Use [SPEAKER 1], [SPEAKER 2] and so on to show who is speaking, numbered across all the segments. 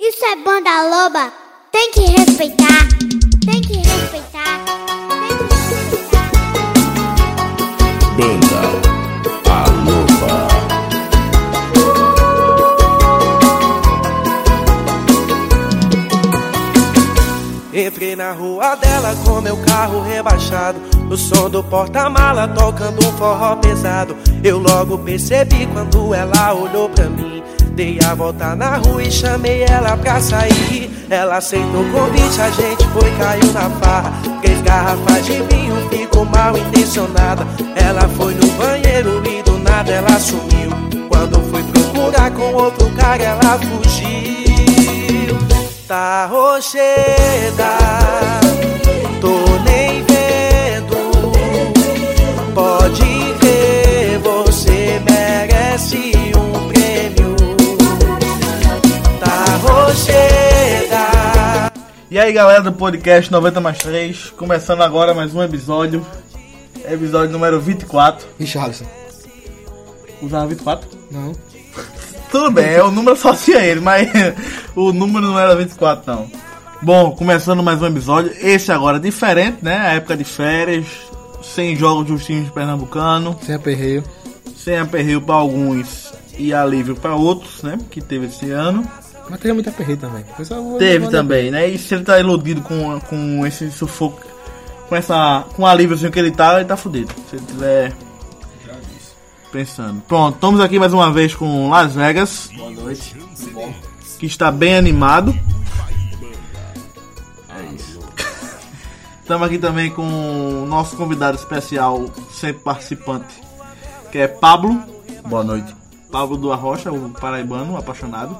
[SPEAKER 1] Isso é banda loba, tem que respeitar, tem que respeitar, tem que respeitar.
[SPEAKER 2] Banda Aloba.
[SPEAKER 3] Entrei na rua dela com meu carro rebaixado. O som do porta-mala tocando um forró pesado. Eu logo percebi quando ela olhou pra mim. Dei a volta na rua e chamei ela pra sair. Ela aceitou o convite, a gente foi, caiu na farra. Três garrafas de vinho, fico mal intencionada. Ela foi no banheiro e do nada ela sumiu. Quando fui procurar com outro cara, ela fugiu. Tá rocheda, tô nem vendo. Pode ver, você merece um prêmio. Tá rocheda.
[SPEAKER 4] E aí galera do podcast 90 mais 3, começando agora mais um episódio, episódio número 24.
[SPEAKER 5] Richarlison.
[SPEAKER 4] Usava 24?
[SPEAKER 5] Não.
[SPEAKER 4] Tudo bem, é o número só se é ele, mas o número não era 24 não. Bom, começando mais um episódio, esse agora é diferente, né? A época de férias, sem jogos dos times pernambucanos,
[SPEAKER 5] Sem aperreio.
[SPEAKER 4] sem aperreio pra alguns e alívio pra outros, né? Que teve esse ano.
[SPEAKER 5] Mas teve muito aperreio também. Eu só vou-
[SPEAKER 4] Teve
[SPEAKER 5] vou-
[SPEAKER 4] também, né? E se ele tá iludido com, com esse sufoco, com essa. com o alíviozinho que ele tá, ele tá fudido. Se ele tiver. Pensando. Pronto, estamos aqui mais uma vez com Las Vegas. Boa noite. Que está bem animado. É isso. É Estamos aqui também com o nosso convidado especial, sempre participante, que é Pablo. Boa noite. Pablo do Arrocha, o paraibano apaixonado.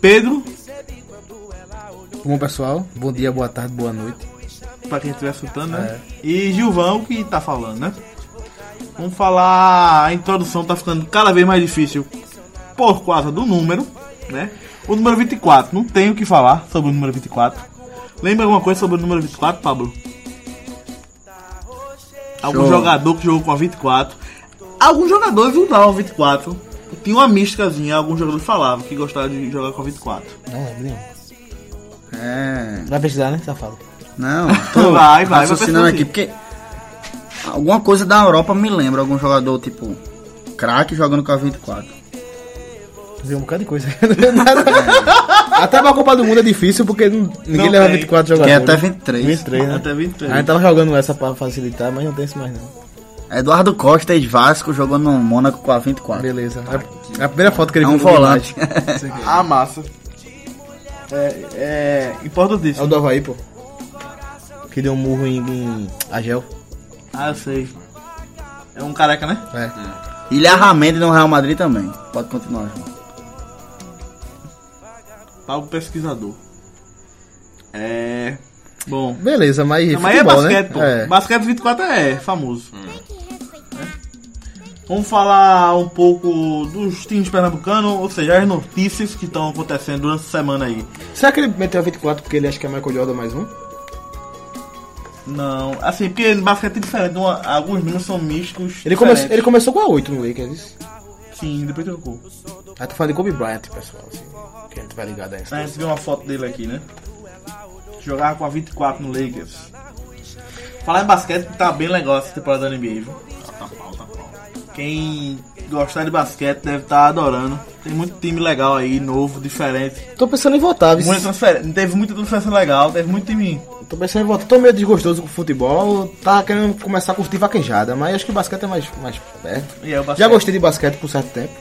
[SPEAKER 4] Pedro,
[SPEAKER 5] Bom pessoal, bom dia, boa tarde, boa noite.
[SPEAKER 4] pra quem estiver escutando, né?
[SPEAKER 5] É.
[SPEAKER 4] E Gilvão que tá falando, né? Vamos falar. A introdução tá ficando cada vez mais difícil por causa do número, né? O número 24, não tenho o que falar sobre o número 24. Lembra alguma coisa sobre o número 24, Pablo? Algum
[SPEAKER 5] Show.
[SPEAKER 4] jogador que jogou com a 24. Alguns jogadores usavam a 24. Tinha uma místicazinha, alguns jogadores falavam que gostavam de jogar com a 24.
[SPEAKER 6] Não lembro nenhum.
[SPEAKER 7] É.
[SPEAKER 6] Vai pesquisar, né, safado?
[SPEAKER 7] Não, tô
[SPEAKER 4] Vai, vai, vai
[SPEAKER 7] raciocinando
[SPEAKER 4] pensando
[SPEAKER 7] aqui,
[SPEAKER 4] assim.
[SPEAKER 7] porque alguma coisa da Europa me lembra algum jogador tipo craque jogando com a 24.
[SPEAKER 6] Viu um bocado de coisa.
[SPEAKER 5] é Até pra Copa do Mundo é difícil porque não- ninguém
[SPEAKER 4] Não
[SPEAKER 5] leva
[SPEAKER 4] tem.
[SPEAKER 5] 24
[SPEAKER 7] Tem
[SPEAKER 5] jogadores.
[SPEAKER 7] é até 23.
[SPEAKER 6] 23, né?
[SPEAKER 4] Até 23.
[SPEAKER 6] A gente tava jogando essa pra facilitar, mas não tem isso mais não.
[SPEAKER 7] Eduardo Costa e Vasco jogando no Mônaco com a 24.
[SPEAKER 5] Beleza. A, a primeira foto que ele
[SPEAKER 7] É um
[SPEAKER 5] viu do
[SPEAKER 7] volante.
[SPEAKER 5] Ah,
[SPEAKER 4] A massa. É, é
[SPEAKER 5] Neymar É o
[SPEAKER 4] importantíssimo.
[SPEAKER 5] do Havaí, pô.
[SPEAKER 6] Que deu um murro em, em Agel.
[SPEAKER 4] Ah, eu sei. É um careca, né?
[SPEAKER 5] É.
[SPEAKER 7] Ilha Ramendi no Real Madrid também. Pode continuar, João.
[SPEAKER 4] Pablo pesquisador. É. Bom.
[SPEAKER 5] Beleza, mas.
[SPEAKER 4] Não, mas é
[SPEAKER 5] futebol,
[SPEAKER 4] basquete, pô.
[SPEAKER 5] né? É.
[SPEAKER 4] Basquete 24 é famoso.
[SPEAKER 1] Hum.
[SPEAKER 4] Vamos falar um pouco dos times pernambucanos, ou seja, as notícias que estão acontecendo durante a semana aí.
[SPEAKER 5] Será que ele meteu a 24 porque ele acha que é Michael Jordan mais um?
[SPEAKER 4] Não, assim, porque basquete é diferente, uma- alguns números são místicos.
[SPEAKER 5] Ele, come,
[SPEAKER 4] diferentes.
[SPEAKER 5] ele começou com a 8 no Lakers.
[SPEAKER 4] Sim, depois trocou.
[SPEAKER 5] Ah, tô falando de Kobe Bryant, pessoal. Assim, que a gente vai ligado a isso.
[SPEAKER 4] A gente viu uma foto dele aqui, né? Jogava com a 24 no Lakers. Falar em basquete tá bem legal essa temporada da NBA, viu? tá Quem gostar de basquete deve estar adorando. Tem muito time legal aí, novo, diferente.
[SPEAKER 6] Tô pensando em voltar, viu?
[SPEAKER 4] Muita transfer... Teve muita transferência legal, teve muito time.
[SPEAKER 5] Tô pensando em voltar. Tô meio desgostoso com o futebol. Tá querendo começar a curtir vaquejada, mas acho que basquete é mais, mais perto.
[SPEAKER 4] E é o basquete.
[SPEAKER 5] Já gostei de basquete por certo tempo.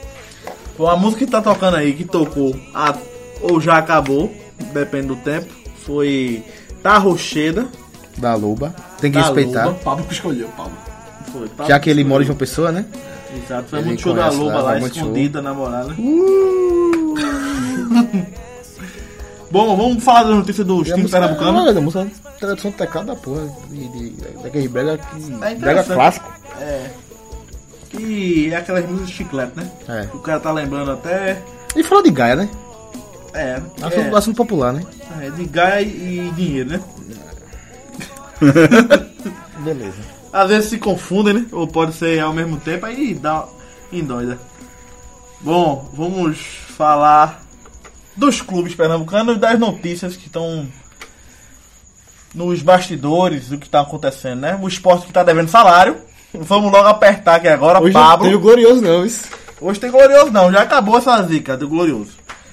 [SPEAKER 4] Bom, a música que tá tocando aí, que tocou a- ou já acabou, depende do tempo, foi Tá Rocheda.
[SPEAKER 5] Da Loba. Tem que
[SPEAKER 4] da
[SPEAKER 5] respeitar.
[SPEAKER 4] Loba. Pablo que escolheu, Pablo. Foi, Pablo
[SPEAKER 5] Já que ele
[SPEAKER 4] escolheu.
[SPEAKER 5] mora em João Pessoa, né?
[SPEAKER 4] Exato, foi
[SPEAKER 5] Ele
[SPEAKER 4] muito show da
[SPEAKER 5] conhece
[SPEAKER 4] Loba
[SPEAKER 5] lá,
[SPEAKER 4] lá,
[SPEAKER 5] vai muito show. Uh!
[SPEAKER 4] escondida, namorada. Bom, vamos falar das notícias dos
[SPEAKER 5] E a
[SPEAKER 4] times
[SPEAKER 5] música-
[SPEAKER 4] pernambucanos.
[SPEAKER 5] Ah, a música tradução do teclado da porra. De, de, daquele brega que.
[SPEAKER 4] É
[SPEAKER 5] brega
[SPEAKER 4] interessante.
[SPEAKER 5] clássico.
[SPEAKER 4] E é aquelas músicas de chiclete, né?
[SPEAKER 5] É.
[SPEAKER 4] O cara tá lembrando até.
[SPEAKER 5] E falou de Gaia, né?
[SPEAKER 4] É,
[SPEAKER 5] Assunto, assunto popular, né?
[SPEAKER 4] é, é de Gaia e dinheiro, né?
[SPEAKER 6] Beleza.
[SPEAKER 4] Às vezes se confundem, né? Ou pode ser ao mesmo tempo, aí dá uma endoida. Bom, vamos falar dos clubes pernambucanos, das notícias que estão nos bastidores do que está acontecendo, né? O esporte que está devendo salário. Vamos logo apertar aqui agora,
[SPEAKER 5] Hoje não
[SPEAKER 4] Pablo.
[SPEAKER 5] teve glorioso, não, isso.
[SPEAKER 4] Hoje tem Glorioso não, já acabou essa zica do Glorioso.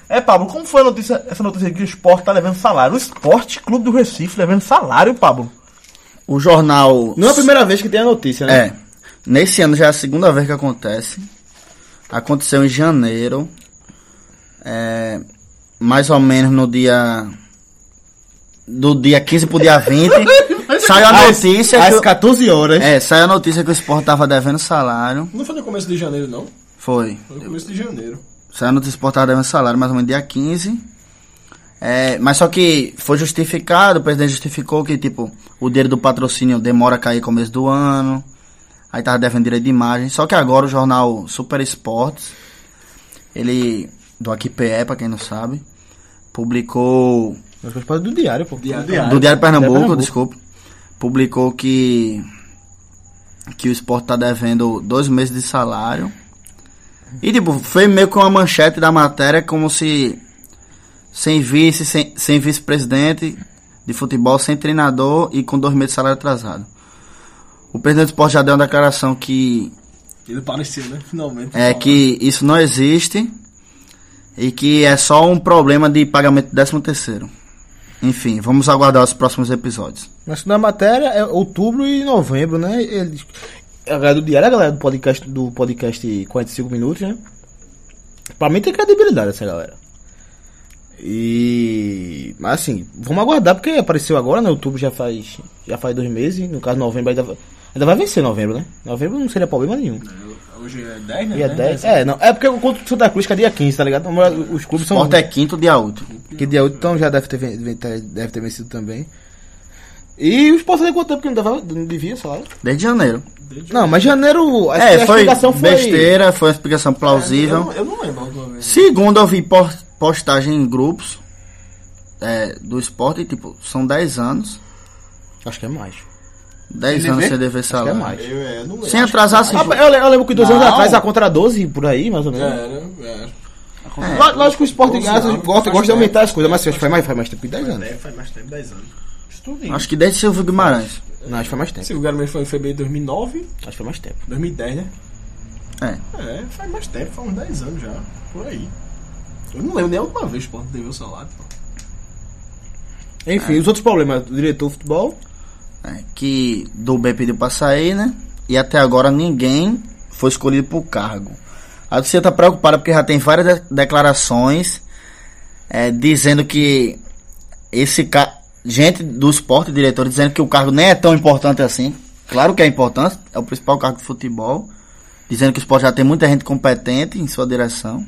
[SPEAKER 4] É, Pablo, como foi a notícia, essa notícia que o esporte tá levando salário? O Esporte Clube do Recife levando salário, Pablo.
[SPEAKER 7] O jornal.
[SPEAKER 5] Não é a primeira vez que tem a notícia, né?
[SPEAKER 7] É. Nesse ano já é a segunda vez que acontece. Aconteceu em janeiro. É, mais ou menos no dia. Do dia 15 pro dia 20. saiu a
[SPEAKER 5] Às-
[SPEAKER 7] notícia.
[SPEAKER 5] Às
[SPEAKER 7] que,
[SPEAKER 5] 14 horas.
[SPEAKER 7] é, saiu a notícia que o Sport tava devendo salário.
[SPEAKER 8] Não foi no começo de janeiro, não.
[SPEAKER 7] Foi.
[SPEAKER 8] Foi no começo de janeiro.
[SPEAKER 7] Saiu a notícia que o Sport tava devendo salário mais ou menos dia 15. É, mas só que foi justificado, o presidente justificou que, tipo, o dinheiro do patrocínio demora a cair no começo do ano. Aí tava devendo direito de imagem. Só que agora o jornal Super Esportes, ele. do AquiPE, pra quem não sabe, publicou.
[SPEAKER 5] Mas faz parte do diário, pô.
[SPEAKER 8] Diário.
[SPEAKER 7] do Diário Pernambuco,
[SPEAKER 5] Pernambuco.
[SPEAKER 7] desculpa. Publicou que. que o esporte tá devendo dois meses de salário. E, tipo, foi meio que uma manchete da matéria, como se. Sem vice, sem, sem vice-presidente de futebol, sem treinador e com dois meses de salário atrasado. O presidente do esporte já deu uma declaração que
[SPEAKER 8] Ele apareceu, né? Finalmente.
[SPEAKER 7] é que isso não existe e que é só um problema de pagamento do 13 terceiro. Enfim, vamos aguardar os próximos episódios.
[SPEAKER 5] Mas na matéria é outubro e novembro, né? Eles... A galera do diário, a galera do podcast, do podcast 45 minutos, né? Pra mim tem credibilidade essa galera. E. Mas assim, vamos aguardar, porque apareceu agora, né? Outubro já faz. Já faz dois meses. No caso, novembro ainda vai. Ainda vai vencer novembro, né? Novembro não seria problema nenhum.
[SPEAKER 8] Hoje é 10, né?
[SPEAKER 5] Dia 10. É, não. É porque o contra o Santa Cruz que é dia 15, tá ligado? Os clubes são.
[SPEAKER 7] Porta é quinto, dia 8.
[SPEAKER 5] Que dia 8 então já deve ter, ven- ven- ter- deve ter vencido também. E os postos quanto tempo que não, dava, não devia salário?
[SPEAKER 7] Desde janeiro.
[SPEAKER 5] Não, mas janeiro. A,
[SPEAKER 7] É,
[SPEAKER 5] a
[SPEAKER 7] foi
[SPEAKER 5] explicação foi. É,
[SPEAKER 7] besteira, foi uma explicação plausível.
[SPEAKER 8] Eu não lembro a última vez.
[SPEAKER 7] Segundo eu vi por- postagem em grupos é, do esporte, tipo, são 10 anos.
[SPEAKER 5] Acho que é mais.
[SPEAKER 7] 10 anos sem dever
[SPEAKER 5] Acho que é
[SPEAKER 7] salário.
[SPEAKER 5] mais.
[SPEAKER 8] Eu, é, eu não lembro.
[SPEAKER 7] Sem atrasar, assim,
[SPEAKER 5] Ah, eu, le- eu lembro que dois anos
[SPEAKER 7] Não.
[SPEAKER 5] atrás a contra 12 por aí, mais ou menos.
[SPEAKER 8] Era, era.
[SPEAKER 5] Ló- Lógico que o esporte
[SPEAKER 8] Doze
[SPEAKER 5] gasta,
[SPEAKER 8] anos,
[SPEAKER 5] gosta,
[SPEAKER 8] faz
[SPEAKER 5] gosta de aumentar
[SPEAKER 8] tempo.
[SPEAKER 5] as coisas, mas acho que faz mais, faz mais tempo que 10 anos.
[SPEAKER 8] É, faz mais tempo, 10 anos.
[SPEAKER 7] acho que desde Silvio Guimarães.
[SPEAKER 5] Não, acho que faz mais tempo.
[SPEAKER 8] Se o Guarani foi em fevereiro de 2009,
[SPEAKER 5] Acho que faz mais tempo.
[SPEAKER 8] 2010, né?
[SPEAKER 7] É.
[SPEAKER 8] É, faz mais tempo, faz uns 10 anos já. Por aí. Eu não lembro nem a última vez, pô, que teve o salário. pô.
[SPEAKER 5] Enfim, os outros problemas. O diretor do futebol.
[SPEAKER 7] É, que Dubé pediu pra sair, né? E até agora ninguém foi escolhido pro cargo. A torcida tá preocupada porque já tem várias de- declarações é, dizendo que esse ca... gente do esporte, diretor, dizendo que o cargo nem é tão importante assim. Claro que é importante, é o principal cargo de futebol. Dizendo que o esporte já tem muita gente competente em sua direção.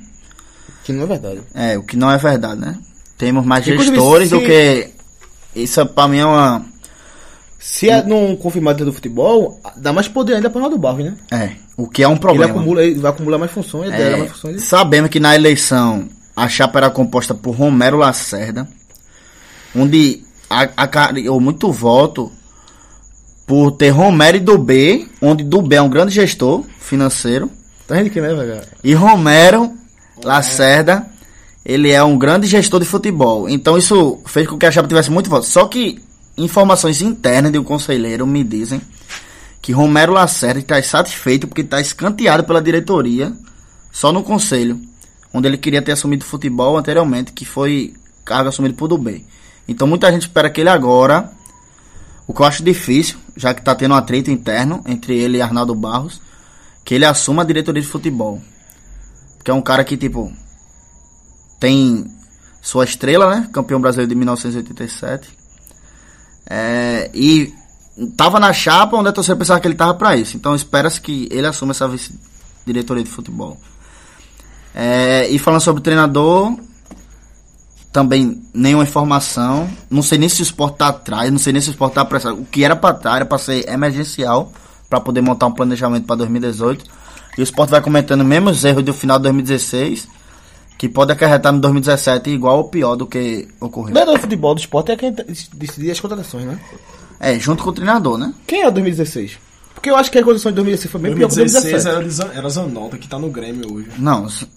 [SPEAKER 5] Que não é verdade.
[SPEAKER 7] É, o que não é verdade, né? Temos mais
[SPEAKER 5] Inclusive,
[SPEAKER 7] gestores do
[SPEAKER 5] se-
[SPEAKER 7] que. Isso pra mim é uma.
[SPEAKER 5] Se é não confirmar dentro do futebol, dá mais poder ainda pra Ronaldo Barros, né?
[SPEAKER 7] É, o que é um
[SPEAKER 5] Ele,
[SPEAKER 7] problema.
[SPEAKER 5] acumula, ele vai acumular mais funções, ele
[SPEAKER 7] É,
[SPEAKER 5] mais funções.
[SPEAKER 7] sabemos que na eleição a chapa era composta por Romero Lacerda, onde a- acarreou muito voto por ter Romero e Dubé, onde Dubé é um grande gestor financeiro,
[SPEAKER 5] Tá vendo que, né, velho?
[SPEAKER 7] e Romero Lacerda, ele é um grande gestor de futebol. Então isso fez com que a chapa tivesse muito voto. Só que informações internas de um conselheiro me dizem que Romero Lacerda está satisfeito porque está escanteado pela diretoria só no conselho, onde ele queria ter assumido futebol anteriormente, que foi cargo assumido por Dubé. Então muita gente espera que ele agora, o que eu acho difícil, já que está tendo um atrito interno entre ele e Arnaldo Barros, que ele assuma a diretoria de futebol. Porque é um cara que, tipo, tem sua estrela, né? Campeão brasileiro de 1987. É, e tava na chapa onde a torcida pensava que ele tava pra isso. Então espera-se que ele assuma essa vice-diretoria de futebol. É, e falando sobre o treinador, também nenhuma informação. Não sei nem se o Sport tá atrás, não sei nem se o Sport tá apressado. O que era pra estar, era pra ser emergencial, pra poder montar um planejamento pra 2018. E o Sport vai comentando mesmo os erros do final de 2016, que pode acarretar no 2017 igual ou pior do que
[SPEAKER 5] O
[SPEAKER 7] ocorreu.
[SPEAKER 5] Diretor do futebol do esporte é quem t- decidia as contratações, né?
[SPEAKER 7] É, junto com o treinador, né?
[SPEAKER 5] Quem é o 2016? Porque eu acho que a condição de 2016
[SPEAKER 7] É
[SPEAKER 5] foi bem pior que
[SPEAKER 8] 2016
[SPEAKER 5] 2017.
[SPEAKER 8] era, de Zan- era Zanota, que tá no Grêmio hoje.
[SPEAKER 7] Não, s-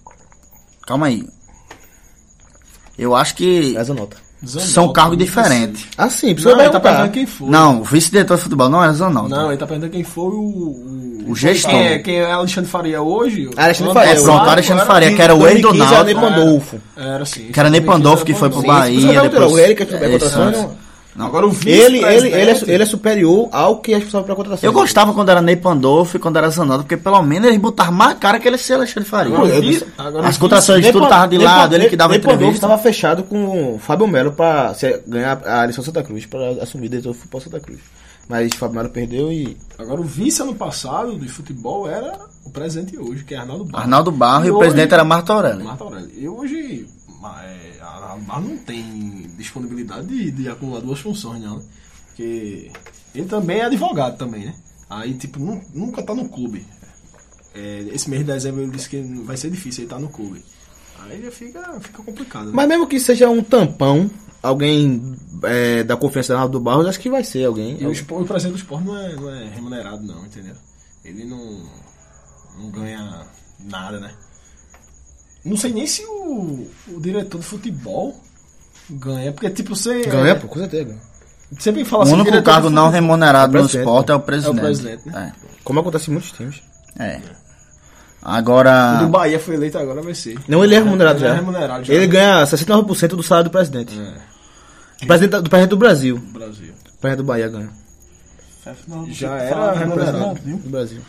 [SPEAKER 7] calma aí. Eu acho que
[SPEAKER 5] Essa nota.
[SPEAKER 7] são cargos diferentes.
[SPEAKER 5] Ah, sim, precisa
[SPEAKER 8] Não, ele tá
[SPEAKER 5] perguntar.
[SPEAKER 8] perguntando quem foi.
[SPEAKER 7] Não, o vice-diretor de futebol não era Zanotto.
[SPEAKER 8] Não, ele tá perguntando quem foi o. O,
[SPEAKER 7] O gestor.
[SPEAKER 8] Quem é, quem é Alexandre Faria hoje?
[SPEAKER 5] Ah, Alexandre
[SPEAKER 8] Ano
[SPEAKER 5] Faria.
[SPEAKER 7] É,
[SPEAKER 8] passado,
[SPEAKER 7] pronto, Alexandre Faria, que era o ex do
[SPEAKER 5] 2015 era
[SPEAKER 7] Náutico.
[SPEAKER 5] Ney Pandolfo.
[SPEAKER 8] Era assim, sim.
[SPEAKER 7] Que era Ney Pandolfo, que foi pro Bahia.
[SPEAKER 5] Você
[SPEAKER 7] Depois...
[SPEAKER 5] o ele que é super-
[SPEAKER 7] É,
[SPEAKER 5] contratações,
[SPEAKER 7] isso,
[SPEAKER 5] não?
[SPEAKER 7] não.
[SPEAKER 8] Agora o vice.
[SPEAKER 5] Ele, ele, ele, é, su- ele é superior ao que é responsável pela contratação.
[SPEAKER 7] Eu gostava quando era Ney Pandolfo e quando era Zanotto, porque pelo menos eles botavam mais cara que ele ser Alexandre Faria.
[SPEAKER 8] Agora o vice- agora
[SPEAKER 7] As
[SPEAKER 8] o
[SPEAKER 7] contratações de tudo estavam de lado, ele que dava
[SPEAKER 5] Pandolfo
[SPEAKER 7] entrevista.
[SPEAKER 5] estava fechado com o Fábio Melo para ganhar a lição Santa Cruz, para assumir diretor do futebol Santa Cruz. Mas Fábio Melo perdeu e
[SPEAKER 8] Agora o vice ano passado de futebol era o presente hoje, que é Arnaldo Barros.
[SPEAKER 7] Arnaldo Barro e o
[SPEAKER 8] hoje-
[SPEAKER 7] presidente era Marta Aurélio.
[SPEAKER 8] Marta Aurélio. E hoje ma- é, Arnaldo Barros não tem disponibilidade de, de acumular duas funções, não. né? Porque ele também é advogado também, né? Aí, tipo, nu- nunca tá no clube. É, esse mês de dezembro ele disse que vai ser difícil ele estar no clube. Aí já fica, fica complicado, né?
[SPEAKER 5] Mas mesmo que seja um tampão, alguém é, da confiança do Arnaldo Barros, acho que vai ser alguém.
[SPEAKER 7] É
[SPEAKER 8] E o, espo- o presidente do esporte não é, não é remunerado, não, entendeu? Ele não, não ganha nada, né? Não sei nem se o, o diretor de futebol ganha, porque tipo você.
[SPEAKER 5] Ganha, pô, com certeza. ganha.
[SPEAKER 8] Sempre fala
[SPEAKER 7] O
[SPEAKER 8] assim.
[SPEAKER 7] único
[SPEAKER 8] diretor
[SPEAKER 7] cargo
[SPEAKER 8] de
[SPEAKER 7] não
[SPEAKER 8] futebol-
[SPEAKER 7] remunerado
[SPEAKER 5] É o
[SPEAKER 7] no
[SPEAKER 5] presidente,
[SPEAKER 7] esporte é o
[SPEAKER 8] É
[SPEAKER 7] presidente.
[SPEAKER 8] o presidente, né?
[SPEAKER 5] Como acontece em muitos times.
[SPEAKER 7] É. é.
[SPEAKER 8] O do
[SPEAKER 7] Agora,
[SPEAKER 8] Bahia foi eleito agora, vai ser.
[SPEAKER 5] Não, ele é remunerado
[SPEAKER 8] Ele
[SPEAKER 5] já.
[SPEAKER 8] é remunerado já.
[SPEAKER 5] Ele ganha 69% do salário do presidente.
[SPEAKER 8] É,
[SPEAKER 5] Do presidente da- do presidente do Brasil.
[SPEAKER 8] no Brasil.
[SPEAKER 5] O presidente do Bahia ganha.
[SPEAKER 8] Já era
[SPEAKER 5] né,
[SPEAKER 8] remunerado.
[SPEAKER 5] Do Brasil.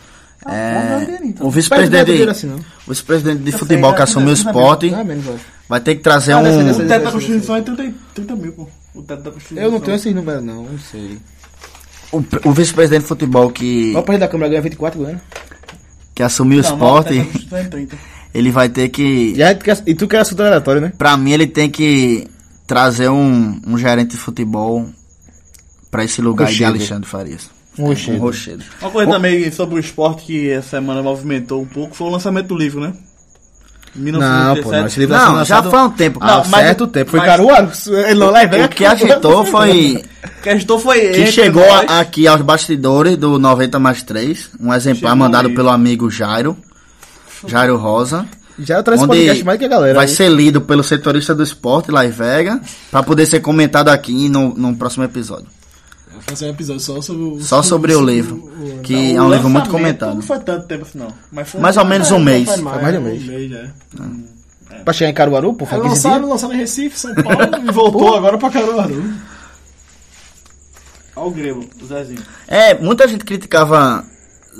[SPEAKER 7] é, o
[SPEAKER 5] Presidente não é
[SPEAKER 7] vice-presidente
[SPEAKER 5] assim, não.
[SPEAKER 7] o vice-presidente de futebol que assumiu o esporte
[SPEAKER 5] Ah, menos, eu acho.
[SPEAKER 7] vai ter que trazer
[SPEAKER 5] Ah, dessa-
[SPEAKER 7] um.
[SPEAKER 5] dessa-
[SPEAKER 4] O teto da Constituição é 30, 30 mil, pô. O teto da Constituição.
[SPEAKER 5] Eu não tenho esses números, não. Não sei.
[SPEAKER 7] O, o vice-presidente de futebol que,
[SPEAKER 5] Ó, O presidente da Câmara ganha 24 ganha.
[SPEAKER 7] que assumiu o
[SPEAKER 4] Não, não, o
[SPEAKER 7] esporte,
[SPEAKER 4] teto da Constituição é 30.
[SPEAKER 7] ele vai ter que.
[SPEAKER 5] E, aí tu quer- e tu quer assunto aleatório, né?
[SPEAKER 7] Pra mim, ele tem que trazer um, um gerente de futebol pra esse lugar aí de
[SPEAKER 5] Rochedo.
[SPEAKER 7] Alexandre Farias. Um
[SPEAKER 5] Rochedo.
[SPEAKER 7] Rochedo.
[SPEAKER 4] Uma coisa também sobre o esporte que essa semana movimentou um pouco foi o lançamento do livro, né?
[SPEAKER 5] Não, pô, não, esse livro tá sendo
[SPEAKER 7] Não, já
[SPEAKER 5] lançado
[SPEAKER 7] faz um tempo.
[SPEAKER 5] há
[SPEAKER 7] cara.
[SPEAKER 5] certo tempo. é Foi
[SPEAKER 4] mas-
[SPEAKER 5] Caruaru. Ele não lá e vem
[SPEAKER 7] O que agitou
[SPEAKER 5] né?
[SPEAKER 7] foi
[SPEAKER 4] O que agitou foi
[SPEAKER 7] que chegou a- aqui aos bastidores do 90 mais 3, um exemplar
[SPEAKER 4] Chegou
[SPEAKER 7] mandado
[SPEAKER 4] aí.
[SPEAKER 7] pelo amigo Jairo, Jairo Rosa.
[SPEAKER 5] Já é traz esse
[SPEAKER 7] onde
[SPEAKER 5] um podcast mais que a galera.
[SPEAKER 7] vai
[SPEAKER 5] aí.
[SPEAKER 7] ser lido pelo setorista do esporte lá em Vega, pra poder ser comentado aqui no, no próximo episódio.
[SPEAKER 8] Eu vou fazer um episódio só sobre o.
[SPEAKER 7] Só sobre o livro, que é um livro muito comentado.
[SPEAKER 4] Não foi tanto tempo assim, não. Mas foi
[SPEAKER 7] Mais ou menos um mês.
[SPEAKER 5] Faz mais de um mês.
[SPEAKER 8] é.
[SPEAKER 5] Pra chegar em Caruaru, pô,
[SPEAKER 8] Aí
[SPEAKER 7] Tá
[SPEAKER 5] foi 15 dias.
[SPEAKER 8] lançaram, lançaram em Recife, São Paulo e voltou agora pra Caruaru.
[SPEAKER 4] Olha o Grego, o Zezinho.
[SPEAKER 7] É, muita gente criticava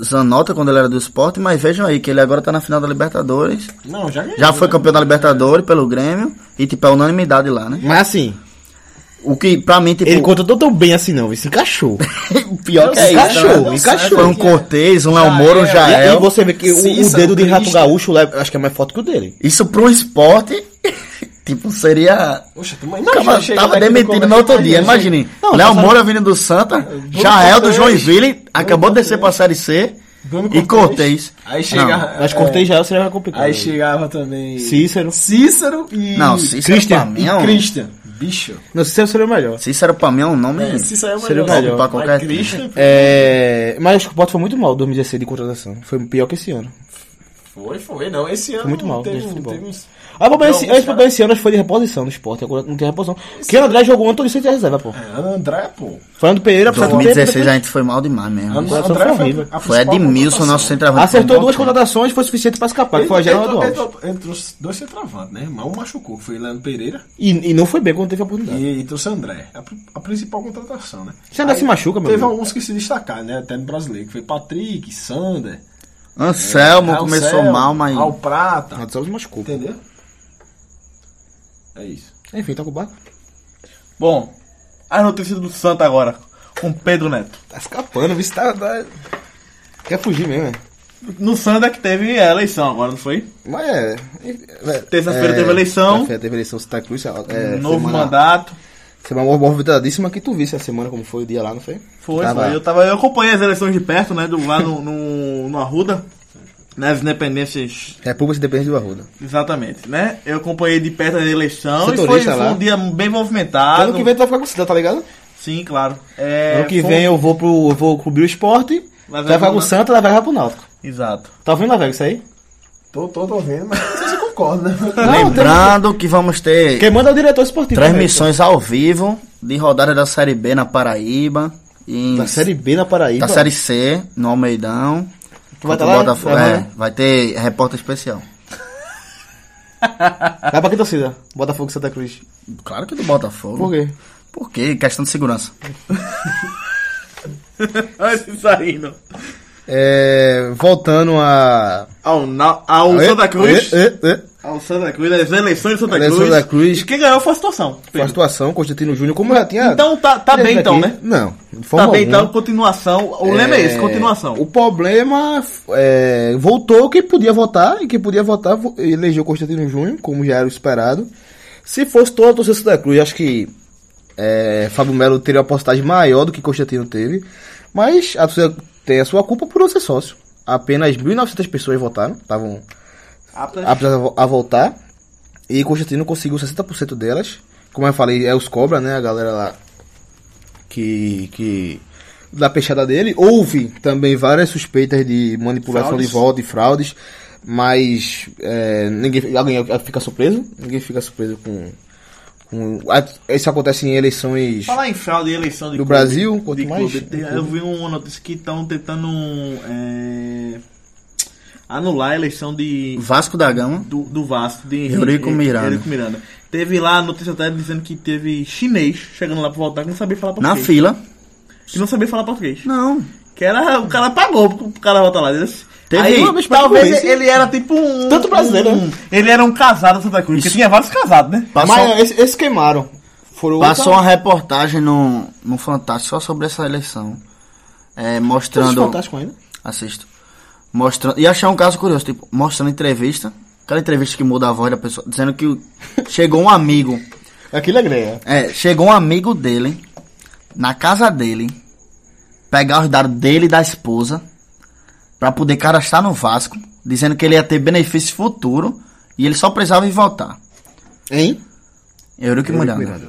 [SPEAKER 7] Zanota quando ele era do esporte, mas vejam aí que ele agora tá na final da Libertadores.
[SPEAKER 8] Não, já ganhou.
[SPEAKER 7] Já foi campeão da Libertadores pelo Grêmio. E, tipo, é unanimidade lá, né?
[SPEAKER 5] Mas assim,
[SPEAKER 7] O que, pra mim, tipo...
[SPEAKER 5] ele contratou tão bem assim, não. Ele se encaixou.
[SPEAKER 7] o pior que é isso.
[SPEAKER 5] encaixou,
[SPEAKER 7] né?
[SPEAKER 5] encaixou. é,
[SPEAKER 7] Foi um Cortez, um Léo Moro, um
[SPEAKER 5] E aí
[SPEAKER 7] Jael.
[SPEAKER 5] você vê que o, o
[SPEAKER 8] Cícero,
[SPEAKER 5] dedo de Rato
[SPEAKER 8] Cristo.
[SPEAKER 5] Gaúcho lá, eu acho que é mais forte que o dele.
[SPEAKER 7] Isso pra um esporte, tipo, seria...
[SPEAKER 8] Oxa, tu imagina,
[SPEAKER 7] Tava,
[SPEAKER 8] chega
[SPEAKER 7] tava
[SPEAKER 8] daqui do
[SPEAKER 7] demitido
[SPEAKER 8] colégio,
[SPEAKER 7] no outro
[SPEAKER 8] aí,
[SPEAKER 7] dia,
[SPEAKER 8] gente,
[SPEAKER 7] imagine. Léo Moro vindo do Santa, Jael do
[SPEAKER 8] Cortez,
[SPEAKER 7] Joinville, acabou de descer pra Série C,
[SPEAKER 8] Bruno
[SPEAKER 7] e Cortez.
[SPEAKER 8] Aí chega.
[SPEAKER 5] Mas
[SPEAKER 8] é,
[SPEAKER 5] cortei já, seria mais complicado. né?
[SPEAKER 8] Aí chegava também.
[SPEAKER 5] Cícero.
[SPEAKER 8] Cícero e.
[SPEAKER 7] Não, Cícero
[SPEAKER 5] Christian
[SPEAKER 7] pra mim
[SPEAKER 8] e
[SPEAKER 7] é um...
[SPEAKER 8] Christian. Bicho.
[SPEAKER 5] Não, Cícero seria o melhor.
[SPEAKER 7] Cícero pra mim é um nome...
[SPEAKER 8] Cícero é o
[SPEAKER 5] Seria o
[SPEAKER 8] melhor.
[SPEAKER 5] melhor.
[SPEAKER 7] Pra qualquer
[SPEAKER 8] Mas Christian
[SPEAKER 5] É, mas acho que o Porto foi muito mal 2016 de contratação. Foi pior que esse ano.
[SPEAKER 8] foi, foi. Não, esse ano.
[SPEAKER 5] Muito mal,
[SPEAKER 8] Teve,
[SPEAKER 5] desde
[SPEAKER 8] um-
[SPEAKER 5] futebol.
[SPEAKER 8] teve uns.
[SPEAKER 5] Ah, vou esse,
[SPEAKER 8] Não,
[SPEAKER 5] esse, papel esse ano acho que foi de reposição no esporte. Agora não tem reposição. Porque o André jogou ontem sem ter reserva, pô.
[SPEAKER 8] É, André, pô.
[SPEAKER 5] Fernando Pereira, apesar do tempo,
[SPEAKER 7] 2016 a
[SPEAKER 5] depois-
[SPEAKER 7] gente foi mal demais mesmo.
[SPEAKER 8] André,
[SPEAKER 5] Foi
[SPEAKER 8] André
[SPEAKER 5] horrível.
[SPEAKER 8] a
[SPEAKER 7] Foi
[SPEAKER 8] principal
[SPEAKER 7] Edmilson,
[SPEAKER 8] contratação.
[SPEAKER 7] nosso centroavante.
[SPEAKER 5] acertou
[SPEAKER 7] Foi um
[SPEAKER 5] duas
[SPEAKER 7] bom
[SPEAKER 5] contratações, foi suficiente pra escapar. que
[SPEAKER 8] Ele,
[SPEAKER 5] foi a
[SPEAKER 8] ele,
[SPEAKER 5] Geraldo
[SPEAKER 8] ele,
[SPEAKER 5] Alves.
[SPEAKER 8] ele, trouxe dois centroavantes, né? Mas um machucou, que foi Leandro Pereira
[SPEAKER 5] E, e não foi bem quando teve a
[SPEAKER 7] Tá.
[SPEAKER 5] oportunidade.
[SPEAKER 8] e, e trouxe André. A, pri- a principal contratação, né?
[SPEAKER 5] Você ainda
[SPEAKER 8] Aí
[SPEAKER 5] se machuca, meu
[SPEAKER 8] Teve
[SPEAKER 5] amigo.
[SPEAKER 8] alguns que se destacaram, né? Até no brasileiro, que foi Patrick, Sander.
[SPEAKER 7] Anselmo
[SPEAKER 8] Raul
[SPEAKER 7] começou
[SPEAKER 8] Cel,
[SPEAKER 7] mal, mas.
[SPEAKER 8] Raul Prata.
[SPEAKER 5] Renato Alves machucou.
[SPEAKER 8] Entendeu? É isso.
[SPEAKER 5] Enfim, tá com o barco.
[SPEAKER 4] Bom, as notícias do Santa agora, com Pedro Neto.
[SPEAKER 5] Tá escapando, o bicho tá, tá- Quer fugir mesmo, é.
[SPEAKER 4] No Santa que teve a eleição agora, não foi?
[SPEAKER 5] Mas é. é-
[SPEAKER 4] Terça-feira teve eleição.
[SPEAKER 5] Terça-feira teve eleição Santa Cruz. É,
[SPEAKER 4] Novo
[SPEAKER 5] semana-
[SPEAKER 4] mandato.
[SPEAKER 5] Semana movimentadíssima que tu visse a semana como foi o dia lá, não foi?
[SPEAKER 4] Foi,
[SPEAKER 5] Tava-
[SPEAKER 4] foi. Eu, tava, eu acompanhei as eleições de perto, né? Do, lá no, no, no Arruda. Nas independências.
[SPEAKER 5] República Independente do Arruda.
[SPEAKER 4] Exatamente, né? Eu acompanhei de perto a eleição e foi,
[SPEAKER 5] Setorista
[SPEAKER 4] foi
[SPEAKER 5] lá.
[SPEAKER 4] um dia bem movimentado.
[SPEAKER 5] ano que vem tu vai ficar com cidade, tá ligado?
[SPEAKER 4] Sim, claro. Ah, É,
[SPEAKER 5] ano que
[SPEAKER 4] foi-
[SPEAKER 5] vem eu vou pro. Eu vou cobrir o esporte.
[SPEAKER 4] Lá
[SPEAKER 5] Vai ficar com o Santa, vai ficar pro Náutico.
[SPEAKER 4] Exato.
[SPEAKER 5] Tá ouvindo, Lavega, isso aí?
[SPEAKER 8] Tô, tô, tô vendo, mas não sei se eu concordo, né?
[SPEAKER 7] Lembrando que vamos ter
[SPEAKER 9] Quem manda é o diretor esportivo.
[SPEAKER 5] né?
[SPEAKER 7] transmissões ao vivo de rodada da Série B na Paraíba. Em,
[SPEAKER 9] Da Série B na Paraíba.
[SPEAKER 7] da Série C, no Almeidão.
[SPEAKER 9] Tu vai estar
[SPEAKER 7] Contra o
[SPEAKER 9] lá?
[SPEAKER 7] Botafogo,
[SPEAKER 9] Vai,
[SPEAKER 7] é,
[SPEAKER 9] né?
[SPEAKER 7] vai ter repórter especial.
[SPEAKER 9] Vai pra que torcida? Botafogo e Santa Cruz.
[SPEAKER 7] Claro que do Botafogo.
[SPEAKER 9] Por quê?
[SPEAKER 7] Por quê? Questão de segurança.
[SPEAKER 4] Olha isso saindo.
[SPEAKER 5] É, voltando a.
[SPEAKER 4] Ao, na, ao Santa Cruz.
[SPEAKER 5] É, é, é.
[SPEAKER 4] Ao Santa Cruz, as eleições de Santa
[SPEAKER 5] Eleições
[SPEAKER 4] Cruz.
[SPEAKER 5] da Cruz.
[SPEAKER 4] E quem ganhou foi a situação.
[SPEAKER 5] Com a situação, Constantino Júnior, como já tinha.
[SPEAKER 4] Então tá, tá bem então,
[SPEAKER 5] aqui.
[SPEAKER 4] né?
[SPEAKER 5] Não. de
[SPEAKER 4] Tá
[SPEAKER 5] forma
[SPEAKER 4] bem
[SPEAKER 5] alguma.
[SPEAKER 4] então, continuação. O lema é esse, continuação.
[SPEAKER 5] um O problema é, voltou quem podia votar, e quem podia votar vo- elegeu Constantino Júnior, como já era o esperado. Se fosse toda a torcida da Cruz, acho que é, Fábio Melo teria uma postagem maior do que Constantino teve. Mas a torcida tem a sua culpa por não ser sócio. Apenas 1.900 pessoas votaram, estavam aptas a, vo- a votar. E Constantino conseguiu 60% delas. Como eu falei, é os Cobra, né? A galera lá que, que da peixada dele. Houve também várias suspeitas de manipulação
[SPEAKER 4] Fraudes.
[SPEAKER 5] de voto e fraudes, mas é, ninguém alguém fica surpreso. Ninguém fica surpreso com, com a- isso acontece em eleições.
[SPEAKER 4] Falar em fraude e eleição de
[SPEAKER 5] Do Brasil, quanto
[SPEAKER 4] de
[SPEAKER 5] mais-
[SPEAKER 4] clube, tem- eu vi uma notícia que estão tentando é, anular a eleição de,
[SPEAKER 7] Vasco da Gama.
[SPEAKER 4] do, do Vasco, de
[SPEAKER 7] Eurico
[SPEAKER 4] Henrique-
[SPEAKER 7] Miranda.
[SPEAKER 4] Eurico Miranda. Teve lá a notícia até dizendo que teve chinês chegando lá pra voltar que não sabia falar
[SPEAKER 7] Na
[SPEAKER 4] português.
[SPEAKER 7] fila.
[SPEAKER 4] Que não sabia falar português.
[SPEAKER 7] Não.
[SPEAKER 4] Que era, o cara pagou pro pro cara voltar lá. Desse.
[SPEAKER 7] Teve-
[SPEAKER 4] Aí,
[SPEAKER 7] Mas, mas,
[SPEAKER 4] talvez
[SPEAKER 5] mas,
[SPEAKER 4] ele era tipo um.
[SPEAKER 5] Tanto brasileiro,
[SPEAKER 4] um- ele era um casado de Santa Cruz, porque tinha vários casados, né?
[SPEAKER 7] né? Passou,
[SPEAKER 5] Mas esses esse queimaram. Foram
[SPEAKER 7] passou
[SPEAKER 5] outra-
[SPEAKER 7] uma reportagem no, no Fantástico só sobre essa eleição. É,
[SPEAKER 5] Todos os
[SPEAKER 7] mostrando.
[SPEAKER 5] fantásticos ainda.
[SPEAKER 7] Assisto. Mostrando. E achei um caso curioso, tipo, mostrando entrevista. Aquela entrevista que muda a voz da pessoa, dizendo que o- chegou um amigo.
[SPEAKER 5] Aquilo é greia.
[SPEAKER 7] É, chegou um amigo dele na casa dele pegar os dados dele e da esposa pra poder cadastrar no Vasco, dizendo que ele ia ter benefício futuro e ele só precisava ir voltar.
[SPEAKER 5] Hein?
[SPEAKER 7] Eurico Miranda.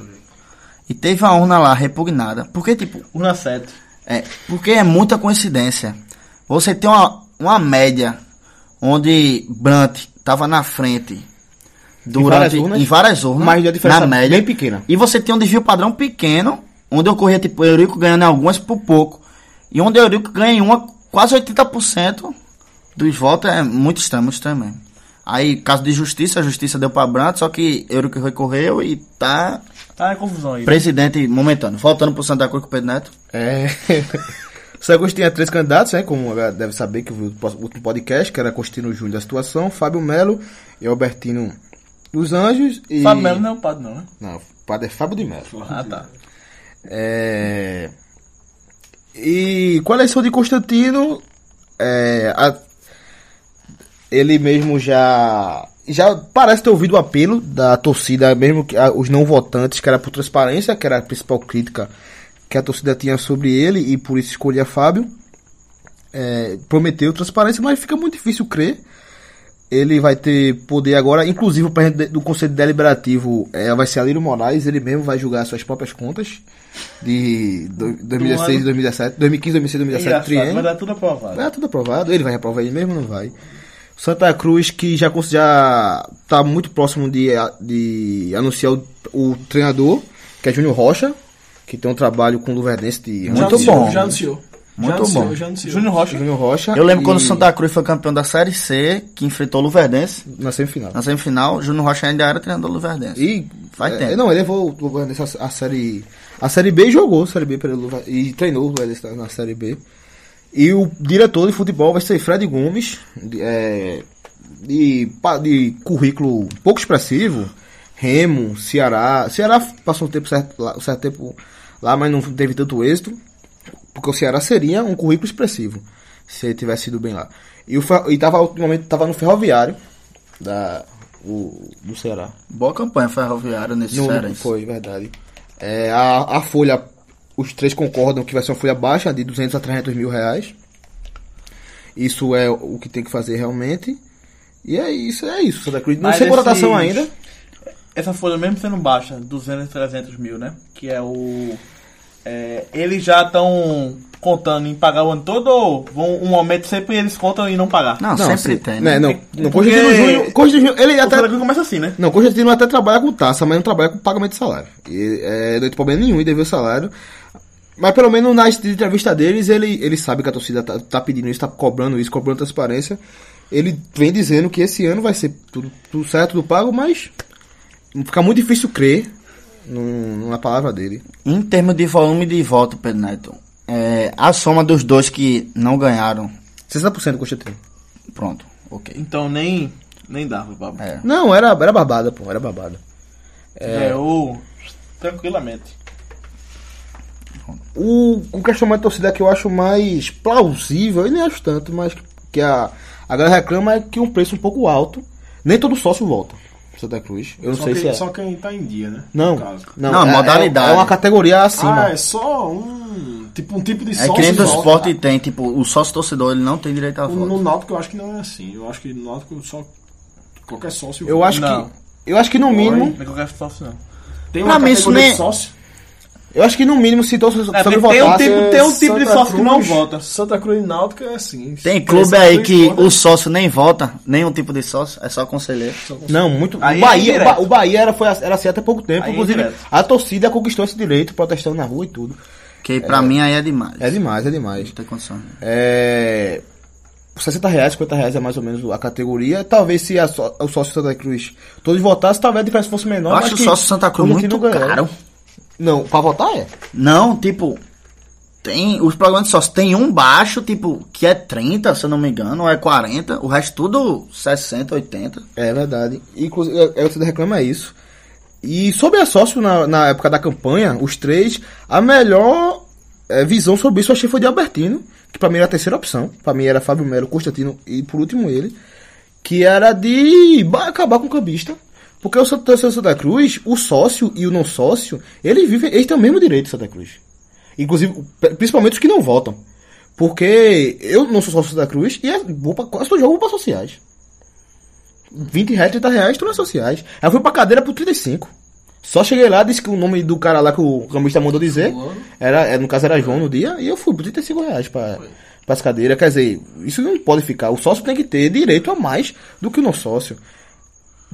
[SPEAKER 7] E teve a urna lá repugnada. Porque, tipo,
[SPEAKER 4] Urna 7.
[SPEAKER 7] é, porque é muita coincidência. Você tem uma, uma média onde Brant tava na frente
[SPEAKER 5] várias
[SPEAKER 7] durante em
[SPEAKER 5] urnas,
[SPEAKER 7] várias urnas,
[SPEAKER 5] mas a diferença
[SPEAKER 7] na média
[SPEAKER 5] bem pequena.
[SPEAKER 7] E você tem um desvio padrão pequeno, onde ocorria tipo Eurico ganhando em algumas por pouco. E onde Eurico ganha em uma quase 80% dos votos é muito estranho, muito estranho mesmo. Aí, caso de justiça, a justiça deu pra Brant, só que Eurico recorreu e tá
[SPEAKER 4] Tá em confusão aí.
[SPEAKER 7] presidente momentâneo. Voltando pro Santa Cruz com o Pedro Neto.
[SPEAKER 5] É. Santa Cruz tinha três candidatos, né? Como deve saber que eu vi o pos- último podcast, que era Constantino Júnior da situação, Fábio Melo e Albertino dos Anjos e.
[SPEAKER 4] Fábio Melo não é o padre, não, né?
[SPEAKER 5] Não, o padre é Fábio de Melo.
[SPEAKER 4] Ah, tá.
[SPEAKER 5] É... E com a eleição de Constantino, é, a- ele mesmo já já parece ter ouvido o apelo da torcida, mesmo que a- os não votantes, que era por transparência, que era a principal crítica que a torcida tinha sobre ele e por isso escolhia Fábio. É, prometeu transparência, mas fica muito difícil crer. Ele vai ter poder agora, inclusive o presidente do Conselho Deliberativo é, vai ser Alírio Moraes, ele mesmo vai julgar suas próprias contas de do- 2016, 2017, 2015, 2016,
[SPEAKER 4] É
[SPEAKER 5] 2017,
[SPEAKER 4] engraçado,
[SPEAKER 5] triênio.
[SPEAKER 4] mas dá tudo aprovado.
[SPEAKER 5] Tá tudo aprovado, ele vai reprovar ele mesmo, não vai. Santa Cruz, que já, cons- já tá muito próximo de, a- de anunciar o, o treinador, que é Júnior Rocha, que tem um trabalho com o Luverdense de
[SPEAKER 7] Muito
[SPEAKER 5] anos.
[SPEAKER 7] bom.
[SPEAKER 8] Já anunciou.
[SPEAKER 7] Muito
[SPEAKER 8] já anunciou,
[SPEAKER 7] bom.
[SPEAKER 8] Já anunciou.
[SPEAKER 4] Júnior Rocha.
[SPEAKER 5] Júnior Rocha.
[SPEAKER 7] Eu lembro
[SPEAKER 5] e-
[SPEAKER 7] quando o Santa Cruz foi campeão da Série C, que enfrentou o Luverdense.
[SPEAKER 5] Na semifinal.
[SPEAKER 7] Na semifinal, Júnior Rocha ainda era treinador do Luverdense.
[SPEAKER 5] E
[SPEAKER 7] Faz
[SPEAKER 5] é,
[SPEAKER 7] tempo.
[SPEAKER 5] Não, ele levou o Luverdense à- à série. A série B e jogou a série B pelo Luver- e treinou o Luverdense na- na série B. E o diretor de futebol vai ser Fred Gomes, de, é, de, pa- de currículo pouco expressivo. Remo, Ceará. Ceará passou um tempo certo, lá, um certo tempo lá, mas não teve tanto êxito. Porque o Ceará seria um currículo expressivo se ele tivesse ido bem lá. E, o, Fer- e tava, ultimamente tava no Ferroviário da, o- do Ceará.
[SPEAKER 7] Boa campanha ferroviária nesse
[SPEAKER 5] Não,
[SPEAKER 7] Série.
[SPEAKER 5] não foi, verdade. É, a, a folha, os três concordam que vai ser uma folha baixa, de 200 a 300 mil reais. Isso é o que tem que fazer realmente. E é isso, é isso. Santa Cruz não
[SPEAKER 4] Mas
[SPEAKER 5] sei contratação
[SPEAKER 4] esses-
[SPEAKER 5] ainda.
[SPEAKER 4] Essa folha, mesmo sendo baixa, 200, 300 mil, né? Que é o. é, eles já estão contando em pagar o ano todo ou vão- um aumento sempre eles contam em não pagar?
[SPEAKER 7] Não,
[SPEAKER 5] Não, sim.
[SPEAKER 7] sempre tem,
[SPEAKER 5] Né?
[SPEAKER 7] né?
[SPEAKER 5] Não, não
[SPEAKER 4] Porque-
[SPEAKER 5] Constantino Júnior. Constantino Júnior, ele
[SPEAKER 4] O
[SPEAKER 5] até.
[SPEAKER 4] Flamengo começa assim, né?
[SPEAKER 5] Não, Constantino até trabalha com taça, mas não trabalha com pagamento de salário. E, é, não tem problema nenhum em dever o salário. Mas pelo menos na entrevista deles, ele, ele sabe que a torcida tá, tá pedindo isso, tá cobrando isso, cobrando transparência. Ele vem dizendo que esse ano vai ser tudo, tudo certo, tudo pago, mas fica muito difícil crer num- na palavra dele.
[SPEAKER 7] Em termos de volume de voto, Pedro Neto, é, a soma dos dois que não ganharam.
[SPEAKER 5] 60% Constantino.
[SPEAKER 7] Pronto, ok.
[SPEAKER 4] Então nem, nem dava, Pablo.
[SPEAKER 7] É.
[SPEAKER 5] Não, era, era babada, pô, era babada.
[SPEAKER 4] É, ou. Tranquilamente.
[SPEAKER 5] O, o questionamento da torcida que eu acho mais plausível, e nem acho tanto, mas que a, a galera reclama é que um preço um pouco alto. Nem todo sócio volta pro Santa Cruz. Eu não
[SPEAKER 8] Só,
[SPEAKER 5] sei
[SPEAKER 8] quem,
[SPEAKER 5] se é.
[SPEAKER 8] só quem tá em dia, né?
[SPEAKER 5] Não,
[SPEAKER 8] No caso.
[SPEAKER 5] não,
[SPEAKER 7] Não,
[SPEAKER 5] é-
[SPEAKER 7] modalidade.
[SPEAKER 5] É, uma categoria acima.
[SPEAKER 8] Ah, é só um. Tipo, um tipo de
[SPEAKER 7] É
[SPEAKER 8] sócio
[SPEAKER 7] que nem do
[SPEAKER 8] só.
[SPEAKER 5] né?
[SPEAKER 8] Ah,
[SPEAKER 7] esporte tem, tipo, o sócio torcedor ele não tem direito a
[SPEAKER 8] No
[SPEAKER 7] voto.
[SPEAKER 8] Náutico eu acho que não é assim. Eu acho que no Náutico só. Qualquer sócio.
[SPEAKER 5] eu acho
[SPEAKER 4] Não.
[SPEAKER 5] que. Eu acho que no mínimo.
[SPEAKER 4] Não é qualquer sócio, não.
[SPEAKER 8] Tem
[SPEAKER 7] Pra
[SPEAKER 8] uma categoria
[SPEAKER 7] mim, isso
[SPEAKER 8] de
[SPEAKER 7] nem-
[SPEAKER 8] sócio.
[SPEAKER 5] Eu acho que no mínimo, se todos os
[SPEAKER 4] É,
[SPEAKER 5] sócios
[SPEAKER 4] tem um
[SPEAKER 5] votassem.
[SPEAKER 4] tipo, tem um tipo de
[SPEAKER 8] Santa
[SPEAKER 4] sócio que não
[SPEAKER 8] Cruz-
[SPEAKER 4] vota.
[SPEAKER 8] Santa Cruz e Náutico é assim.
[SPEAKER 7] Tem
[SPEAKER 8] Parece
[SPEAKER 7] clube aí que
[SPEAKER 8] dois
[SPEAKER 7] o
[SPEAKER 8] votos.
[SPEAKER 7] sócio nem vota, nenhum tipo de sócio, é só conselheiro.
[SPEAKER 5] Não, muito.
[SPEAKER 4] Aí
[SPEAKER 5] o
[SPEAKER 4] é
[SPEAKER 5] Bahia, o,
[SPEAKER 4] indireto.
[SPEAKER 5] Ba- o Bahia era, foi, era assim até pouco tempo.
[SPEAKER 4] Aí é
[SPEAKER 5] inclusive,
[SPEAKER 4] indireto.
[SPEAKER 5] a torcida conquistou esse direito, protestando na rua e tudo.
[SPEAKER 7] Que pra mim aí é demais.
[SPEAKER 5] É demais, é demais.
[SPEAKER 7] Não tem condição.
[SPEAKER 5] É, 60 reais, 50 reais é mais ou menos a categoria. Talvez se a só- o sócio Santa Cruz todos votassem, talvez a diferença fosse menor.
[SPEAKER 7] Eu
[SPEAKER 5] mas
[SPEAKER 7] acho o
[SPEAKER 5] que
[SPEAKER 7] sócio Santa Cruz
[SPEAKER 5] o
[SPEAKER 7] muito
[SPEAKER 5] Bragantino ganhou.
[SPEAKER 7] caro.
[SPEAKER 5] Não, pra votar é.
[SPEAKER 7] Não, tipo, tem os programas de sócio. Tem um baixo, tipo, que é 30, se eu não me engano, ou é 40. O resto tudo 60, 80.
[SPEAKER 5] É verdade. Inclusive, é- é, você reclama isso. E sobre a sócio na, na época da campanha, os três, a melhor é, visão sobre isso eu achei foi de Albertino, que pra mim era a terceira opção. Pra mim era Fábio Melo, Constantino e por último ele. Que era de ba- acabar com o cambista. Porque o Santa, o Santa Cruz, o sócio e o não sócio, eles vivem, eles têm o mesmo direito Santa Cruz. Inclusive, principalmente os que não votam. Porque eu não sou sócio do Santa Cruz e é, vou pra, quase todo jogo eu vou pra sociais. 20 reais, 30 reais, tô nas sociais. Aí eu fui pra cadeira por 35. Só cheguei lá, disse que o nome do cara lá que o camista mandou dizer, era, é, no caso era João no dia, e eu fui por 35 reais pra, pras cadeiras. Quer dizer, isso não pode ficar. O sócio tem que ter direito a mais do que o não sócio.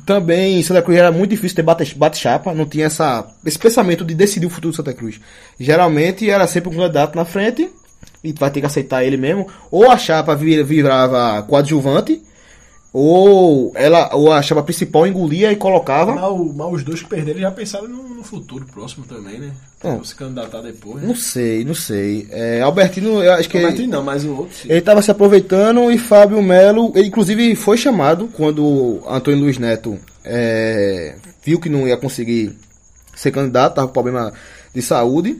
[SPEAKER 5] Também em Santa Cruz era muito difícil ter bate- bate-chapa, não tinha essa, esse pensamento de decidir o futuro do Santa Cruz. Geralmente era sempre um candidato na frente e vai ter que aceitar ele mesmo. Ou a chapa vir- virava coadjuvante, ou ela ou a chapa principal engolia e colocava.
[SPEAKER 8] Mas, o- mas os dois que perderam já pensaram no, no futuro próximo também, né?
[SPEAKER 5] Não.
[SPEAKER 8] Pra Se candidatar depois. né?
[SPEAKER 5] Não sei, não sei. É, Albertino, eu acho que.
[SPEAKER 8] Roberto não, mas o outro sim.
[SPEAKER 5] Ele estava se aproveitando e Fábio Melo, ele inclusive foi chamado quando Antônio Luiz Neto eh, viu que não ia conseguir ser candidato, estava com problema de saúde.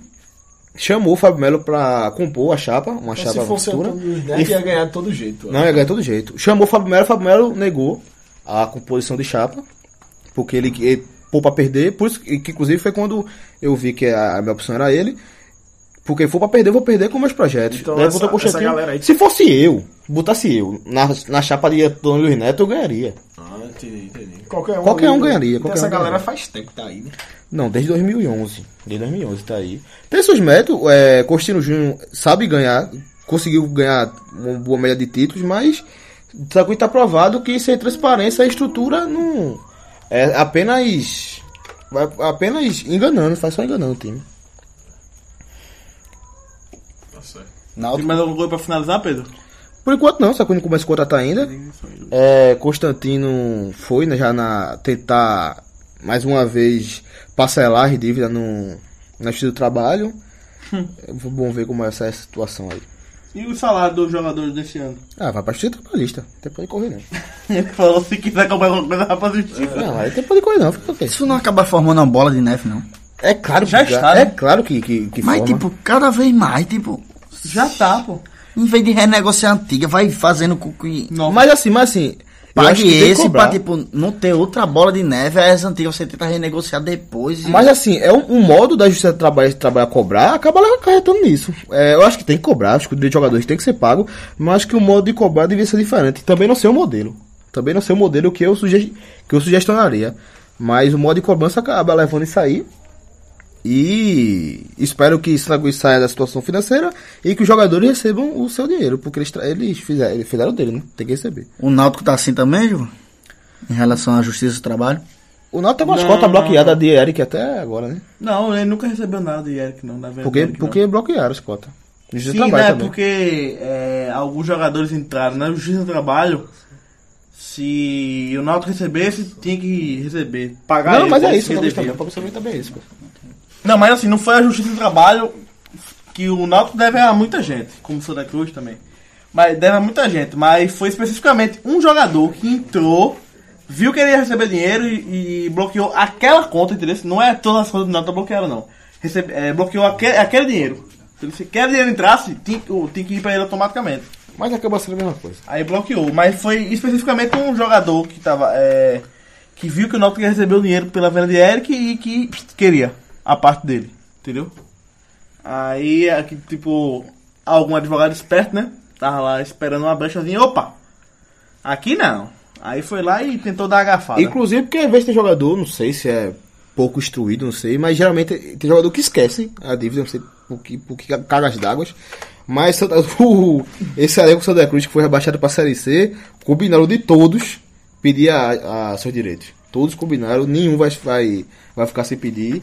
[SPEAKER 5] Chamou o Fábio Melo para compor a chapa, uma
[SPEAKER 8] Então,
[SPEAKER 5] chapa
[SPEAKER 8] se fosse
[SPEAKER 5] futura.
[SPEAKER 8] Antônio Luiz Neto,
[SPEAKER 5] E-
[SPEAKER 8] ia ganhar de todo jeito. ó.
[SPEAKER 5] Não, ia ganhar de todo jeito. Chamou o Fábio Melo, o Fábio Melo negou a composição de chapa, porque ele, ele pôr pra perder, por isso que, que inclusive foi quando eu vi que a, a minha opção era ele. Porque for pra perder, eu vou perder com meus projetos.
[SPEAKER 8] Então,
[SPEAKER 5] Daí
[SPEAKER 8] essa-
[SPEAKER 5] botou o
[SPEAKER 8] essa
[SPEAKER 5] Constantino.
[SPEAKER 8] galera aí-
[SPEAKER 5] Se fosse eu, botasse eu na, na chapa de Antônio Luiz Neto, eu ganharia.
[SPEAKER 8] Ah, entendi, entendi. Qualquer um,
[SPEAKER 5] Qualquer um ganharia,
[SPEAKER 8] Então,
[SPEAKER 5] qualquer
[SPEAKER 8] essa
[SPEAKER 5] um
[SPEAKER 8] galera
[SPEAKER 5] ganharia.
[SPEAKER 8] faz tempo que tá aí, né?
[SPEAKER 5] Não, desde 2011. Desde 2011 tá aí. Tem seus métodos. É, Costino Júnior sabe ganhar. Conseguiu ganhar uma boa média de títulos, mas Sacui tá provado que sem transparência a estrutura não... É apenas... Vai apenas enganando. Faz só enganando o time.
[SPEAKER 8] Tá certo.
[SPEAKER 4] Tem mais alguma coisa pra finalizar, Pedro?
[SPEAKER 5] Por enquanto não. Sacui não começa a contratar ainda. É, Constantino foi né, já na tentar mais uma vez parcelar as dívidas no, na justiça do trabalho. Vamos ver como é essa situação aí.
[SPEAKER 4] E o salário dos jogadores deste ano?
[SPEAKER 5] Ah, vai pra justiça trabalhista. Não tem pra onde correr, né? não.
[SPEAKER 4] Ele falou se quiser comprar alguma coisa, vai pra justiça.
[SPEAKER 5] Não, aí tem pra onde correr, não. Fica ok.
[SPEAKER 7] Isso não acaba formando uma bola de neve, não.
[SPEAKER 5] É claro
[SPEAKER 4] Já
[SPEAKER 5] que
[SPEAKER 4] está,
[SPEAKER 5] É
[SPEAKER 4] né?
[SPEAKER 5] claro que, que, que
[SPEAKER 7] Mas,
[SPEAKER 5] forma.
[SPEAKER 7] tipo, cada vez mais, tipo,
[SPEAKER 4] Já tá, pô.
[SPEAKER 7] em vez de renegociar a antiga, vai fazendo com que
[SPEAKER 4] Não.
[SPEAKER 5] Mas assim, mas assim. eu acho
[SPEAKER 7] pague
[SPEAKER 5] que tem que
[SPEAKER 7] esse
[SPEAKER 5] cobrar.
[SPEAKER 7] pra, tipo, não ter outra bola de neve. Aí essa antiga você tenta renegociar depois. e-
[SPEAKER 5] Mas assim, é um, um modo da justiça do trabalho, trabalhar cobrar, acaba lá acarretando nisso. É, eu acho que tem que cobrar, acho que o direito de jogadores tem que ser pago, mas acho que o modo de cobrar devia ser diferente. Também não ser o modelo. Também não ser o modelo que eu, suge que eu sugestionaria. Mas o modo de cobrança acaba levando isso aí. E espero que Sangui saia da situação financeira e que os jogadores recebam o seu dinheiro, porque eles, tra- eles, fizeram, eles fizeram o dele, né? Tem que receber.
[SPEAKER 7] O Náutico tá assim também, Gil? Em relação à justiça do trabalho?
[SPEAKER 5] O Náutico tá com as cotas bloqueadas de Eric até agora, né?
[SPEAKER 4] Não, ele nunca recebeu nada de Eric, não, na É verdade.
[SPEAKER 5] Porque,
[SPEAKER 4] não.
[SPEAKER 5] porque bloquearam as cotas. Justiça
[SPEAKER 4] Sim,
[SPEAKER 5] do trabalho
[SPEAKER 4] né?
[SPEAKER 5] também.
[SPEAKER 4] Porque é, alguns jogadores entraram na Justiça do Trabalho. Se o Náutico recebesse, tinha que receber. Pagar
[SPEAKER 5] Não,
[SPEAKER 4] ele,
[SPEAKER 5] mas é
[SPEAKER 4] ele
[SPEAKER 5] isso, o
[SPEAKER 4] que
[SPEAKER 5] Náutico
[SPEAKER 4] devia.
[SPEAKER 5] também. O Náutico também é isso, pô.
[SPEAKER 4] Não, mas assim, não foi a Justiça do Trabalho que o Náutico deve a muita gente, como o Santa Cruz também. Mas deve a muita gente, mas foi especificamente um jogador que entrou, viu que ele ia receber dinheiro e, e bloqueou aquela conta, entendeu? Não é todas as contas do Náutico bloquearam, não. Recebe, é, bloqueou aque- aquele dinheiro. Entendeu? Se aquele dinheiro entrasse, tinha, que- o- tinha que ir pra ele automaticamente.
[SPEAKER 5] Mas acabou sendo a mesma coisa.
[SPEAKER 4] Aí bloqueou, mas foi especificamente um jogador que tava. é, que viu que o Náutico ia receber o dinheiro pela venda de Eric e que pss, queria a parte dele, entendeu? Aí, aqui, tipo, algum advogado esperto, né? Tava lá esperando uma brechazinha, opa! Aqui não. Aí foi lá e tentou dar a gafada.
[SPEAKER 5] Inclusive, porque às vezes tem jogador, não sei se é pouco instruído, não sei, mas geralmente tem jogador que esquece a dívida, não sei por que, por que cagas d'água. Mas Santa- o, esse elenco Santa Cruz que foi rebaixado para a Série C, combinaram de todos pedir a, a seus direitos. Todos combinaram, nenhum vai, vai, vai ficar sem pedir.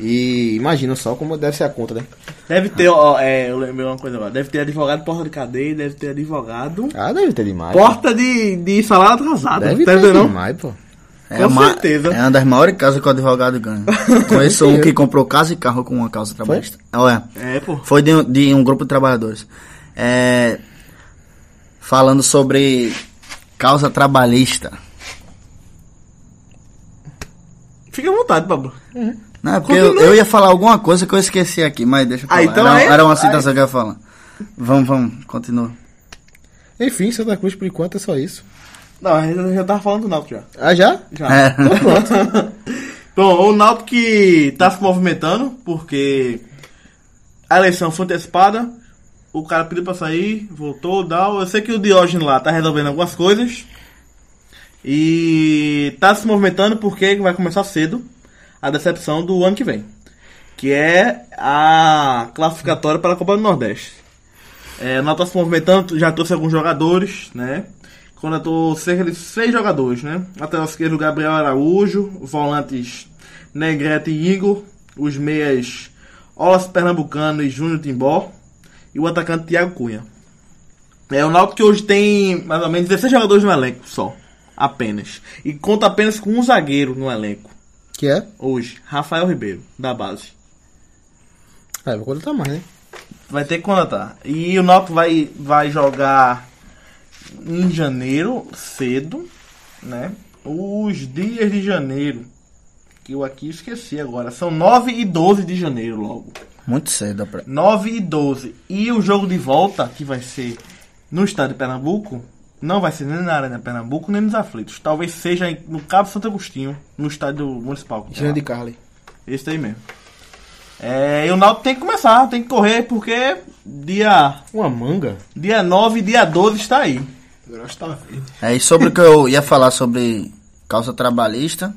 [SPEAKER 5] E imagina só como deve ser a conta, né?
[SPEAKER 4] Deve ter, ó, é, eu lembrei uma coisa agora. Deve ter advogado porta de cadeia, deve ter advogado.
[SPEAKER 5] Ah, deve ter demais.
[SPEAKER 4] Porta de, de salário atrasado.
[SPEAKER 5] deve
[SPEAKER 4] tá
[SPEAKER 5] ter
[SPEAKER 4] entendendo?
[SPEAKER 5] demais, pô.
[SPEAKER 7] É
[SPEAKER 4] Com
[SPEAKER 7] uma,
[SPEAKER 4] certeza.
[SPEAKER 7] É uma das maiores casas que o advogado ganha. Conheço um que comprou casa e carro com uma causa trabalhista. Olha.
[SPEAKER 4] É, pô.
[SPEAKER 7] Foi de, um- de um grupo de trabalhadores. É, falando sobre causa trabalhista.
[SPEAKER 4] Fica à vontade, Pablo.
[SPEAKER 7] Não, é porque eu, eu ia falar alguma coisa que eu esqueci aqui, mas deixa eu
[SPEAKER 4] Ah,
[SPEAKER 7] falar.
[SPEAKER 4] então
[SPEAKER 7] era,
[SPEAKER 4] é-
[SPEAKER 7] era uma citação que eu ia falar. Vamos, vamos, continua.
[SPEAKER 5] Enfim, Santa Cruz por enquanto é só isso.
[SPEAKER 4] Não, a gente já tava falando do Náutico já.
[SPEAKER 5] Ah, já?
[SPEAKER 7] É.
[SPEAKER 4] Bom, o Náutico que tá se movimentando, porque a eleição foi antecipada, o cara pediu pra sair, voltou, tal. Eu sei que o Diógenes lá tá resolvendo algumas coisas. E tá se movimentando porque vai começar cedo a decepção do ano que vem. Que é a classificatória para a Copa do Nordeste. É, o Náutico tá se movimentando, já trouxe alguns jogadores, né? Contratou cerca de seis jogadores, né? Lateral esquerdo, Gabriel Araújo, volantes Negrete e Igor, os meias Olas Pernambucano e Júnior Timbó, e o atacante Thiago Cunha. É, o Náutico que hoje tem mais ou menos 16 jogadores no elenco só, apenas. E conta apenas com um zagueiro no elenco,
[SPEAKER 5] Que é?
[SPEAKER 4] hoje, Rafael Ribeiro, da base.
[SPEAKER 5] Ah, vou contar mais, né?
[SPEAKER 4] Vai ter que contratar. E o Náutico vai, vai jogar em janeiro, cedo, né? Os dias de janeiro, que eu aqui esqueci agora, são 9 e 12 de janeiro logo.
[SPEAKER 7] Muito cedo. Pra...
[SPEAKER 4] 9 e 12. E o jogo de volta, que vai ser no estado de Pernambuco, não vai ser nem na Arena Pernambuco, nem nos aflitos. Talvez seja em- no Cabo Santo Agostinho, no estádio municipal. que tem lá.
[SPEAKER 5] Jean de Carly.
[SPEAKER 4] Esse daí mesmo. É, e o Náutico tem que começar, tem que correr, porque dia,
[SPEAKER 5] Uma manga?
[SPEAKER 4] dia 9 e dia 12 está aí.
[SPEAKER 7] É, e sobre o que eu ia falar sobre causa trabalhista,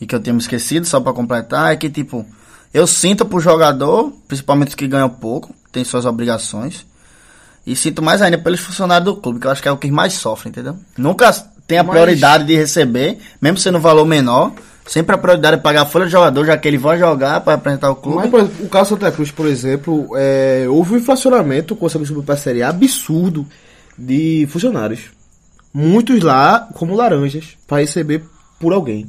[SPEAKER 7] e que eu tinha me esquecido, só pra completar, é que, tipo, eu sinto pro jogador, principalmente os que ganham pouco, tem suas obrigações, e sinto mais ainda pelos funcionários do clube, que eu acho que é o que mais sofre, entendeu? Nunca tem a prioridade de receber, mesmo sendo um valor menor, sempre a prioridade é pagar a folha do jogador, já que ele vai jogar pra apresentar o clube.
[SPEAKER 5] Mas, por exemplo, o caso Santa Cruz, por exemplo, é, houve um inflacionamento com o serviço do parceria absurdo de funcionários. Muitos lá como laranjas para receber por alguém.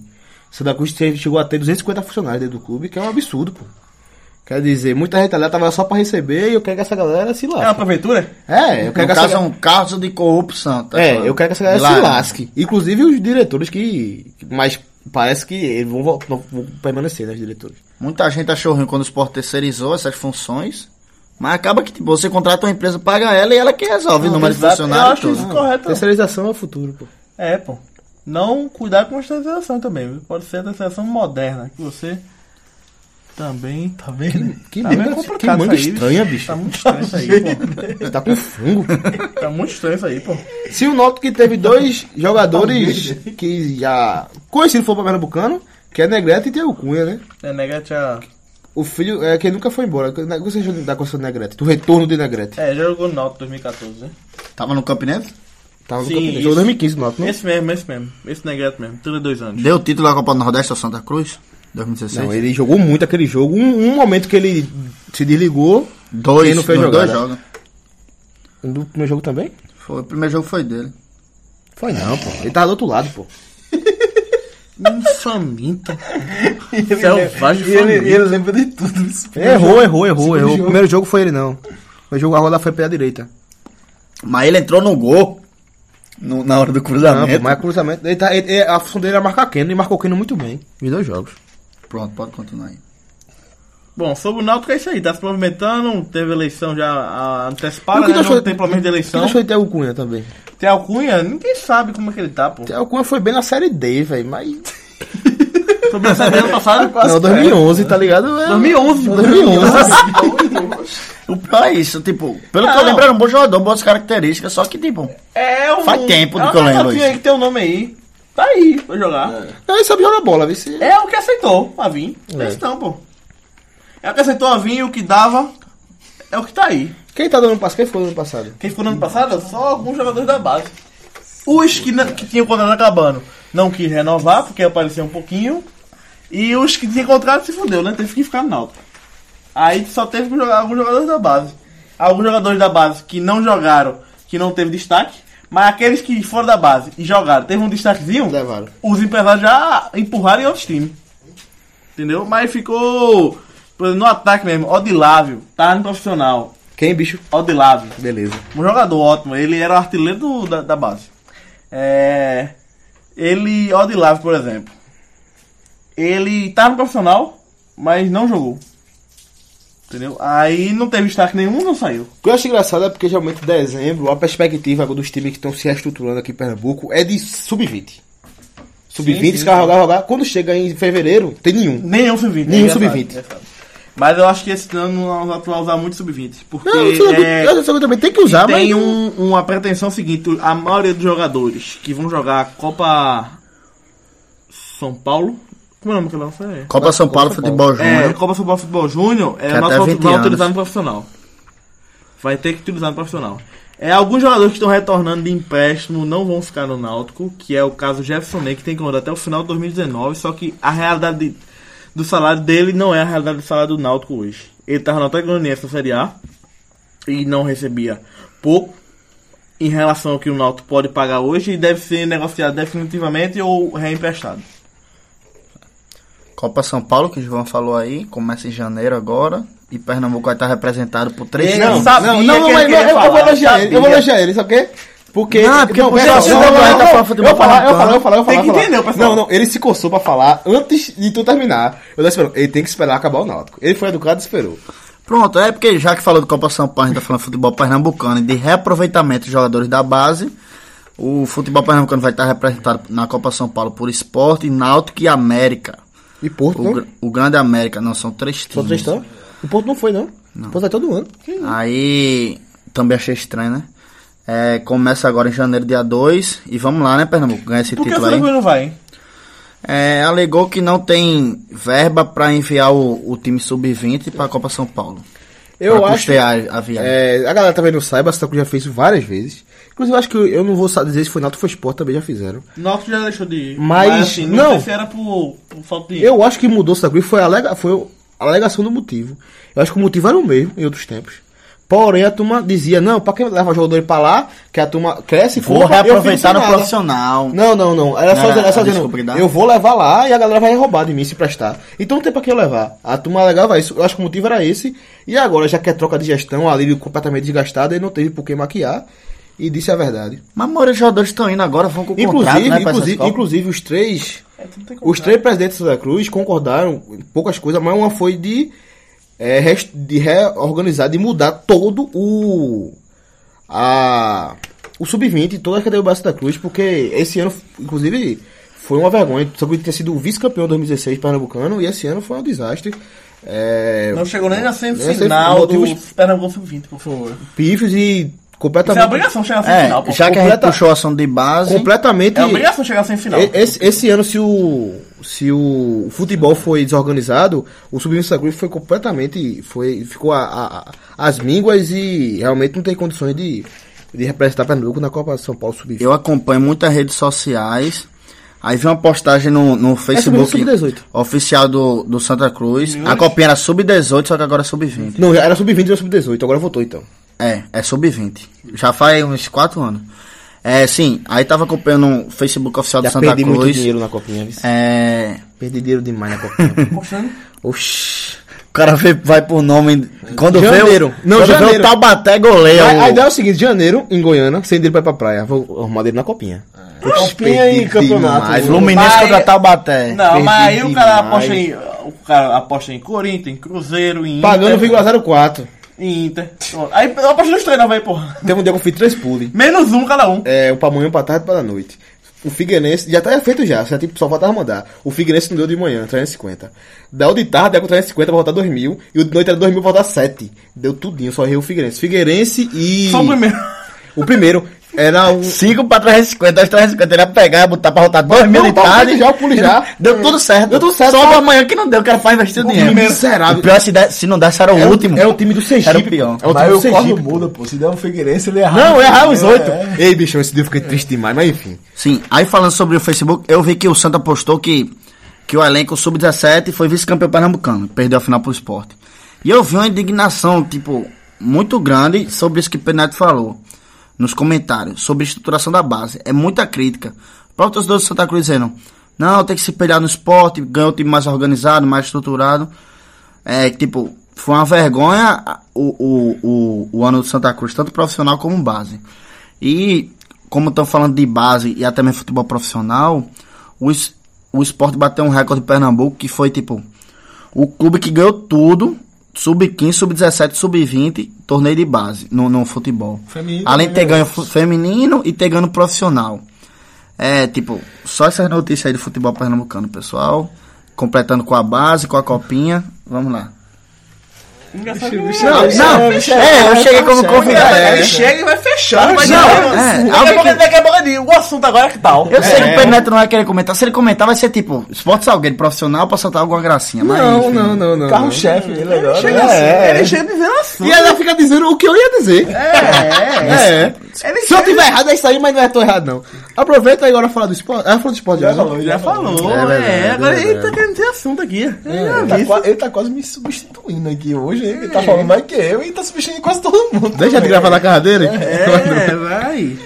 [SPEAKER 5] Santa Cruz teve- chegou a ter 250 funcionários dentro do clube, que é um absurdo, pô. Quer dizer, muita gente lá tava só para receber e eu quero que essa galera
[SPEAKER 7] Tá
[SPEAKER 5] se
[SPEAKER 4] É uma
[SPEAKER 5] lasque.
[SPEAKER 4] prefeitura?
[SPEAKER 5] É, eu
[SPEAKER 7] No
[SPEAKER 5] quero que essa
[SPEAKER 7] caso, é um caso de corrupção. tá
[SPEAKER 5] É,
[SPEAKER 7] falando?
[SPEAKER 5] eu quero que essa galera
[SPEAKER 7] Lá,
[SPEAKER 5] se
[SPEAKER 7] né?
[SPEAKER 5] lasque. Inclusive os diretores que. que- Mas parece que eles vão, vol- vão vão permanecer, né, os diretores.
[SPEAKER 7] Muita gente achou ruim quando o Sport terceirizou essas funções. Mas acaba que tipo, você contrata uma empresa, paga ela e ela que resolve o número de
[SPEAKER 4] exato. Eu
[SPEAKER 7] funcionários
[SPEAKER 4] acho
[SPEAKER 7] todo.
[SPEAKER 4] isso Ah, correto.
[SPEAKER 5] Terceirização é o futuro, pô.
[SPEAKER 4] É, pô. Não cuidar com a terceirização também. viu? Pode ser a terceirização moderna, que você também tá vendo.
[SPEAKER 5] Que
[SPEAKER 4] tá
[SPEAKER 5] manga-
[SPEAKER 4] meio complicado
[SPEAKER 5] que manga
[SPEAKER 4] isso aí,
[SPEAKER 5] estranha, bicho.
[SPEAKER 4] Tá muito estranho isso aí, pô.
[SPEAKER 5] Tá com fungo.
[SPEAKER 4] Tá muito estranho isso aí, pô.
[SPEAKER 5] Se o Náutico que teve dois jogadores que já conhecidos foram para Pernambucano, que é Negrete e Thiago Cunha, né?
[SPEAKER 4] É, nega tinha
[SPEAKER 5] O filho é quem nunca foi embora. O que você achou da construção de Negrete? Do retorno de Negrete?
[SPEAKER 4] É, já jogou no Náutico 2014, né?
[SPEAKER 7] Tava no Campinense?
[SPEAKER 5] Tava no
[SPEAKER 4] Sim,
[SPEAKER 5] campeonato.
[SPEAKER 4] isso.
[SPEAKER 5] Tá, Jogou 2015 no Náutico, não? né?
[SPEAKER 4] Esse mesmo, esse mesmo. Esse Negrete mesmo, 32 anos.
[SPEAKER 7] Deu o título da Copa do Nordeste ao Santa Cruz? 2016?
[SPEAKER 5] Não, ele jogou muito aquele jogo. Um, um momento que ele se desligou.
[SPEAKER 7] Dois,
[SPEAKER 5] Ele não fez
[SPEAKER 7] nos dois
[SPEAKER 5] jogada.
[SPEAKER 7] jogos.
[SPEAKER 5] No primeiro jogo também?
[SPEAKER 7] Foi, o primeiro jogo foi dele.
[SPEAKER 5] Foi não, pô. Ele tava do outro lado, pô.
[SPEAKER 7] Hum,
[SPEAKER 4] Faminta.
[SPEAKER 7] é
[SPEAKER 4] Selvagem faminta.
[SPEAKER 10] lembra de tudo isso.
[SPEAKER 5] Errou, errou, errou, errou. O primeiro jogo foi ele, não. O jogo a roda foi pela direita.
[SPEAKER 7] Mas ele entrou no gol. no- na hora do
[SPEAKER 5] Não, pô,
[SPEAKER 7] cruzamento.
[SPEAKER 5] mas cruzamento. Ele tá, ele- ele- a função dele era marcar Keno e marcou Keno muito bem. Os dois jogos.
[SPEAKER 7] Pronto, pode continuar aí.
[SPEAKER 4] Bom, sobre o Náutico é isso aí, tá se movimentando, teve eleição já a- antecipada,
[SPEAKER 5] O que
[SPEAKER 4] né?
[SPEAKER 5] tu achou-
[SPEAKER 4] Não tem pelo menos de
[SPEAKER 5] Então,
[SPEAKER 4] eleição.
[SPEAKER 5] Deixa eu ter o Cunha também.
[SPEAKER 4] Tem Alcunha, ninguém sabe como é que ele tá, pô.
[SPEAKER 5] O Cunha foi bem na série D, velho, mas.
[SPEAKER 4] Sobre essa ano passado,
[SPEAKER 5] Não, 2011, tá ligado? É-
[SPEAKER 4] 2011,
[SPEAKER 5] 2011.
[SPEAKER 7] O pior é isso, tipo, pelo que eu lembro, era um bom jogador, boas características, só que, tipo,
[SPEAKER 4] É um.
[SPEAKER 7] Faz tempo
[SPEAKER 4] é
[SPEAKER 7] que eu
[SPEAKER 4] uma
[SPEAKER 7] lembro
[SPEAKER 4] garotinha
[SPEAKER 7] isso.
[SPEAKER 4] aí que tem o nome aí. Tá aí, pra jogar.
[SPEAKER 5] Não, ele sabe jogar bola, vê se.
[SPEAKER 4] É, o que aceitou a vir. É. isso não, pô. É o que aceitou a vir, o que dava. É o que tá aí.
[SPEAKER 5] Quem tá dando passo? Quem foi no ano passado?
[SPEAKER 4] Quem ficou no ano passado, só alguns jogadores da base. Os que, não- que tinham contrato acabando não quis renovar, porque apareceu um pouquinho. E os que tinham contrato se fudeu, né? Teve que ficar no Náutico. Aí só teve que jogar alguns jogadores da base. Alguns jogadores da base que não jogaram, que não teve destaque. Mas aqueles que foram da base e jogaram, teve um destaquezinho,
[SPEAKER 5] Levaram.
[SPEAKER 4] os empresários já empurraram em outros times. Entendeu? Mas ficou. por exemplo, No ataque mesmo, Odilávio, tá no profissional.
[SPEAKER 5] Quem, bicho?
[SPEAKER 4] Odilávio.
[SPEAKER 5] Beleza.
[SPEAKER 4] Um jogador ótimo, ele era o artilheiro do- da, da base. É, ele, Odilávio, por exemplo. Ele tava no profissional, mas não jogou. Entendeu? Aí não teve destaque nenhum, não saiu.
[SPEAKER 5] O que eu acho engraçado é porque geralmente em dezembro a perspectiva dos times que estão se reestruturando aqui em Pernambuco é de sub-20. Sub-20, os caras rogar, rogar. Quando chega em fevereiro, tem nenhum.
[SPEAKER 4] Nenhum sub-20.
[SPEAKER 5] Nenhum
[SPEAKER 4] engraçado,
[SPEAKER 5] sub-vinte.
[SPEAKER 4] engraçado. é Mas eu acho que esse ano não vai- vai usar muito sub-20. Porque
[SPEAKER 5] Não, isso
[SPEAKER 4] é,
[SPEAKER 5] é... eu sei que também tem que usar, mas.
[SPEAKER 4] tem
[SPEAKER 5] não-
[SPEAKER 4] um- uma pretensão seguinte: a maioria dos jogadores que vão jogar a Copa São Paulo. Como é o nome que ela foi?
[SPEAKER 7] Copa São Paulo, futebol
[SPEAKER 4] É,
[SPEAKER 7] júnior.
[SPEAKER 4] Copa São Paulo Futebol Júnior, é,
[SPEAKER 7] Que
[SPEAKER 4] o nosso
[SPEAKER 7] até
[SPEAKER 4] vai
[SPEAKER 7] 20
[SPEAKER 4] vai
[SPEAKER 7] anos.
[SPEAKER 4] utilizar no profissional. Vai ter que utilizar no profissional. É, alguns jogadores que estão retornando de empréstimo não vão ficar no Náutico, que é o caso do Jefferson Ney, que tem contrato até o final de 2019, só que a realidade de- do salário dele não é a realidade do salário do Náutico hoje. Ele estava no Atlético Goianiense na Série A e não recebia pouco em relação ao que o Náutico pode pagar hoje e deve ser negociado definitivamente ou reemprestado.
[SPEAKER 7] Copa São Paulo, que o João falou aí, começa em janeiro agora. E Pernambuco vai estar representado por três
[SPEAKER 4] Não,
[SPEAKER 7] times.
[SPEAKER 4] sabia
[SPEAKER 5] Não, não,
[SPEAKER 4] que
[SPEAKER 5] mas
[SPEAKER 4] ele
[SPEAKER 5] não,
[SPEAKER 4] queria
[SPEAKER 5] eu, eu vou
[SPEAKER 4] falar,
[SPEAKER 5] elogiar ele, eu vou
[SPEAKER 4] sabia.
[SPEAKER 5] elogiar ele, sabe por quê? Porque.
[SPEAKER 7] Não, porque puxa
[SPEAKER 5] pera,
[SPEAKER 7] assunto, agora tá falando futebol
[SPEAKER 5] eu falar, eu
[SPEAKER 7] pernambucano.
[SPEAKER 5] falar, eu falar, eu
[SPEAKER 4] Tem
[SPEAKER 5] falar.
[SPEAKER 4] que
[SPEAKER 5] eu falar.
[SPEAKER 4] entender o pessoal.
[SPEAKER 5] Não, não, ele se coçou pra falar antes de tu terminar. Eu tava esperando, ele tem que esperar acabar o Náutico. Ele foi educado e esperou.
[SPEAKER 7] Pronto, é porque já que falou de Copa São Paulo, a gente tá falando de futebol pernambucano e de reaproveitamento de jogadores da base. O futebol pernambucano vai estar representado na Copa São Paulo por Esporte, Náutico e América.
[SPEAKER 5] E Porto,
[SPEAKER 4] Uhum.
[SPEAKER 7] O,
[SPEAKER 5] não?
[SPEAKER 7] gr- o Grande América, não, são três
[SPEAKER 5] Só
[SPEAKER 7] times.
[SPEAKER 5] três tão? O Porto não foi, não. O Porto é todo ano.
[SPEAKER 7] Aí também achei estranho, né? É, começa agora em janeiro, dia 2. E vamos lá, né, Pernambuco? Ganha esse
[SPEAKER 4] Por que o
[SPEAKER 7] título aí.
[SPEAKER 4] Flamengo não vai, hein?
[SPEAKER 7] É, alegou que não tem verba pra enviar o, o time sub-20 pra Copa São Paulo.
[SPEAKER 5] Eu
[SPEAKER 7] pra
[SPEAKER 5] acho.
[SPEAKER 7] custear a, a viagem.
[SPEAKER 5] É, a galera também não saiba, a Santa Cruz já fez isso várias vezes. Inclusive, eu acho que eu não vou sa- dizer se foi Náutico ou foi Sport, também já fizeram.
[SPEAKER 4] Náutico já deixou de ir. assim,
[SPEAKER 5] Mas, não.
[SPEAKER 4] sei se era por, por falta de.
[SPEAKER 5] Eu acho que mudou Santa Cruz foi a, alega, foi a alegação do motivo. Eu acho que o motivo era o mesmo em outros tempos. Porém, a turma dizia, não, pra quem leva jogador pra lá, que a turma cresce,
[SPEAKER 7] Vou
[SPEAKER 5] forra, eu fico
[SPEAKER 7] reaproveitar
[SPEAKER 5] sem
[SPEAKER 7] no
[SPEAKER 5] nada.
[SPEAKER 7] profissional.
[SPEAKER 5] Não, não, não. Era só,
[SPEAKER 7] Não,
[SPEAKER 5] era,
[SPEAKER 7] era-
[SPEAKER 5] só
[SPEAKER 7] ah,
[SPEAKER 5] dizendo,
[SPEAKER 7] desculpa, dá.
[SPEAKER 5] eu vou levar lá e a galera vai roubar de mim se prestar. Então não tem pra que eu levar. A turma alegava isso. Eu acho que o motivo era esse. E agora, já que é troca de gestão, a Lírio completamente desgastada, ele não teve por que maquiar. E disse a verdade.
[SPEAKER 7] Mas a maioria dos jogadores estão indo agora, vão com contrato,
[SPEAKER 5] Inclusive,
[SPEAKER 7] né, pra essas
[SPEAKER 5] inclusive,
[SPEAKER 7] Copas.
[SPEAKER 5] inclusive os três
[SPEAKER 4] É, tu não tem como
[SPEAKER 5] os três presidentes da Santa Cruz concordaram em poucas coisas, mas uma foi de, é, res- de reorganizar, de mudar todo o. A, o Sub-20, toda a cadeia do Santa Cruz, porque esse ano, inclusive, foi uma vergonha. O Santa Cruz tinha sido o vice-campeão em 2016 pernambucano e esse ano foi um desastre. É,
[SPEAKER 4] Não chegou nem na
[SPEAKER 5] sei,
[SPEAKER 7] é
[SPEAKER 4] semifinal do
[SPEAKER 5] motivos-
[SPEAKER 4] Pernambuco Sub-20, por favor.
[SPEAKER 5] pifes e
[SPEAKER 4] Isso é uma
[SPEAKER 5] Completamente.
[SPEAKER 4] é obrigação chegar sem
[SPEAKER 7] É,
[SPEAKER 4] final, pô.
[SPEAKER 7] já que a gente tá
[SPEAKER 5] completa-
[SPEAKER 7] puxou a ação de base.
[SPEAKER 5] completamente.
[SPEAKER 4] É obrigação chegar sem final.
[SPEAKER 5] E- Esse, esse ano, se o, se o futebol foi desorganizado, o Submissa Cruz foi completamente. Foi, ficou a, a- a- as mínguas e realmente não tem condições de, de representar Pernambuco na Copa São Paulo sub
[SPEAKER 7] Eu acompanho muitas redes sociais. Aí vi uma postagem no, no Facebook
[SPEAKER 5] sub-18.
[SPEAKER 7] oficial do, do Santa Cruz. A copinha era sub-18, só que agora é sub-20.
[SPEAKER 5] Não, era sub-20 ou sub-18, agora voltou então.
[SPEAKER 7] É, é sub-20. Já faz uns 4 anos. É, sim, aí tava acompanhando o Facebook oficial do
[SPEAKER 5] Já
[SPEAKER 7] Santa
[SPEAKER 5] perdi muito
[SPEAKER 7] Cruz.
[SPEAKER 5] dinheiro na Copinha. viu?
[SPEAKER 7] É,
[SPEAKER 5] Perdi dinheiro demais na Copinha. Oxi.
[SPEAKER 7] o cara vê- vai por nome. Quando
[SPEAKER 5] Janeiro.
[SPEAKER 7] vê o,
[SPEAKER 5] Não,
[SPEAKER 7] quando vê o
[SPEAKER 5] janeiro.
[SPEAKER 7] Taubaté goleia.
[SPEAKER 5] A, a
[SPEAKER 7] o-
[SPEAKER 5] ideia é o seguinte: janeiro, em Goiânia, sem dinheiro pra ir pra praia. Vou arrumar dele na Copinha.
[SPEAKER 8] Copinha e campeonato.
[SPEAKER 7] Aí Fluminense
[SPEAKER 4] Mas-
[SPEAKER 7] contra Taubaté.
[SPEAKER 4] Não,
[SPEAKER 5] perdi
[SPEAKER 4] mas aí o cara
[SPEAKER 5] demais.
[SPEAKER 4] aposta em. O cara aposta em Corinthians, em Cruzeiro, em
[SPEAKER 5] Pagando
[SPEAKER 4] Inter.
[SPEAKER 5] 0,04.
[SPEAKER 4] Em Inter. Pronto. Aí eu aposto nos três, não, velho, porra.
[SPEAKER 5] Teve um dia que eu fui três pulos.
[SPEAKER 4] Menos um cada um.
[SPEAKER 5] É, o pra manhã, pra tarde, pra noite. O Figueirense já tá feito já, só, tipo, só faltava mandar. O Figueirense não deu de manhã, 350. Dá o de tarde, dá com 350 pra voltar 2000. E o de noite era 2000 pra voltar 7. Deu tudinho, só errei o Figueirense. Figueirense e.
[SPEAKER 4] Só o primeiro.
[SPEAKER 5] O primeiro era o.
[SPEAKER 7] 5 pra 350, das 350 ele ia pegar, botar pra rotar 2 mil
[SPEAKER 5] Não,
[SPEAKER 7] e
[SPEAKER 5] tá,
[SPEAKER 7] tarde.
[SPEAKER 5] já, o pulo já.
[SPEAKER 7] Deu tudo certo.
[SPEAKER 5] Deu tudo certo. tá.
[SPEAKER 7] Só pra amanhã que não deu, o cara faz investir o dinheiro.
[SPEAKER 5] primeiro. Miserável.
[SPEAKER 7] O pior é se, der- se não desse, era o
[SPEAKER 5] é
[SPEAKER 7] último.
[SPEAKER 5] É o time do Sergipe.
[SPEAKER 7] Era o pior.
[SPEAKER 5] É o time
[SPEAKER 8] Mas
[SPEAKER 5] do
[SPEAKER 8] o corno
[SPEAKER 5] Sergipe.
[SPEAKER 8] muda, pô. Se der um Figueirense, ele erra.
[SPEAKER 5] Não, eu errar os
[SPEAKER 8] É.
[SPEAKER 5] oito. Ei, bichão, esse dia eu fiquei triste demais, mas enfim.
[SPEAKER 7] Sim, aí falando sobre o Facebook, eu vi que o Santa postou que, que o elenco sub-17 foi vice-campeão pernambucano, perdeu a final pro esporte. E eu vi uma indignação, tipo, muito grande sobre isso que o Penedo falou nos comentários, sobre a estruturação da base. É muita crítica. O próprio torcedor do Santa Cruz dizendo, não, tem que se pelear no esporte, ganhar um time mais organizado, mais estruturado. É, tipo, foi uma vergonha a- o, o, o, o ano do Santa Cruz, tanto profissional como base. E, como estão falando de base e até mesmo futebol profissional, o, es- o esporte bateu um recorde em Pernambuco que foi, tipo, o clube que ganhou tudo, sub-15, sub-17, sub-20, torneio de base no, no futebol.
[SPEAKER 8] Feminino
[SPEAKER 7] Além de ter
[SPEAKER 8] também,
[SPEAKER 7] ganho
[SPEAKER 8] né?
[SPEAKER 7] fu- feminino e ter ganho profissional. É, tipo, só essas notícias aí do futebol pernambucano, pessoal. Completando com a base, com a copinha. Vamos lá.
[SPEAKER 5] Não, não.
[SPEAKER 7] É, eu cheguei como convidado.
[SPEAKER 4] Aí ele chega e vai fechando. Mas
[SPEAKER 7] é. não,
[SPEAKER 4] não,
[SPEAKER 7] é,
[SPEAKER 4] daqui a
[SPEAKER 7] alguém
[SPEAKER 4] pouco
[SPEAKER 7] que-
[SPEAKER 4] ele daqui a pouco ele diz, o assunto agora é que tal.
[SPEAKER 7] Eu sei que o Pedro Neto não vai querer comentar. Se ele comentar, vai ser tipo, esporte salgueiro profissional pra soltar alguma gracinha. mas,
[SPEAKER 5] Não,
[SPEAKER 7] enfim.
[SPEAKER 5] não, não, não.
[SPEAKER 8] Carro-chefe dele um agora.
[SPEAKER 4] Chega
[SPEAKER 8] né?
[SPEAKER 4] assim,
[SPEAKER 5] é.
[SPEAKER 4] ele chega dizendo assim.
[SPEAKER 5] E ela fica dizendo o que eu ia dizer. É, é. Se eu tiver errado, é isso aí, mas não é tão errado, não. Aproveita e agora fala do esporte. Ah, falou do esporte já. né?
[SPEAKER 4] Já falou,
[SPEAKER 5] É
[SPEAKER 4] é.
[SPEAKER 5] verdade, é
[SPEAKER 4] agora ele tá
[SPEAKER 5] verdade.
[SPEAKER 4] querendo ter assunto aqui.
[SPEAKER 8] Ele tá, qua- ele tá quase me substituindo aqui hoje, hein? Ele tá falando mais que eu e tá substituindo quase todo mundo.
[SPEAKER 5] Deixa de
[SPEAKER 8] também.
[SPEAKER 5] gravar na cara dele.
[SPEAKER 4] É, vai.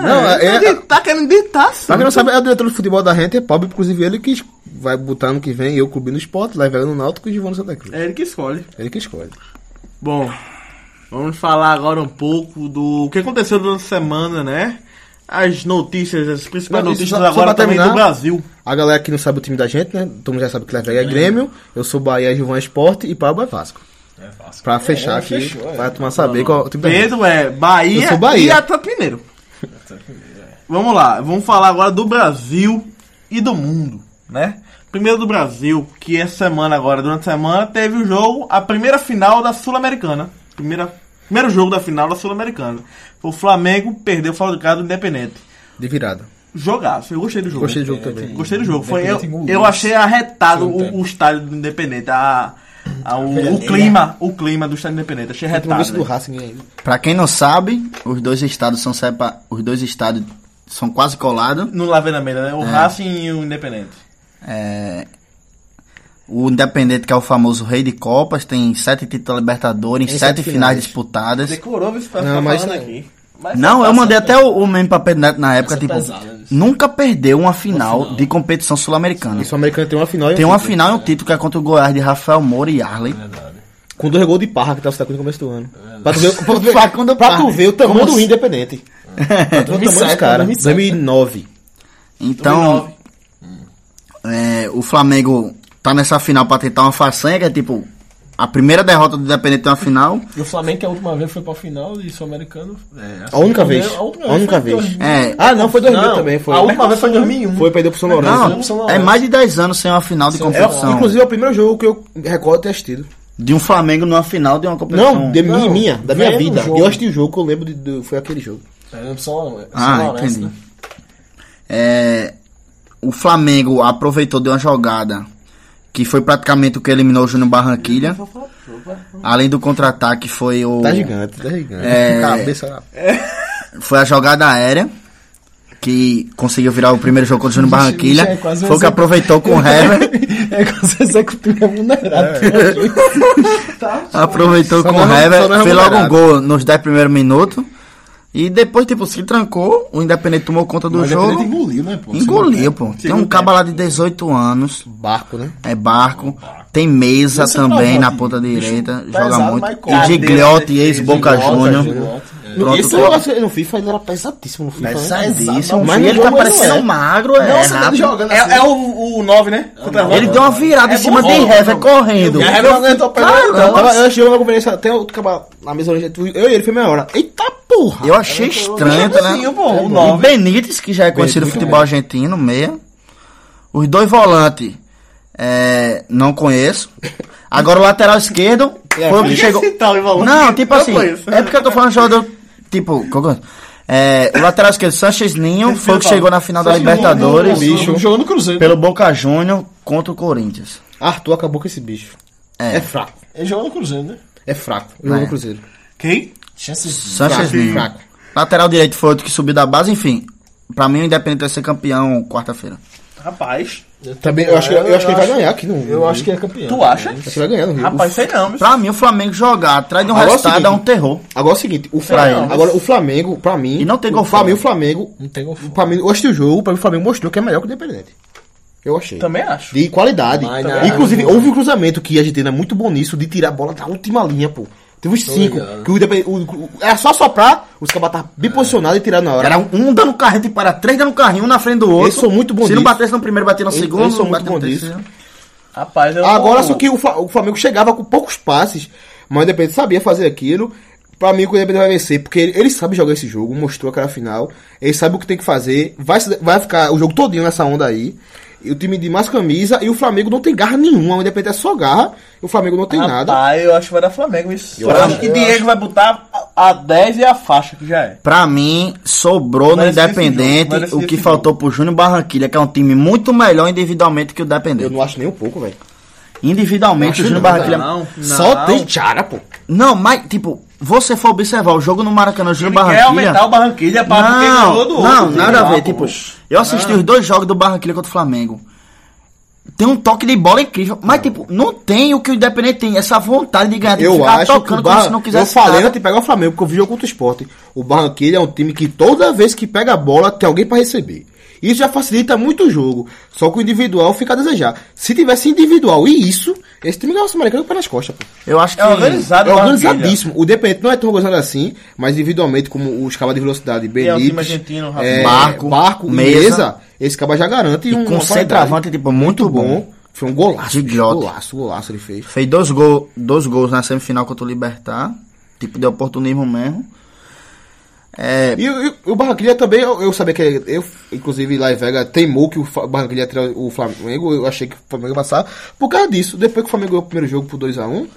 [SPEAKER 5] Não, é,
[SPEAKER 4] Ele
[SPEAKER 5] é,
[SPEAKER 4] tá querendo deitar assunto.
[SPEAKER 5] pra quem não sabe, é o diretor do futebol da gente, é pobre, inclusive ele que vai botar ano que vem eu, clube no esporte, lá no Náutico e Givão no Santa Cruz.
[SPEAKER 4] É ele que escolhe.
[SPEAKER 5] Ele que escolhe.
[SPEAKER 4] Bom, vamos falar agora um pouco do que aconteceu durante a semana, né? As notícias, as principais
[SPEAKER 5] Não, isso
[SPEAKER 4] notícias
[SPEAKER 5] só- só
[SPEAKER 4] agora
[SPEAKER 5] pra
[SPEAKER 4] também do
[SPEAKER 5] terminar.
[SPEAKER 4] Brasil.
[SPEAKER 5] A galera que não sabe o time da gente, né? Todo mundo já sabe que Las Vegas é Grêmio, eu sou Bahia, Givão é Esporte e Pablo é Vasco. Pra fechar aqui, pra tomar saber qual é o time da gente.
[SPEAKER 4] Pedro é Bahia,
[SPEAKER 5] Eu sou Bahia.
[SPEAKER 4] e Atlético Mineiro. Vamos lá, vamos falar agora do Brasil e do mundo, né? Primeiro do Brasil, que essa semana agora, durante a semana, teve o jogo, a primeira final da Sul-Americana. Primeira, primeiro jogo da final da Sul-Americana. O Flamengo perdeu fora de casa do Independente.
[SPEAKER 5] De virada.
[SPEAKER 4] Jogaço, eu gostei do jogo.
[SPEAKER 5] Gostei do jogo também.
[SPEAKER 4] Gostei do jogo. Foi, eu,
[SPEAKER 8] Independente
[SPEAKER 5] um
[SPEAKER 8] engoliu.
[SPEAKER 4] eu achei arretado
[SPEAKER 8] Segundo
[SPEAKER 4] o,
[SPEAKER 8] tempo.
[SPEAKER 4] o estádio do Independente. A, a- o,
[SPEAKER 5] é
[SPEAKER 4] o clima, o clima do estádio do Independente. Achei
[SPEAKER 5] Não visto
[SPEAKER 4] arretado.
[SPEAKER 5] do
[SPEAKER 4] né?
[SPEAKER 5] Racing ainda.
[SPEAKER 7] Pra quem não sabe, os dois estados são sepa... os dois estados são quase colados.
[SPEAKER 4] No Lavena Meira,
[SPEAKER 5] É.
[SPEAKER 4] né? O Racing e o Independente.
[SPEAKER 7] É, O Independente, que é o famoso rei de Copas, tem sete títulos da Libertadores,
[SPEAKER 5] Tem
[SPEAKER 7] sete
[SPEAKER 5] sete
[SPEAKER 7] finais
[SPEAKER 5] finais.
[SPEAKER 7] disputadas.
[SPEAKER 4] Decorou, viu? Tá
[SPEAKER 5] Não, mas é. né?
[SPEAKER 4] falando
[SPEAKER 5] não.
[SPEAKER 4] aqui. Mas
[SPEAKER 7] Não,
[SPEAKER 4] tá
[SPEAKER 7] eu mandei
[SPEAKER 4] passando.
[SPEAKER 7] até o, o meme pra Pedro Neto na época,
[SPEAKER 8] é
[SPEAKER 7] tipo,
[SPEAKER 8] pesada, né?
[SPEAKER 7] nunca perdeu uma final, de competição sul-americana.
[SPEAKER 5] é Isso, o americano tem uma final e um
[SPEAKER 7] Tem uma
[SPEAKER 5] título.
[SPEAKER 7] final e um título que é contra o Goiás de Rafael Moura e Arley.
[SPEAKER 5] Com dois gols de parra que tava sacando no começo do ano.
[SPEAKER 8] É.
[SPEAKER 5] Pra tu ver, pra tu ver,
[SPEAKER 7] Facundo
[SPEAKER 5] pra tu
[SPEAKER 7] Parra.
[SPEAKER 5] ver o tamanho
[SPEAKER 7] Como
[SPEAKER 5] do
[SPEAKER 7] se-
[SPEAKER 5] Independente. Pra tu ver o tamanho dos caras. 2009.
[SPEAKER 7] Então, é, o Flamengo tá nessa final pra tentar uma façanha, que é tipo, a primeira derrota do Independente tem uma final.
[SPEAKER 8] E o Flamengo, que a última vez foi pra final e Sul-Americano. é,
[SPEAKER 5] A única
[SPEAKER 8] assim,
[SPEAKER 5] vez.
[SPEAKER 8] perdeu-
[SPEAKER 5] A
[SPEAKER 8] foi
[SPEAKER 5] única
[SPEAKER 8] em
[SPEAKER 5] vez.
[SPEAKER 8] 2000.
[SPEAKER 7] É,
[SPEAKER 5] Ah, não, foi 2000
[SPEAKER 8] Não,
[SPEAKER 5] também. Foi.
[SPEAKER 8] a última vez foi em 2001.
[SPEAKER 5] Foi, perdeu pro São Lourenço.
[SPEAKER 7] não, é mais de 10 anos sem uma final de
[SPEAKER 5] É,
[SPEAKER 7] competição.
[SPEAKER 5] inclusive é o primeiro jogo que eu recordo ter assistido.
[SPEAKER 7] de um Flamengo numa final de uma competição.
[SPEAKER 5] Não, de
[SPEAKER 8] Não,
[SPEAKER 5] minha, da minha
[SPEAKER 8] vendo o
[SPEAKER 5] vida.
[SPEAKER 8] jogo.
[SPEAKER 5] Eu assisti o jogo, que eu lembro de, de- foi aquele jogo.
[SPEAKER 8] É só, é só
[SPEAKER 7] Ah,
[SPEAKER 8] Lourenço,
[SPEAKER 7] entendi.
[SPEAKER 8] né?
[SPEAKER 7] É, o Flamengo aproveitou de uma jogada que foi praticamente o que eliminou o Júnior Barranquilha.
[SPEAKER 8] é
[SPEAKER 7] Além do contra-ataque foi o
[SPEAKER 6] Tá gigante, tá gigante.
[SPEAKER 7] É.
[SPEAKER 6] Cabeça na
[SPEAKER 7] foi a jogada aérea que conseguiu virar o primeiro jogo contra o Júnior
[SPEAKER 8] Vixe,
[SPEAKER 7] Barranquilha.
[SPEAKER 8] vixe, é quase
[SPEAKER 7] foi o
[SPEAKER 8] um
[SPEAKER 7] que
[SPEAKER 8] exemplo.
[SPEAKER 7] aproveitou com o Hever,
[SPEAKER 8] É que você sabe que o time é vulnerável.
[SPEAKER 7] aproveitou com o
[SPEAKER 6] não- só não é
[SPEAKER 7] Hever, fez logo um
[SPEAKER 6] remunerado.
[SPEAKER 7] gol nos 10 primeiros minutos. E depois, tipo, se trancou, o Independente tomou conta do
[SPEAKER 8] Mas
[SPEAKER 7] jogo.
[SPEAKER 8] depende de engolir, né, pô?
[SPEAKER 7] Engoliu, pô. Tem um caba lá de 18 anos.
[SPEAKER 6] barco, né?
[SPEAKER 7] É barco. Tem mesa
[SPEAKER 8] Esse
[SPEAKER 7] também
[SPEAKER 8] é
[SPEAKER 7] na
[SPEAKER 8] um
[SPEAKER 7] ponta
[SPEAKER 8] bicho
[SPEAKER 7] direita.
[SPEAKER 8] pesado,
[SPEAKER 7] joga
[SPEAKER 8] mas
[SPEAKER 7] muito. E
[SPEAKER 8] corre.
[SPEAKER 7] Gigliotti, ex-Boca
[SPEAKER 8] Júnior.
[SPEAKER 7] Júnior. Pronto,
[SPEAKER 5] Esse negócio aí no FIFA ele era pesadíssimo no FIFA. Né?
[SPEAKER 7] Pesadíssimo.
[SPEAKER 5] Mas
[SPEAKER 7] E
[SPEAKER 5] no
[SPEAKER 7] ele tá
[SPEAKER 5] jogo ele
[SPEAKER 7] parecendo
[SPEAKER 5] não é.
[SPEAKER 7] magro, é rápido.
[SPEAKER 8] jogando
[SPEAKER 5] assim.
[SPEAKER 11] É, é o, o 9, né?
[SPEAKER 4] É
[SPEAKER 7] Ele É deu uma virada em cima de
[SPEAKER 8] bom,
[SPEAKER 7] Hever correndo.
[SPEAKER 8] E a Rebeca aguentou pra
[SPEAKER 7] Claro,
[SPEAKER 5] Não,
[SPEAKER 7] nossa.
[SPEAKER 5] tava, eu achei uma conferência até o cabal na mesa hoje. Eu e ele foi meia hora. Eita porra!
[SPEAKER 7] Eu achei estranho, tá, né?
[SPEAKER 11] o
[SPEAKER 7] O
[SPEAKER 11] 9.
[SPEAKER 7] Benítez, que já é conhecido do futebol argentino, meia. Os dois volantes, é, não conheço. Agora o lateral esquerdo foi o que chegou. É, Não, tipo assim, é porque eu tô falando jogador, tipo, que eu conheço. É, o lateral esquerdo, Sanchez Ninho, foi o que chegou na final da Libertadores
[SPEAKER 8] é um Jogando Cruzeiro.
[SPEAKER 7] pelo Boca Júnior contra o Corinthians.
[SPEAKER 5] Arthur acabou com esse bicho. É, fraco.
[SPEAKER 8] Ele jogou no Cruzeiro, né?
[SPEAKER 5] É fraco. Jogou
[SPEAKER 7] É.
[SPEAKER 5] no Cruzeiro.
[SPEAKER 11] Quem?
[SPEAKER 8] Chances.
[SPEAKER 7] Sanchez Ninho.
[SPEAKER 5] fraco.
[SPEAKER 7] Lateral direito foi outro que subiu da base, enfim. Pra mim, o Independente vai ser campeão quarta-feira.
[SPEAKER 11] Rapaz,
[SPEAKER 5] Também, eu acho que, eu, acho que ele vai ganhar aqui no.
[SPEAKER 8] Eu acho É, que é campeão.
[SPEAKER 11] tu acha?
[SPEAKER 5] Acho que vai ganhar no Rio.
[SPEAKER 11] Rapaz, sei não. meu.
[SPEAKER 7] Pra mim, o Flamengo jogar atrás de um
[SPEAKER 5] Agora é o
[SPEAKER 7] resultado é um
[SPEAKER 5] seguinte.
[SPEAKER 7] terror.
[SPEAKER 5] Agora é o seguinte, o
[SPEAKER 7] Pra
[SPEAKER 5] Flamengo,
[SPEAKER 7] eles.
[SPEAKER 5] agora o Flamengo, pra mim.
[SPEAKER 7] E não tem gol
[SPEAKER 5] o, pra mim, o
[SPEAKER 7] fora.
[SPEAKER 5] Flamengo.
[SPEAKER 8] Não tem gol fora.
[SPEAKER 5] Pra mim, eu achei o jogo, pra mim o Flamengo mostrou que é melhor que o Independente. Eu achei.
[SPEAKER 11] Também acho.
[SPEAKER 5] De qualidade.
[SPEAKER 8] Mas não,
[SPEAKER 5] Inclusive,
[SPEAKER 8] não.
[SPEAKER 5] houve um cruzamento que a Argentina é muito bom nisso de tirar a bola da última linha, pô. Teve uns cinco.
[SPEAKER 8] ligado.
[SPEAKER 5] Que o Independente. o- o- Era só soprar, os cabas estavam
[SPEAKER 8] É.
[SPEAKER 5] bem posicionados e tiraram na hora.
[SPEAKER 7] Era um dando carrinho, tipo, era três dando carrinho, um na frente do outro.
[SPEAKER 5] Eles são muito bons
[SPEAKER 7] Se não
[SPEAKER 5] nisso.
[SPEAKER 7] batesse no primeiro, batia no
[SPEAKER 5] Eles-
[SPEAKER 7] segundo.
[SPEAKER 5] eles são
[SPEAKER 7] não
[SPEAKER 5] muito
[SPEAKER 7] batia no
[SPEAKER 5] bons nisso.
[SPEAKER 7] terceiro.
[SPEAKER 11] Rapaz, eu
[SPEAKER 5] Agora, só que o, Fla- o Flamengo chegava com poucos passes, mas o Independente sabia fazer aquilo. Pra mim, o Independente vai vencer, porque ele, ele sabe jogar esse jogo, mostrou aquela final, ele sabe o que tem que fazer, vai, se- vai ficar o jogo todinho nessa onda aí. E o time de mais camisa, e o Flamengo não tem garra nenhuma, o Independente é só garra, e o Flamengo não tem nada.
[SPEAKER 11] Rapaz, eu acho que vai dar Flamengo isso. Eu,
[SPEAKER 5] Eu
[SPEAKER 11] acho que Diego vai botar a, a 10 e a faixa que já é.
[SPEAKER 7] Pra mim, sobrou no
[SPEAKER 11] Mas esse
[SPEAKER 7] Independente
[SPEAKER 11] jogo, mas
[SPEAKER 7] o que
[SPEAKER 11] esse
[SPEAKER 7] faltou pro Júnior Barranquilha, que é um time muito melhor individualmente que o
[SPEAKER 5] Eu
[SPEAKER 7] Independente.
[SPEAKER 5] não acho nem um pouco, velho.
[SPEAKER 7] Individualmente, o Júnior Barranquilha.
[SPEAKER 11] Não,
[SPEAKER 5] Só tem Tiara, pô.
[SPEAKER 7] Não, mas, tipo, você for observar o jogo no Maracanã, o Júnior
[SPEAKER 11] Ele quer
[SPEAKER 7] Barranquilha.
[SPEAKER 11] aumentar o Barranquilha pra porque ganhou do outro.
[SPEAKER 7] Não, não,
[SPEAKER 11] tem
[SPEAKER 7] nada
[SPEAKER 11] lá,
[SPEAKER 5] Ah,
[SPEAKER 7] a ver.
[SPEAKER 11] pô.
[SPEAKER 7] Tipo, eu assisti os dois jogos do Barranquilla contra o Flamengo. Tem um toque de bola incrível, mas tipo, não tem o que o Independente tem, essa vontade de ganhar, de
[SPEAKER 5] É. Eu
[SPEAKER 7] ficar
[SPEAKER 5] acho que
[SPEAKER 7] tocando
[SPEAKER 5] o
[SPEAKER 7] como se
[SPEAKER 5] Barra...
[SPEAKER 7] não
[SPEAKER 5] Eu
[SPEAKER 7] quisesse
[SPEAKER 5] falei
[SPEAKER 7] nada.
[SPEAKER 5] antes de pegar o Flamengo, porque eu vi jogo contra o Sport. O Barranquilla é um time que toda vez que pega a bola tem alguém pra receber. Isso já facilita muito o jogo. Só que o individual fica a desejar. Se tivesse individual e isso, esse time ganhava o Sul-Americano pelas costas, pô.
[SPEAKER 7] Eu acho que
[SPEAKER 11] É organizado,
[SPEAKER 5] É
[SPEAKER 11] o Barranquilla.
[SPEAKER 5] organizadíssimo. O Dependente não é tão organizado assim, mas individualmente, como os cabas de velocidade,
[SPEAKER 11] E é um
[SPEAKER 5] Benítez,
[SPEAKER 11] time argentino, rapaz.
[SPEAKER 5] é, Barco,
[SPEAKER 7] Barco,
[SPEAKER 5] Barco
[SPEAKER 7] Mesa.
[SPEAKER 5] Mesa, esse caba já garante
[SPEAKER 7] e
[SPEAKER 5] um
[SPEAKER 7] com centroavante, tipo, muito bom.
[SPEAKER 5] Foi um golaço.
[SPEAKER 7] Gigliotti.
[SPEAKER 5] Golaço, golaço ele fez.
[SPEAKER 7] Fez dois, gol, dois gols na semifinal contra o Libertar, tipo, de oportunismo mesmo. É,
[SPEAKER 5] E, o- e o Barranquilla também, eu, eu sabia que ele- eu, inclusive lá em Vega, teimou que o Fa- Barranquilla ia tirar o Flamengo, eu achei que o Flamengo ia passar. Por causa disso, depois que o Flamengo ganhou o primeiro jogo por 2x1,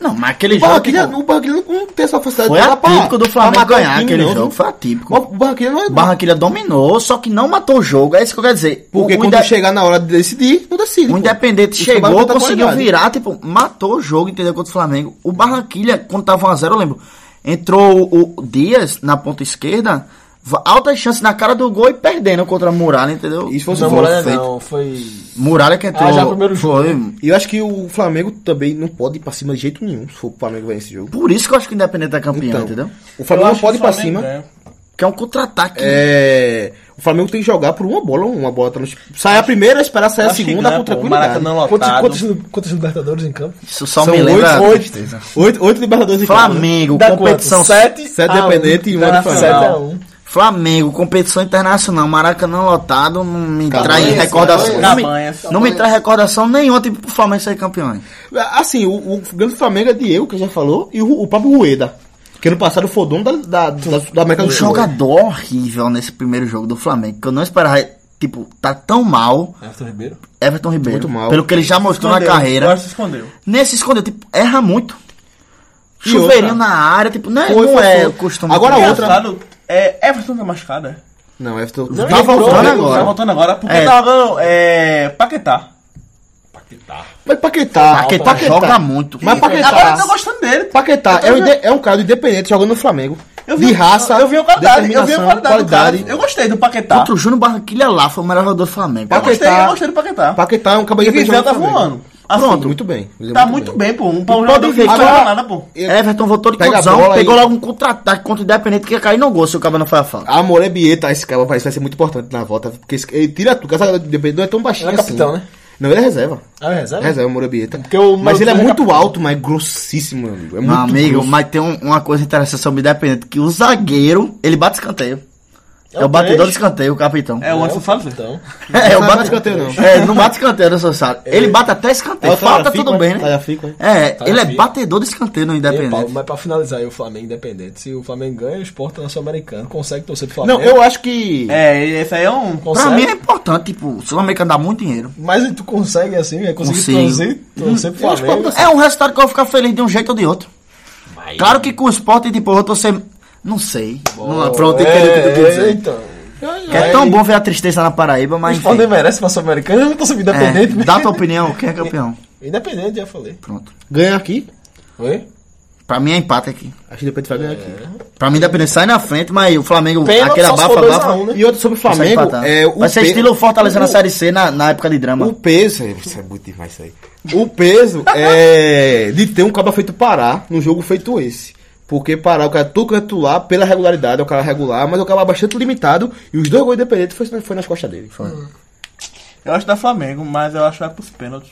[SPEAKER 7] não, mas aquele
[SPEAKER 5] o
[SPEAKER 7] jogo
[SPEAKER 5] Barranquilla,
[SPEAKER 7] tipo,
[SPEAKER 5] o Barranquilla não tem essa facilidade
[SPEAKER 7] foi
[SPEAKER 5] de dar pra-
[SPEAKER 7] atípico do
[SPEAKER 5] pra
[SPEAKER 7] Flamengo
[SPEAKER 5] matar o
[SPEAKER 7] ganhar
[SPEAKER 5] time,
[SPEAKER 7] aquele
[SPEAKER 5] não,
[SPEAKER 7] jogo,
[SPEAKER 5] viu?
[SPEAKER 7] foi atípico.
[SPEAKER 5] Mas O Barranquilla não é
[SPEAKER 7] O Barranquilha dominou, só que não matou o jogo. É isso que eu quero dizer.
[SPEAKER 5] Porque
[SPEAKER 7] o, o
[SPEAKER 5] quando
[SPEAKER 7] Inde-
[SPEAKER 5] chegar na hora de decidir, não decide.
[SPEAKER 7] o
[SPEAKER 5] pô.
[SPEAKER 7] Independente
[SPEAKER 5] Isso é uma
[SPEAKER 7] chegou,
[SPEAKER 5] outra
[SPEAKER 7] conseguiu
[SPEAKER 5] qualidade.
[SPEAKER 7] virar, tipo, matou o jogo, entendeu? Contra o Flamengo. O Barranquilha, quando tava 1x0, eu lembro. Entrou o- o Dias na ponta esquerda, va- alta chance na cara do gol e perdendo contra a Muralha, entendeu?
[SPEAKER 5] E se fosse
[SPEAKER 8] Não,
[SPEAKER 5] o
[SPEAKER 7] Gol
[SPEAKER 8] Morena
[SPEAKER 7] feito.
[SPEAKER 8] não, foi.
[SPEAKER 7] Muralha que entrou.
[SPEAKER 8] Ah, já primeiro jogo,
[SPEAKER 7] foi.
[SPEAKER 5] E eu acho que o Flamengo também não pode ir pra cima de jeito nenhum, se for o Flamengo ganhar esse jogo.
[SPEAKER 7] Por isso que eu acho que o Independente é campeão,
[SPEAKER 5] Então,
[SPEAKER 7] entendeu?
[SPEAKER 5] o Flamengo
[SPEAKER 11] Eu
[SPEAKER 5] não
[SPEAKER 11] acho
[SPEAKER 5] pode ir
[SPEAKER 11] que o
[SPEAKER 5] pra
[SPEAKER 11] Flamengo
[SPEAKER 5] cima.
[SPEAKER 11] ganha.
[SPEAKER 7] Que é um contra-ataque.
[SPEAKER 5] É, o Flamengo tem que jogar por uma bola, uma bola tá no... Sai a primeira, esperar sair a
[SPEAKER 11] Acho que
[SPEAKER 5] segunda
[SPEAKER 11] ganha,
[SPEAKER 5] com
[SPEAKER 11] pô,
[SPEAKER 5] tranquilidade.
[SPEAKER 11] Maracanã
[SPEAKER 8] Quantos,
[SPEAKER 11] lotado.
[SPEAKER 8] quantos, quantos Libertadores em campo?
[SPEAKER 7] Isso só
[SPEAKER 5] São
[SPEAKER 7] me é lembra.
[SPEAKER 5] oito, oito, oito, oito Libertadores em campo, né?
[SPEAKER 7] Flamengo,
[SPEAKER 8] Dá
[SPEAKER 7] competição
[SPEAKER 8] quanto? Sete.
[SPEAKER 5] Sete
[SPEAKER 8] a um.
[SPEAKER 5] Independente e uma do
[SPEAKER 8] Sete a
[SPEAKER 5] Flamengo.
[SPEAKER 8] um.
[SPEAKER 7] Flamengo, competição internacional, Maracanã lotado, não me
[SPEAKER 5] Cabanhas,
[SPEAKER 7] traz recordação. Não me,
[SPEAKER 11] Cabanhas.
[SPEAKER 7] não me traz recordação nenhuma, tipo, pro Flamengo ser campeão. hein?
[SPEAKER 5] Assim, o, o grande Flamengo é Diego, que já falou, e o, o próprio Rueda. Que ano passado foi o dono da, da, da, da América
[SPEAKER 7] Um
[SPEAKER 5] do Sul.
[SPEAKER 7] jogador horrível nesse primeiro jogo do Flamengo, que eu não esperava tipo, tá tão mal.
[SPEAKER 8] Everton Ribeiro?
[SPEAKER 7] Everton Ribeiro.
[SPEAKER 5] Muito mal.
[SPEAKER 7] Pelo que ele já mostrou na carreira.
[SPEAKER 4] Agora se escondeu.
[SPEAKER 7] Nesse escondeu, tipo, erra muito.
[SPEAKER 5] E
[SPEAKER 7] Chuveirinho
[SPEAKER 5] outra?
[SPEAKER 7] na área, tipo, não é,
[SPEAKER 5] Foi,
[SPEAKER 7] não
[SPEAKER 5] foi,
[SPEAKER 7] é
[SPEAKER 5] foi.
[SPEAKER 7] costume.
[SPEAKER 5] Agora
[SPEAKER 7] dele.
[SPEAKER 5] outra.
[SPEAKER 4] Engraçado, é, Everton tá machucado, é?
[SPEAKER 5] Não, Everton.
[SPEAKER 7] Tá voltando
[SPEAKER 4] Tá
[SPEAKER 7] agora.
[SPEAKER 4] voltando agora porque
[SPEAKER 7] É.
[SPEAKER 4] tá jogando é, Paquetá.
[SPEAKER 5] Mas Paquetá.
[SPEAKER 7] Paquetá joga muito.
[SPEAKER 5] Mas Paquetá.
[SPEAKER 4] Agora eu tô gostando dele. tá
[SPEAKER 5] Paquetá é, um inde- é um cara independente jogando no Flamengo.
[SPEAKER 4] Eu
[SPEAKER 5] de raça.
[SPEAKER 4] Eu vi a qualidade. Eu vi a
[SPEAKER 5] determinação,
[SPEAKER 4] qualidade. do cara.
[SPEAKER 5] qualidade.
[SPEAKER 4] Eu gostei do Paquetá.
[SPEAKER 7] Contra o Júnior Barranquilha lá, foi o melhor jogador do Flamengo.
[SPEAKER 4] Eu gostei,
[SPEAKER 5] Paquetá.
[SPEAKER 4] eu gostei do Paquetá.
[SPEAKER 5] Paquetá é um
[SPEAKER 4] E
[SPEAKER 5] cabelo
[SPEAKER 4] o Vizel tá
[SPEAKER 5] no Flamengo.
[SPEAKER 4] voando. Assim,
[SPEAKER 5] Pronto, muito bem. Ele é
[SPEAKER 4] Tá muito bem, pô. Um pra um
[SPEAKER 7] E
[SPEAKER 4] jogador
[SPEAKER 7] pode
[SPEAKER 4] que
[SPEAKER 7] ver
[SPEAKER 4] não
[SPEAKER 7] que-
[SPEAKER 4] joga nada, pô.
[SPEAKER 7] Everton voltou de
[SPEAKER 5] Pega a
[SPEAKER 7] contusão,
[SPEAKER 5] bola
[SPEAKER 7] pegou
[SPEAKER 5] aí.
[SPEAKER 7] logo um contra-ataque contra o Independente que ia cair no gol se o cabo não foi a falta.
[SPEAKER 5] Amor é Bieta, esse cara parece que vai ser muito importante na volta, porque esse- ele tira tudo, essa depende não é tão baixinho
[SPEAKER 8] Ele é
[SPEAKER 5] assim.
[SPEAKER 8] capitão, né?
[SPEAKER 5] Não, ele é reserva.
[SPEAKER 8] Ah, é reserva?
[SPEAKER 5] Reserva, Amor é Bieta.
[SPEAKER 8] o
[SPEAKER 5] Mas
[SPEAKER 8] meu
[SPEAKER 5] ele é
[SPEAKER 8] time é
[SPEAKER 5] muito alto, mas grossíssimo, meu amigo. É
[SPEAKER 7] Meu
[SPEAKER 5] muito
[SPEAKER 7] amigo,
[SPEAKER 5] grosso.
[SPEAKER 7] mas tem um- uma coisa interessante sobre o Independente, que o zagueiro, ele bate escanteio. É o batedor de escanteio, o capitão.
[SPEAKER 4] É o Anderson Santos.
[SPEAKER 8] Então,
[SPEAKER 7] É,
[SPEAKER 5] Não
[SPEAKER 7] eu bato
[SPEAKER 5] bate escanteio, não.
[SPEAKER 7] É, não bate escanteio, né, seu Sara? Ele bate até escanteio.
[SPEAKER 5] Olha, tá
[SPEAKER 7] Falta
[SPEAKER 5] na FICO,
[SPEAKER 7] tudo bem,
[SPEAKER 5] Tá na
[SPEAKER 7] né?
[SPEAKER 5] FICO,
[SPEAKER 7] É,
[SPEAKER 8] Tá na
[SPEAKER 7] ele é
[SPEAKER 8] FICO.
[SPEAKER 7] batedor de escanteio no
[SPEAKER 8] e, Paulo,
[SPEAKER 7] Independente.
[SPEAKER 8] mas pra finalizar aí, o Flamengo independente. Se o Flamengo ganha, o esporte é sul-americano. Consegue torcer pro Flamengo?
[SPEAKER 5] Não, eu acho que.
[SPEAKER 4] É, esse aí é um.
[SPEAKER 8] Consegue?
[SPEAKER 7] Pra mim é importante, tipo, o Sul-Americano dá muito dinheiro.
[SPEAKER 8] Mas tu consegue assim, é conseguir
[SPEAKER 7] Consigo.
[SPEAKER 8] torcer, torcer pro Flamengo.
[SPEAKER 7] É um resultado que eu vou ficar feliz de um jeito ou de outro. Claro que com o esporte, tipo, eu vou torcer. Não sei. Não, é pronto, entendeu o que eu quis
[SPEAKER 8] é,
[SPEAKER 7] dizer.
[SPEAKER 8] então.
[SPEAKER 7] Que é tão bom ver a tristeza na Paraíba,
[SPEAKER 8] O
[SPEAKER 7] mas. enfim.
[SPEAKER 8] esporte merece pra sul-americano, eu não tô sendo
[SPEAKER 7] É,
[SPEAKER 8] independente.
[SPEAKER 7] dá tua opinião, quem é campeão?
[SPEAKER 8] Independente, já falei.
[SPEAKER 7] Pronto.
[SPEAKER 5] Ganha aqui.
[SPEAKER 8] Oi?
[SPEAKER 7] Pra mim é empate aqui.
[SPEAKER 5] Acho que depois vai ganhar aqui.
[SPEAKER 7] Pra mim, independente, sai na frente, mas o Flamengo,
[SPEAKER 8] Pênalti,
[SPEAKER 7] aquele
[SPEAKER 8] só se for
[SPEAKER 7] abafa,
[SPEAKER 8] dois a
[SPEAKER 7] abafa.
[SPEAKER 8] um, né?
[SPEAKER 5] E outro sobre o
[SPEAKER 7] consegue
[SPEAKER 5] Flamengo.
[SPEAKER 7] empatar.
[SPEAKER 5] É, o
[SPEAKER 7] Vai ser
[SPEAKER 5] pe-
[SPEAKER 7] estilo Fortaleza na
[SPEAKER 5] o-
[SPEAKER 7] Série C na, na época de drama.
[SPEAKER 5] O peso, isso é muito demais isso aí. O peso é de ter um cabo feito parar num jogo feito esse. Porque parar, o cara todo canto lá, pela regularidade, é o cara regular, mas o cara é bastante limitado e os dois gols independentes foi, foi nas costas dele.
[SPEAKER 4] Eu acho da Flamengo, mas eu acho que vai pros pênaltis.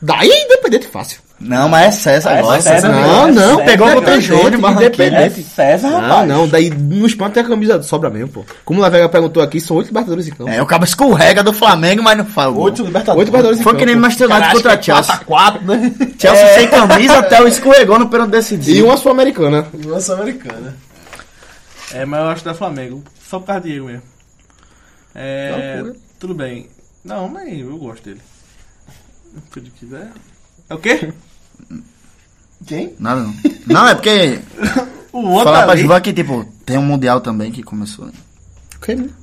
[SPEAKER 5] Daí é independente fácil.
[SPEAKER 7] Não, mas é
[SPEAKER 5] Ah,
[SPEAKER 7] César agora.
[SPEAKER 4] César,
[SPEAKER 7] César.
[SPEAKER 5] Não,
[SPEAKER 4] é
[SPEAKER 5] não,
[SPEAKER 4] César,
[SPEAKER 5] pegou
[SPEAKER 4] é
[SPEAKER 5] o contra-jogo de Barranquilla.
[SPEAKER 4] É César,
[SPEAKER 5] Ah,
[SPEAKER 4] rapaz.
[SPEAKER 5] não, daí no espanto tem a camisa sobra mesmo, pô. Como o Lavega perguntou aqui, são oito libertadores em campo.
[SPEAKER 7] É, o cara escorrega do Flamengo, mas não fala. o gol.
[SPEAKER 8] Oito
[SPEAKER 5] Oito
[SPEAKER 8] libertadores.
[SPEAKER 5] libertadores em
[SPEAKER 7] Foi que
[SPEAKER 5] campo.
[SPEAKER 7] nem Manchester United contra Chelsea.
[SPEAKER 8] é Quatro, né?
[SPEAKER 7] Chelsea sem camisa, até o escorregou no pênalti decidido.
[SPEAKER 5] É. E uma sul-americana.
[SPEAKER 8] Uma sul-americana.
[SPEAKER 4] É, mas eu acho da Flamengo. Só por causa do Diego mesmo. É. tudo bem. Não, mas eu gosto dele. Se ele quiser. É o quê?
[SPEAKER 8] Quem?
[SPEAKER 7] Nada não. Não, é porque
[SPEAKER 4] O
[SPEAKER 5] Tá
[SPEAKER 4] outro
[SPEAKER 7] falar pra
[SPEAKER 4] ali.
[SPEAKER 7] Juvan que, tipo, tem um Mundial também que começou. né?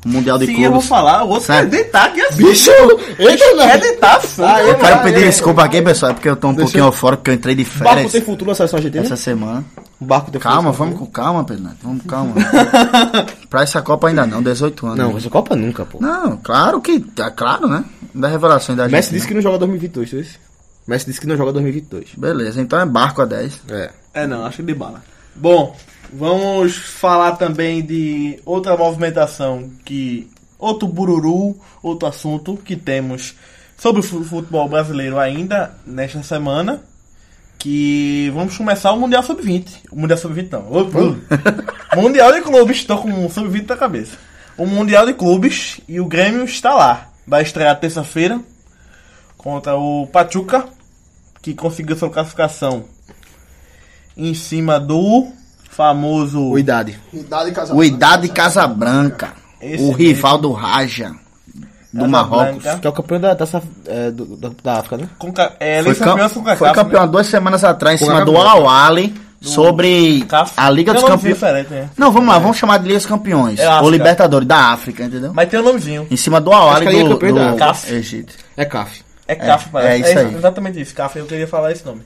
[SPEAKER 7] O Mundial de
[SPEAKER 4] Sim, eu vou
[SPEAKER 7] clubes.
[SPEAKER 4] falar. O outro quer
[SPEAKER 7] Certo.
[SPEAKER 4] deitar aqui assim.
[SPEAKER 5] Bicho! é Eita,
[SPEAKER 4] Quer
[SPEAKER 5] não!
[SPEAKER 4] deitar assim.
[SPEAKER 7] Ah, Eu
[SPEAKER 5] Ah,
[SPEAKER 7] quero pedir desculpa aqui, pessoal, é porque eu tô um pouquinho fora, porque eu entrei de
[SPEAKER 5] Barco
[SPEAKER 7] férias
[SPEAKER 5] tem futuro na seleção argentina?
[SPEAKER 7] essa semana.
[SPEAKER 5] Barco tem
[SPEAKER 7] Calma,
[SPEAKER 5] futuro.
[SPEAKER 7] vamos com calma, Pedro. Neto, Vamos com calma. pra essa Copa ainda não, 18 anos. né?
[SPEAKER 5] Não, essa Copa nunca, pô.
[SPEAKER 7] Não, claro que. É claro, né? Da revelação da gente.
[SPEAKER 5] Messi disse que não joga 2022, viu? Messi disse que não joga 2022.
[SPEAKER 7] Beleza, então é barco a 10.
[SPEAKER 5] É.
[SPEAKER 4] É, não, acho que de bala. Bom, vamos falar também de outra movimentação que. Outro bururu, outro assunto que temos sobre o fu- futebol brasileiro ainda nesta semana. Que vamos começar o Mundial Sub-20. O Mundial Sub-20 não. o- o- Mundial de Clubes, tô com o Sub-20 na cabeça. O Mundial de Clubes e o Grêmio está lá. Vai estrear terça-feira contra o Pachuca, que conseguiu sua classificação em cima do famoso.
[SPEAKER 5] Ou idade.
[SPEAKER 8] Idade casal.
[SPEAKER 7] O Idade Casabranca.
[SPEAKER 4] Esse
[SPEAKER 7] o
[SPEAKER 4] mesmo.
[SPEAKER 7] rival do Raja. Do Marrocos.
[SPEAKER 4] Casablanca.
[SPEAKER 5] Que é o campeão da taça é, do- da, da África, né?
[SPEAKER 4] Conca- é, ele
[SPEAKER 7] Foi,
[SPEAKER 4] foi campeão,
[SPEAKER 7] cam
[SPEAKER 4] com a
[SPEAKER 7] foi
[SPEAKER 4] Capa,
[SPEAKER 7] campeão há
[SPEAKER 4] né?
[SPEAKER 7] duas semanas atrás em
[SPEAKER 5] Com
[SPEAKER 7] cima
[SPEAKER 5] a
[SPEAKER 7] do
[SPEAKER 5] Capa.
[SPEAKER 7] Al-Ali sobre
[SPEAKER 4] Caf-
[SPEAKER 7] a Liga
[SPEAKER 4] Tem
[SPEAKER 7] dos
[SPEAKER 4] um nomezinho
[SPEAKER 7] Campeões.
[SPEAKER 4] diferente, né?
[SPEAKER 7] Não, vamos lá, vamos chamar de Liga dos Campeões.
[SPEAKER 4] É
[SPEAKER 7] ou
[SPEAKER 4] África.
[SPEAKER 7] Libertadores da África, entendeu?
[SPEAKER 4] Mas tem um nomezinho.
[SPEAKER 7] Em cima do Al-Ali
[SPEAKER 5] Acho que a Liga
[SPEAKER 7] do,
[SPEAKER 5] é campeã da
[SPEAKER 7] do
[SPEAKER 4] Caf.
[SPEAKER 7] Egito.
[SPEAKER 5] É CAF.
[SPEAKER 4] É CAF, parece.
[SPEAKER 7] é isso aí.
[SPEAKER 4] Exatamente isso, CAF. Eu queria falar esse nome.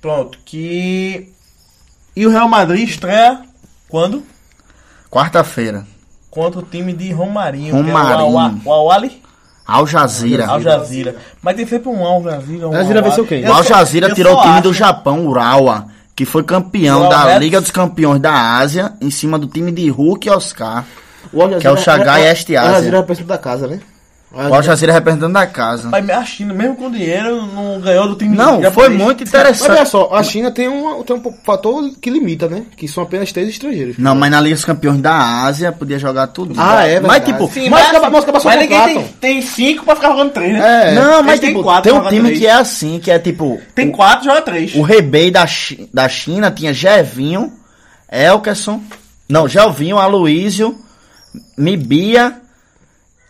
[SPEAKER 4] Pronto, que... E o Real Madrid estreia quando?
[SPEAKER 7] Quarta-feira.
[SPEAKER 4] Contra o time de Romarinho.
[SPEAKER 7] Romarinho. É.
[SPEAKER 4] Que é o Awali
[SPEAKER 7] Al Jazeera.
[SPEAKER 4] Al Jazeera. Mas tem sempre um Al Jazeera. Um
[SPEAKER 5] Al Jazeera venceu quem?
[SPEAKER 4] Eu
[SPEAKER 7] O Al
[SPEAKER 4] só-
[SPEAKER 7] Jazeera
[SPEAKER 4] eu
[SPEAKER 7] tirou
[SPEAKER 4] só
[SPEAKER 7] o time
[SPEAKER 4] acho-
[SPEAKER 7] do Japão, Urawa, que foi campeão
[SPEAKER 4] Urawa
[SPEAKER 7] da
[SPEAKER 4] Reds.
[SPEAKER 7] Liga dos Campeões da Ásia, em cima do time de Hulk e Oscar.
[SPEAKER 5] O Al Jazeera-
[SPEAKER 7] Que é o Xangai
[SPEAKER 5] o-
[SPEAKER 7] Este Ásia.
[SPEAKER 5] O Al Jazeera é representante da casa, né?
[SPEAKER 7] O Al Jazeera representando a casa.
[SPEAKER 4] Mas a China, mesmo com dinheiro, não ganhou do time
[SPEAKER 7] Não,
[SPEAKER 4] japonês.
[SPEAKER 7] foi muito
[SPEAKER 5] Mas olha
[SPEAKER 7] interessante.
[SPEAKER 5] só, a China tem um, tem um fator que limita, né? Que são apenas três estrangeiros.
[SPEAKER 7] Não, mas na Liga dos Campeões da Ásia podia jogar tudo.
[SPEAKER 5] Ah, é
[SPEAKER 7] Mas
[SPEAKER 5] verdade.
[SPEAKER 7] tipo,
[SPEAKER 5] Sim, mas acaba- mas acaba só
[SPEAKER 4] mas ninguém
[SPEAKER 5] contratam.
[SPEAKER 4] tem, tem cinco pra ficar jogando três, né?
[SPEAKER 5] É.
[SPEAKER 7] não, mas
[SPEAKER 4] Eles têm
[SPEAKER 7] tipo,
[SPEAKER 4] quatro,
[SPEAKER 7] tem um
[SPEAKER 4] joga
[SPEAKER 7] time
[SPEAKER 4] três.
[SPEAKER 7] que é assim, que é tipo,
[SPEAKER 4] Tem quatro, joga três.
[SPEAKER 7] o Rebei da, Chi- da China tinha Gervinho, Elkerson, não, Gelvinho, Aloísio, Mibia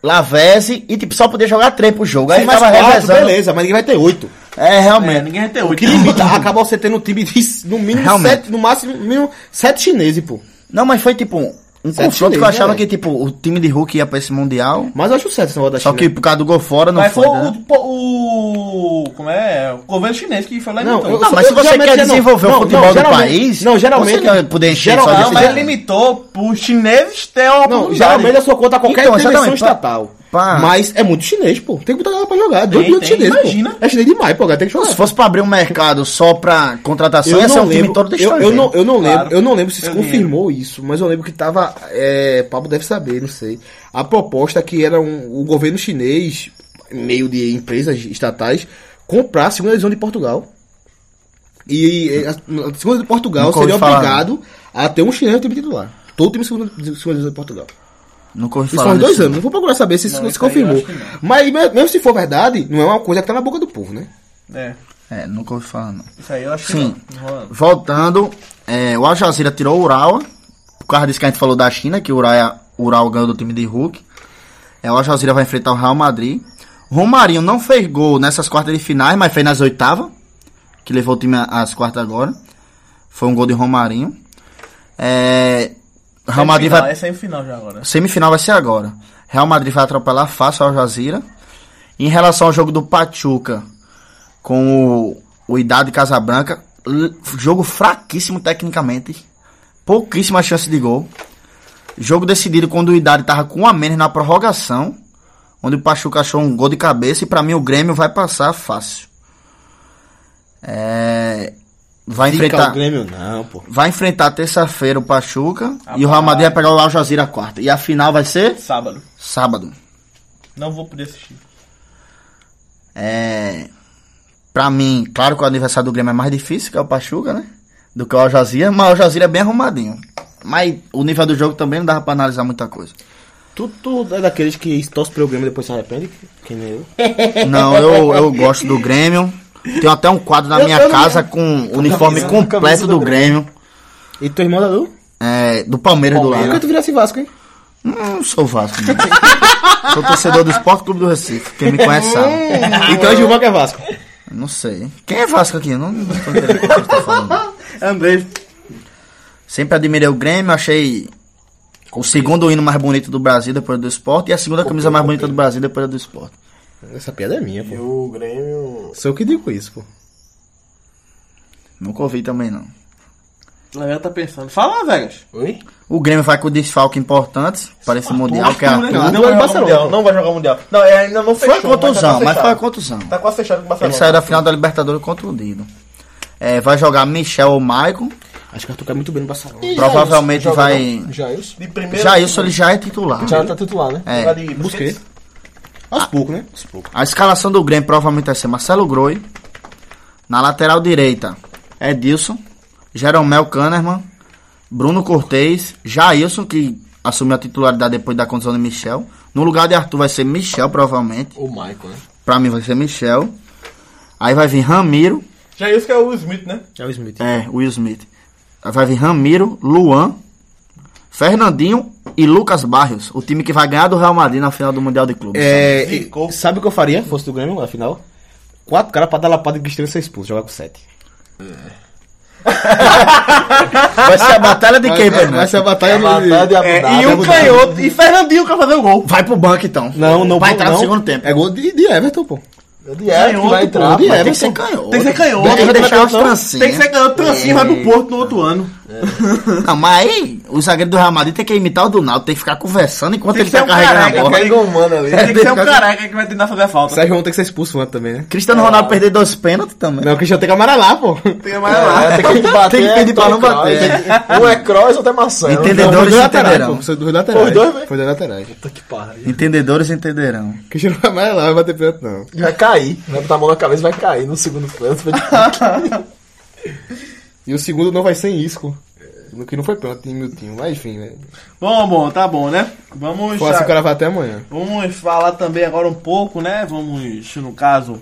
[SPEAKER 7] Lavese e tipo, só podia jogar três pro jogo. Aí
[SPEAKER 5] mais
[SPEAKER 7] tava
[SPEAKER 5] quatro,
[SPEAKER 7] revezando.
[SPEAKER 5] beleza, mas ninguém vai ter oito.
[SPEAKER 7] É, realmente.
[SPEAKER 11] ninguém vai ter
[SPEAKER 5] O que
[SPEAKER 11] oito.
[SPEAKER 5] limita, acaba você tendo um time de, no mínimo
[SPEAKER 7] Realmente.
[SPEAKER 5] sete, no máximo, no mínimo sete chineses, pô.
[SPEAKER 7] Não, mas foi tipo um um
[SPEAKER 5] Sete
[SPEAKER 7] confronto que eu
[SPEAKER 5] chineses,
[SPEAKER 7] achava
[SPEAKER 5] né,
[SPEAKER 7] que tipo o time de Hulk ia pra esse mundial.
[SPEAKER 5] Mas eu acho certo né? esse negócio da
[SPEAKER 7] Só
[SPEAKER 5] China.
[SPEAKER 7] que por causa do gol fora não
[SPEAKER 11] Mas
[SPEAKER 7] foi.
[SPEAKER 11] foi
[SPEAKER 7] né?
[SPEAKER 11] o, o, como é? O governo chinês que foi lá e
[SPEAKER 5] Não,
[SPEAKER 11] imitou.
[SPEAKER 5] eu-
[SPEAKER 7] Não, mas se você
[SPEAKER 5] geralmente
[SPEAKER 7] quer
[SPEAKER 5] geral-
[SPEAKER 7] desenvolver
[SPEAKER 5] não,
[SPEAKER 7] o futebol
[SPEAKER 5] não,
[SPEAKER 7] do
[SPEAKER 5] geralmente-
[SPEAKER 7] país,
[SPEAKER 5] não, geralmente-
[SPEAKER 7] você não é poder encher
[SPEAKER 5] geral- ah,
[SPEAKER 7] só é.
[SPEAKER 11] Não,
[SPEAKER 7] desse
[SPEAKER 11] mas
[SPEAKER 5] fizeram-
[SPEAKER 11] ele limitou pros chineses ter a
[SPEAKER 5] Não,
[SPEAKER 11] oportunidade.
[SPEAKER 5] geralmente eu sou contra qualquer
[SPEAKER 7] Então,
[SPEAKER 5] intervenção
[SPEAKER 7] exatamente, pá-
[SPEAKER 5] estatal.
[SPEAKER 7] pá.
[SPEAKER 5] Mas é muito chinês, pô. Tem que botar ela pra jogar. Dois
[SPEAKER 11] Tem,
[SPEAKER 5] milhões de
[SPEAKER 11] tem,
[SPEAKER 5] chinês,
[SPEAKER 11] imagina.
[SPEAKER 5] pô. É chinês demais, pô. cara, Tem que jogar.
[SPEAKER 7] Se fosse pra abrir um mercado só pra contratação, ia ser um time todo
[SPEAKER 5] eu,
[SPEAKER 7] estrangeiro.
[SPEAKER 5] eu não, eu não lembro, eu não lembro se
[SPEAKER 11] Eu
[SPEAKER 5] confirmou isso, mas eu lembro que tava, é, Pablo deve saber, não sei. A proposta que era um, o governo chinês, meio de empresas estatais, comprar a segunda divisão de Portugal. E é, a, a segunda de Portugal
[SPEAKER 7] Nunca ouvi
[SPEAKER 5] seria
[SPEAKER 7] falar.
[SPEAKER 5] obrigado a ter um chinês no time titular. Todo time segunda, segunda divisão de Portugal.
[SPEAKER 7] Nunca ouvi
[SPEAKER 5] Isso
[SPEAKER 7] falar
[SPEAKER 5] faz dois
[SPEAKER 7] disso.
[SPEAKER 5] anos, não vou procurar saber se isso
[SPEAKER 11] Não,
[SPEAKER 5] se
[SPEAKER 11] isso aí eu
[SPEAKER 5] confirmou.
[SPEAKER 11] acho que não.
[SPEAKER 5] Mas me- mesmo se for verdade, não é uma coisa que tá na boca do povo, né?
[SPEAKER 11] É,
[SPEAKER 7] É, nunca ouvi falar, não.
[SPEAKER 11] isso aí eu acho
[SPEAKER 7] Sim.
[SPEAKER 11] que não. não.
[SPEAKER 7] Voltando, é, o Al Jazeera tirou o Urawa, por causa disso que a gente falou da China, que o Urawa, o Urawa ganhou do time de Hulk. É, o Al Jazeera vai enfrentar o Real Madrid. Romarinho não fez gol nessas quartas de finais, mas fez nas oitavas, que levou o time a- às quartas agora. Foi um gol de Romarinho. É, Real Madrid
[SPEAKER 11] Semifinal,
[SPEAKER 7] vai...
[SPEAKER 11] É semifinal já agora.
[SPEAKER 7] Semifinal vai ser agora. Real Madrid vai atropelar fácil ao Jazira. Em relação ao jogo do Pachuca com o, o Idade Casabranca, l- jogo fraquíssimo tecnicamente. Pouquíssima chance de gol. Jogo decidido quando o Idade tava com um a menos na prorrogação, onde o Pachuca achou um gol de cabeça e pra mim o Grêmio vai passar fácil. É, vai enfrentar
[SPEAKER 5] Grêmio não, pô.
[SPEAKER 7] Vai enfrentar terça-feira o Pachuca e o Real Madrid vai pegar o Al Jazeera quarta. E a final vai ser
[SPEAKER 11] Sábado.
[SPEAKER 7] sábado.
[SPEAKER 11] Não vou poder assistir.
[SPEAKER 7] É. Pra mim, claro que o aniversário do Grêmio é mais difícil que é o Pachuca, né? Do que o Al Jazeera, mas o Al Jazeera é bem arrumadinho. Mas o nível do jogo também não dava pra analisar muita coisa.
[SPEAKER 5] Tu, tu é daqueles que torce pro Grêmio e depois se arrepende? Que nem eu.
[SPEAKER 7] Não, eu, eu gosto do Grêmio. Tenho até um quadro na minha casa com o uniforme completo do Grêmio.
[SPEAKER 5] E teu irmão da Lu?
[SPEAKER 7] É, do Palmeiras do
[SPEAKER 5] Por que
[SPEAKER 7] lado.
[SPEAKER 5] tu virasse Vasco, hein?
[SPEAKER 7] Não sou Vasco, não. Sou torcedor do Esporte Clube do Recife. Quem me conhece sabe.
[SPEAKER 5] Então é Gilvan que é Vasco.
[SPEAKER 7] Não sei. Quem é Vasco aqui? Não, não tô entendendo o que você tá falando.
[SPEAKER 11] André.
[SPEAKER 7] Sempre admirei o Grêmio, achei o segundo hino mais bonito do Brasil depois do esporte e a segunda camisa mais bonita do Brasil depois do esporte.
[SPEAKER 5] Essa piada é minha, pô.
[SPEAKER 8] O Grêmio.
[SPEAKER 5] Sou eu que digo isso, pô.
[SPEAKER 7] Nunca ouvi também, não.
[SPEAKER 11] A galera tá pensando. Fala, Vegas.
[SPEAKER 8] Oi?
[SPEAKER 7] O Grêmio vai com desfalque importante para esse Mundial, que é
[SPEAKER 11] Arthur, né,
[SPEAKER 7] a...
[SPEAKER 11] cara?
[SPEAKER 5] vai jogar
[SPEAKER 11] Barcelona.
[SPEAKER 5] Mundial,
[SPEAKER 11] Não vai jogar o Mundial. Não, é, ainda não
[SPEAKER 7] Foi a contusão, mas foi a contusão.
[SPEAKER 4] Tá
[SPEAKER 11] Tá quase fechado com o
[SPEAKER 7] Ele saiu da final da Libertadores contundido. É, vai jogar Michel ou Maicon.
[SPEAKER 5] Acho que Arthur cai muito bem no Barcelona.
[SPEAKER 7] Provavelmente vai...
[SPEAKER 8] Já isso? De primeiro.
[SPEAKER 7] Já isso ele já é titular.
[SPEAKER 8] Já tá titular, né?
[SPEAKER 7] É.
[SPEAKER 8] de
[SPEAKER 5] Busquei. Aos poucos, né? Aos poucos.
[SPEAKER 7] A escalação do Grêmio provavelmente vai ser Marcelo Groi. Na lateral direita, Edilson, Jeromel Kahneman, Bruno Cortez, Jailson, que assumiu a titularidade depois da condição de Michel. No lugar de Arthur vai ser Michel, provavelmente.
[SPEAKER 8] O Michael, né?
[SPEAKER 7] Pra mim vai ser Michel. Aí vai vir Ramiro,
[SPEAKER 11] Já isso que é o Smith, né?
[SPEAKER 5] É o Smith.
[SPEAKER 7] é, Will Smith. Aí vai vir Ramiro, Luan, Fernandinho e Lucas Barrios. O time que vai ganhar do Real Madrid na final do Mundial de Clubes.
[SPEAKER 5] É, e- sabe o que eu faria, fosse do Grêmio, afinal? Quatro caras pra dar lapada de Cristiano e ser expulso, jogar com sete.
[SPEAKER 7] Vai ser a batalha de
[SPEAKER 5] vai,
[SPEAKER 7] quem, Bernardo?
[SPEAKER 5] vai ser a batalha É, do...
[SPEAKER 11] e
[SPEAKER 5] um
[SPEAKER 11] o canhoto. E Fernandinho quer fazer o gol.
[SPEAKER 7] Vai pro banco então.
[SPEAKER 5] Não, não,
[SPEAKER 7] vai entrar
[SPEAKER 5] não.
[SPEAKER 7] no segundo tempo.
[SPEAKER 5] É gol de, de Everton, pô.
[SPEAKER 8] É De Everton vai entrar.
[SPEAKER 5] de
[SPEAKER 7] Mas tem que ser
[SPEAKER 5] Everton.
[SPEAKER 7] canhoto.
[SPEAKER 11] Tem que ser canhoto.
[SPEAKER 7] Tem que deixar os
[SPEAKER 11] Tem que
[SPEAKER 7] trancinhos.
[SPEAKER 11] ser canhoto trancinho, vai pro Porto no outro ano.
[SPEAKER 7] Não, mas aí o zagueiro do Real Madrid tem que imitar o do Naldo, tem que ficar conversando enquanto
[SPEAKER 11] Tem
[SPEAKER 7] ele
[SPEAKER 11] que ser
[SPEAKER 7] tá
[SPEAKER 11] um
[SPEAKER 7] carregando a
[SPEAKER 11] careca,
[SPEAKER 7] bola.
[SPEAKER 11] tem-
[SPEAKER 8] mano ali.
[SPEAKER 11] Tem que ser um careca que vai tentar fazer a falta.
[SPEAKER 5] Sérgio Ramos tem que ser expulso antes também, né?
[SPEAKER 7] Cristiano Ronaldo perder dois pênaltis também.
[SPEAKER 5] Não, o Cristiano tem que amarelar, pô.
[SPEAKER 11] Tem mais lá.
[SPEAKER 8] Tem que bater.
[SPEAKER 7] Tem que pedir pra não
[SPEAKER 8] dois
[SPEAKER 7] bater.
[SPEAKER 8] Kroos. Um é Cross, outro é maçã.
[SPEAKER 5] Não, foi
[SPEAKER 7] Entendedores
[SPEAKER 5] dois laterais,
[SPEAKER 7] entenderão.
[SPEAKER 5] pô. Foi dois laterais.
[SPEAKER 8] Foi dois, velho?
[SPEAKER 5] Foi dois né? laterais.
[SPEAKER 8] Puta que pariu.
[SPEAKER 7] Entendedores entenderão.
[SPEAKER 5] Cristiano vai amarelar, vai bater pênalti, não.
[SPEAKER 8] Vai cair. Vai botar a mão na cabeça e vai cair no segundo canto.
[SPEAKER 5] E o segundo não vai sem isco. No que não foi pronto, em minutinho. Mas enfim, né?
[SPEAKER 11] Bom, bom, tá bom, né? Vamos.
[SPEAKER 5] Pô, assim
[SPEAKER 11] já-
[SPEAKER 5] o cara vai até amanhã.
[SPEAKER 11] Vamos falar também agora um pouco, né? Vamos, no caso,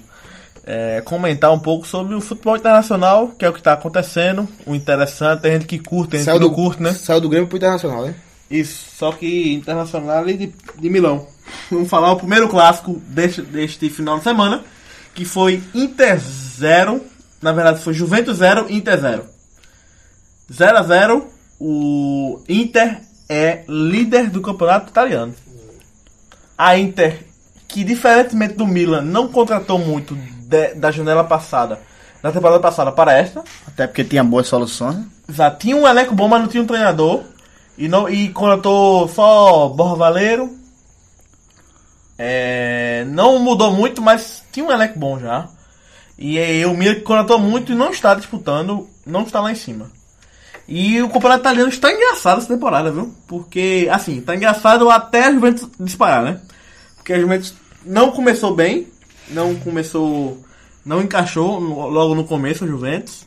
[SPEAKER 11] é, comentar um pouco sobre o futebol internacional, que é o que está acontecendo, o tá interessante, tem gente que curte, tem gente
[SPEAKER 5] Saiu
[SPEAKER 11] que não
[SPEAKER 5] do-
[SPEAKER 11] curte, né?
[SPEAKER 5] Saiu do Grêmio pro Internacional, né?
[SPEAKER 4] Isso, só que Internacional e de, de Milão. Vamos falar o primeiro clássico deste, deste final de semana, que foi Inter 0. Na verdade, foi Juventus 0, Inter 0. 0 a 0 o Inter é líder do campeonato italiano. A Inter, que diferentemente do Milan, não contratou muito de- da janela passada, da temporada passada para esta,
[SPEAKER 7] Até porque tinha boas soluções.
[SPEAKER 4] já tinha um elenco bom, mas não tinha um treinador. E, não, e contratou só Borra Valeiro. É, não mudou muito, mas tinha um elenco bom já. E aí o Milan que contratou muito e não está disputando, não está lá em cima. E o campeonato italiano está engraçado essa temporada, viu? Porque, assim, está engraçado até a Juventus disparar, né? Porque a Juventus não começou bem, não começou, não encaixou no- logo no começo a Juventus.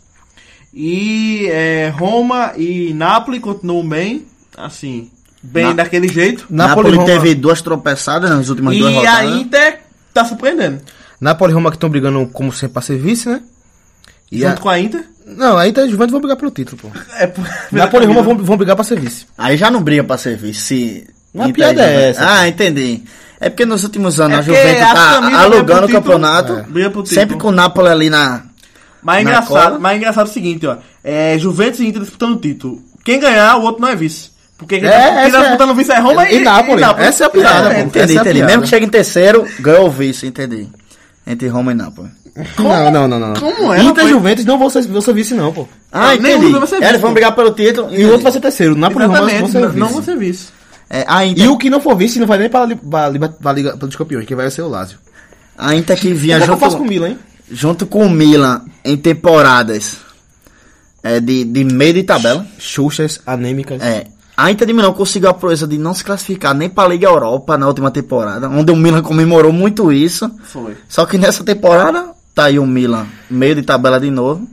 [SPEAKER 4] E é, Roma e Napoli continuam bem, assim, bem
[SPEAKER 7] Na-
[SPEAKER 4] daquele jeito.
[SPEAKER 7] Napoli,
[SPEAKER 6] Napoli e Roma.
[SPEAKER 7] teve duas tropeçadas nas últimas duas
[SPEAKER 4] E a
[SPEAKER 7] rodadas.
[SPEAKER 4] Inter tá surpreendendo.
[SPEAKER 6] Napoli e Roma que estão brigando como sempre pra ser vice, né? E a...
[SPEAKER 4] Junto com a Inter.
[SPEAKER 6] Não, aí tá Juventus vão brigar pelo título, pô.
[SPEAKER 4] É, por-
[SPEAKER 6] Napoli e Roma vão, vão brigar pra ser vice.
[SPEAKER 7] Aí já não briga pra servir. Se
[SPEAKER 6] Uma
[SPEAKER 7] Inter
[SPEAKER 6] piada
[SPEAKER 7] e Juventus-
[SPEAKER 6] é essa?
[SPEAKER 7] Ah, entendi. É porque nos últimos anos
[SPEAKER 4] É
[SPEAKER 7] a
[SPEAKER 4] porque
[SPEAKER 7] Juventus
[SPEAKER 4] a
[SPEAKER 7] tá
[SPEAKER 4] família briga
[SPEAKER 7] alugando
[SPEAKER 4] pro
[SPEAKER 7] o
[SPEAKER 4] título.
[SPEAKER 7] campeonato.
[SPEAKER 4] É. Briga pro título.
[SPEAKER 7] Sempre com o Napoli ali na.
[SPEAKER 4] Mas é
[SPEAKER 7] Na
[SPEAKER 4] engraçado,
[SPEAKER 7] cola.
[SPEAKER 4] mas é engraçado o seguinte, ó. É Juventus e Inter disputando o título. Quem ganhar, o outro não é vice. Porque quem
[SPEAKER 6] É,
[SPEAKER 4] tá, quem
[SPEAKER 6] essa
[SPEAKER 4] tá
[SPEAKER 6] é-
[SPEAKER 4] disputando vice é Roma e,
[SPEAKER 6] E Napoli. Essa é a piada,
[SPEAKER 7] É,
[SPEAKER 6] pô.
[SPEAKER 7] entendi,
[SPEAKER 6] Essa é a
[SPEAKER 7] entendi.
[SPEAKER 6] piada.
[SPEAKER 7] Mesmo que chegue em terceiro, ganhou o vice, entendi. Entre Roma e Napoli.
[SPEAKER 6] Não, não, não, não. não.
[SPEAKER 4] Como é,
[SPEAKER 6] Inter
[SPEAKER 4] rapaz?
[SPEAKER 6] e Juventus não vão ser, vão ser vice, não, pô.
[SPEAKER 7] Ah,
[SPEAKER 4] Não, nem um
[SPEAKER 7] entendi.
[SPEAKER 4] dos vai ser
[SPEAKER 6] É,
[SPEAKER 7] Eles
[SPEAKER 4] vice,
[SPEAKER 7] vão
[SPEAKER 4] pô.
[SPEAKER 7] brigar pelo título.
[SPEAKER 6] E o outro vai ser terceiro. Napoli e Roma vão
[SPEAKER 4] Exatamente,
[SPEAKER 6] ser
[SPEAKER 4] não, não vão
[SPEAKER 6] vice.
[SPEAKER 4] ser vice.
[SPEAKER 7] É, a Inter,
[SPEAKER 6] E o que não for vice não vai nem pra, li- pra, li- pra Liga dos Campeões, quem vai ser o Lazio.
[SPEAKER 7] a Inter que vinha
[SPEAKER 6] Como é que eu
[SPEAKER 7] junto,
[SPEAKER 6] faço com o Milan, hein?
[SPEAKER 7] junto com o Milan em temporadas é, de, de meio de tabela.
[SPEAKER 6] Xuxas, anêmicas.
[SPEAKER 7] É. A Inter de Milão conseguiu a proeza de não se classificar nem para a Liga Europa na última temporada, onde o Milan comemorou muito isso.
[SPEAKER 4] Foi.
[SPEAKER 7] Só que nessa temporada tá aí o Milan meio de tabela de novo,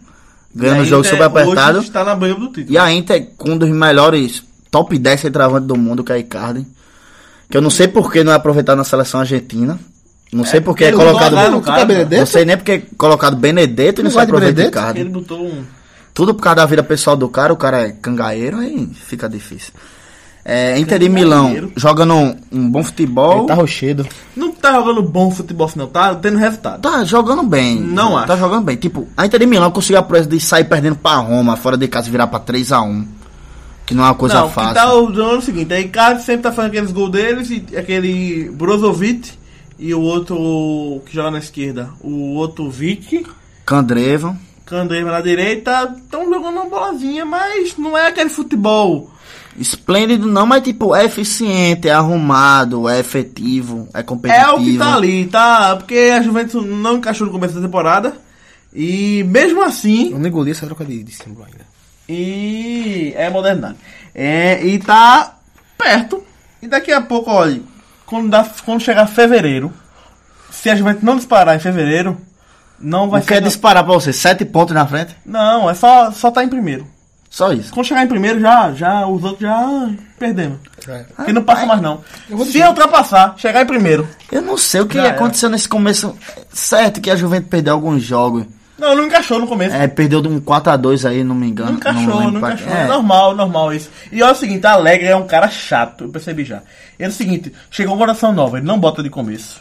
[SPEAKER 4] E
[SPEAKER 7] ganhando
[SPEAKER 4] é a
[SPEAKER 7] o jogo
[SPEAKER 4] Inter
[SPEAKER 7] super apertado.
[SPEAKER 4] Hoje está na banha do título.
[SPEAKER 7] E a Inter com um dos melhores top 10 centroavantes do mundo, que é Icardi. Que eu não sei por que não é aproveitado na seleção argentina. Não sei por que é
[SPEAKER 4] ele botou
[SPEAKER 7] colocado.
[SPEAKER 4] a galera no
[SPEAKER 7] Não
[SPEAKER 4] cara,
[SPEAKER 6] Benedetto?
[SPEAKER 7] sei nem porque é colocado Benedetto e não,
[SPEAKER 6] Não
[SPEAKER 7] se
[SPEAKER 6] gosta de
[SPEAKER 7] aproveita
[SPEAKER 6] Benedetto?
[SPEAKER 7] Icardi.
[SPEAKER 4] Ele botou um...
[SPEAKER 7] Tudo por causa da vida pessoal do cara, o cara é cangaeiro, aí fica difícil. É, Inter de Milão jogando um, um bom futebol.
[SPEAKER 6] Tá
[SPEAKER 7] Tá,
[SPEAKER 6] rochedo.
[SPEAKER 4] Não tá jogando bom futebol, não. Tá tendo resultado.
[SPEAKER 7] jogando bem.
[SPEAKER 4] Não
[SPEAKER 7] Tá
[SPEAKER 4] acho.
[SPEAKER 7] jogando bem. Tipo, a Inter de Milão conseguiu a proeza de sair perdendo pra Roma, fora de casa e virar pra 3x1. Que não é uma coisa
[SPEAKER 4] não,
[SPEAKER 7] fácil.
[SPEAKER 4] que tá o jogando o seguinte. Aí Icardi sempre tá fazendo aqueles gols deles. E aquele Brozovic e o outro que joga na esquerda. O outro Vic...
[SPEAKER 7] Candreva.
[SPEAKER 4] Candeiva na direita, estão jogando uma bolazinha, mas não é aquele futebol.
[SPEAKER 7] Esplêndido não, mas tipo, é eficiente, é arrumado, é efetivo, é competitivo.
[SPEAKER 4] É o que tá ali, tá? Porque a Juventus não encaixou no começo da temporada. E mesmo assim.
[SPEAKER 6] Eu não engoli essa troca de, de símbolo ainda.
[SPEAKER 4] E é modernidade. É, e tá perto. E daqui a pouco, olha, quando, dá, quando chegar fevereiro, se a Juventus não disparar em fevereiro, é não vai
[SPEAKER 7] Não quer é disparar pra você, sete pontos na frente?
[SPEAKER 4] Não, é só, só tá em primeiro.
[SPEAKER 7] Só isso.
[SPEAKER 4] Quando chegar em primeiro, já, já, os outros já perdemos. Porque não passa mais não. Se eu ultrapassar, chegar em primeiro.
[SPEAKER 7] Eu não sei o que
[SPEAKER 4] Já era.
[SPEAKER 7] aconteceu nesse começo. Certo que a Juventus perdeu alguns jogos.
[SPEAKER 4] Não, não encaixou no começo.
[SPEAKER 7] É, perdeu de um 4x2 aí, não me engano.
[SPEAKER 4] Não encaixou,
[SPEAKER 7] lembro
[SPEAKER 4] não
[SPEAKER 7] pra-
[SPEAKER 4] encaixou.
[SPEAKER 7] É.
[SPEAKER 4] Normal, normal isso. E olha o seguinte, a Alegre é um cara chato, eu percebi já. É o seguinte, chegou uma oração nova, ele não bota de começo.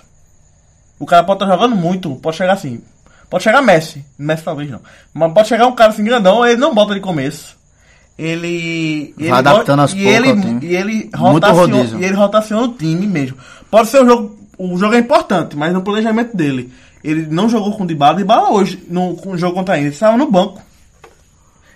[SPEAKER 4] O cara pode estar jogando muito, pode chegar assim. Pode chegar Messi, Messi talvez não. Mas pode chegar um cara assim grandão, ele não bota de começo. Ele. ele bota-
[SPEAKER 7] adaptando aos
[SPEAKER 4] e
[SPEAKER 7] poucos né? ao
[SPEAKER 4] ele,
[SPEAKER 7] time.
[SPEAKER 4] e ele
[SPEAKER 7] Muito
[SPEAKER 4] rotaciona,
[SPEAKER 7] rodízio.
[SPEAKER 4] e ele rotaciona o time mesmo. Pode ser um jogo. O jogo é importante, mas no planejamento dele. Ele não jogou com o Dybala, Dybala hoje, no, com o jogo contra ele, ele estava no banco.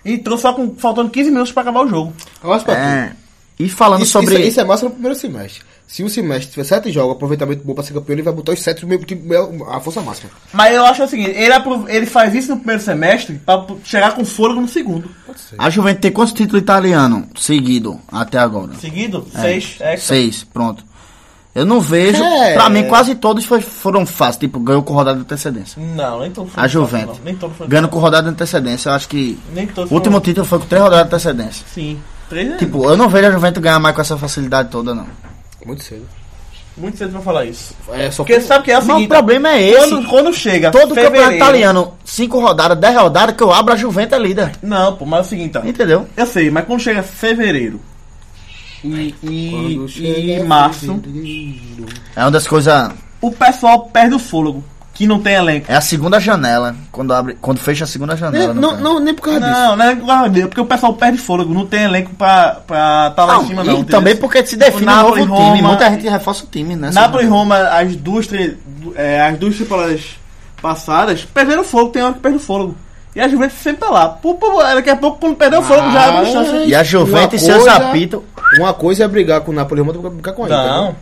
[SPEAKER 4] Entrou só com faltando 15 minutos pra acabar o jogo.
[SPEAKER 6] Negócio pra tu.
[SPEAKER 7] É. E falando
[SPEAKER 6] Isso,
[SPEAKER 7] sobre.
[SPEAKER 6] isso, isso é massa no primeiro semestre. Se
[SPEAKER 5] um
[SPEAKER 6] o semestre tiver sete jogos, aproveitamento bom pra ser campeão, ele vai botar os sete no meio, tipo, é a força máxima.
[SPEAKER 4] Mas eu acho o seguinte, ele, apro- ele faz isso no primeiro semestre pra p- chegar com fôlego no segundo.
[SPEAKER 7] A Juventus tem quantos títulos italianos seguido até agora?
[SPEAKER 4] Seguido, seis, é,
[SPEAKER 7] Seis, pronto. Eu não vejo.
[SPEAKER 6] É.
[SPEAKER 7] Pra mim, quase todos foi- foram fáceis. Tipo, ganhou com rodada de antecedência.
[SPEAKER 4] Não, nem todo foi
[SPEAKER 7] A
[SPEAKER 4] fácil,
[SPEAKER 7] Juventus.
[SPEAKER 4] não. Nem todo foi
[SPEAKER 7] Ganhando com rodada de antecedência, eu acho que.
[SPEAKER 4] Nem todo
[SPEAKER 7] O
[SPEAKER 4] foi-
[SPEAKER 7] último título foi com três rodadas de antecedência.
[SPEAKER 4] Sim. Três é
[SPEAKER 7] Tipo, eu não vejo a Juventus ganhar mais com essa facilidade toda, não.
[SPEAKER 6] Muito cedo.
[SPEAKER 4] muito cedo pra falar isso.
[SPEAKER 6] É, só
[SPEAKER 4] Porque sabe o que é o
[SPEAKER 7] Mas
[SPEAKER 4] seguinte?
[SPEAKER 7] o problema é esse.
[SPEAKER 4] Quando, quando chega.
[SPEAKER 7] Todo
[SPEAKER 4] fevereiro-
[SPEAKER 7] campeonato italiano, cinco rodadas, dez rodadas, que eu abro a Juventus é líder.
[SPEAKER 4] Não, pô, mas é o seguinte, ó.
[SPEAKER 7] Entendeu?
[SPEAKER 4] Eu sei, mas quando chega fevereiro, E,
[SPEAKER 7] Quando
[SPEAKER 4] e,
[SPEAKER 7] chega
[SPEAKER 4] e em
[SPEAKER 7] a
[SPEAKER 4] março,
[SPEAKER 7] É uma das coisas.
[SPEAKER 4] o pessoal perde o fôlego, que não tem elenco.
[SPEAKER 7] É a segunda janela. Quando abre. Quando fecha a segunda janela.
[SPEAKER 5] É, Não, não,
[SPEAKER 7] tem.
[SPEAKER 5] não, nem por causa disso.
[SPEAKER 4] Não, não é por causa dele, porque o pessoal perde fôlego, não tem elenco pra, pra tá lá
[SPEAKER 7] Ah,
[SPEAKER 4] em cima,
[SPEAKER 7] e
[SPEAKER 4] não. entendeu?
[SPEAKER 7] também porque se define
[SPEAKER 4] O
[SPEAKER 7] um
[SPEAKER 4] Napoli,
[SPEAKER 7] novo time.
[SPEAKER 4] Roma-
[SPEAKER 7] Muita gente reforça o time, né?
[SPEAKER 4] Napoli e Roma, as duas, tre- du- é, as duas temporadas passadas, perderam fogo, tem hora que perde o fôlego. E a Juventus sempre tá lá. Pô, pô, daqui a pouco, quando perder o fogo, já abre chance.
[SPEAKER 7] E a Juventus e
[SPEAKER 5] Uma
[SPEAKER 7] seus
[SPEAKER 5] coisa-
[SPEAKER 7] apitos.
[SPEAKER 5] Uma coisa é brigar com o Napoli, outra coisa é brigar com a Inter.
[SPEAKER 4] Não.
[SPEAKER 5] viu?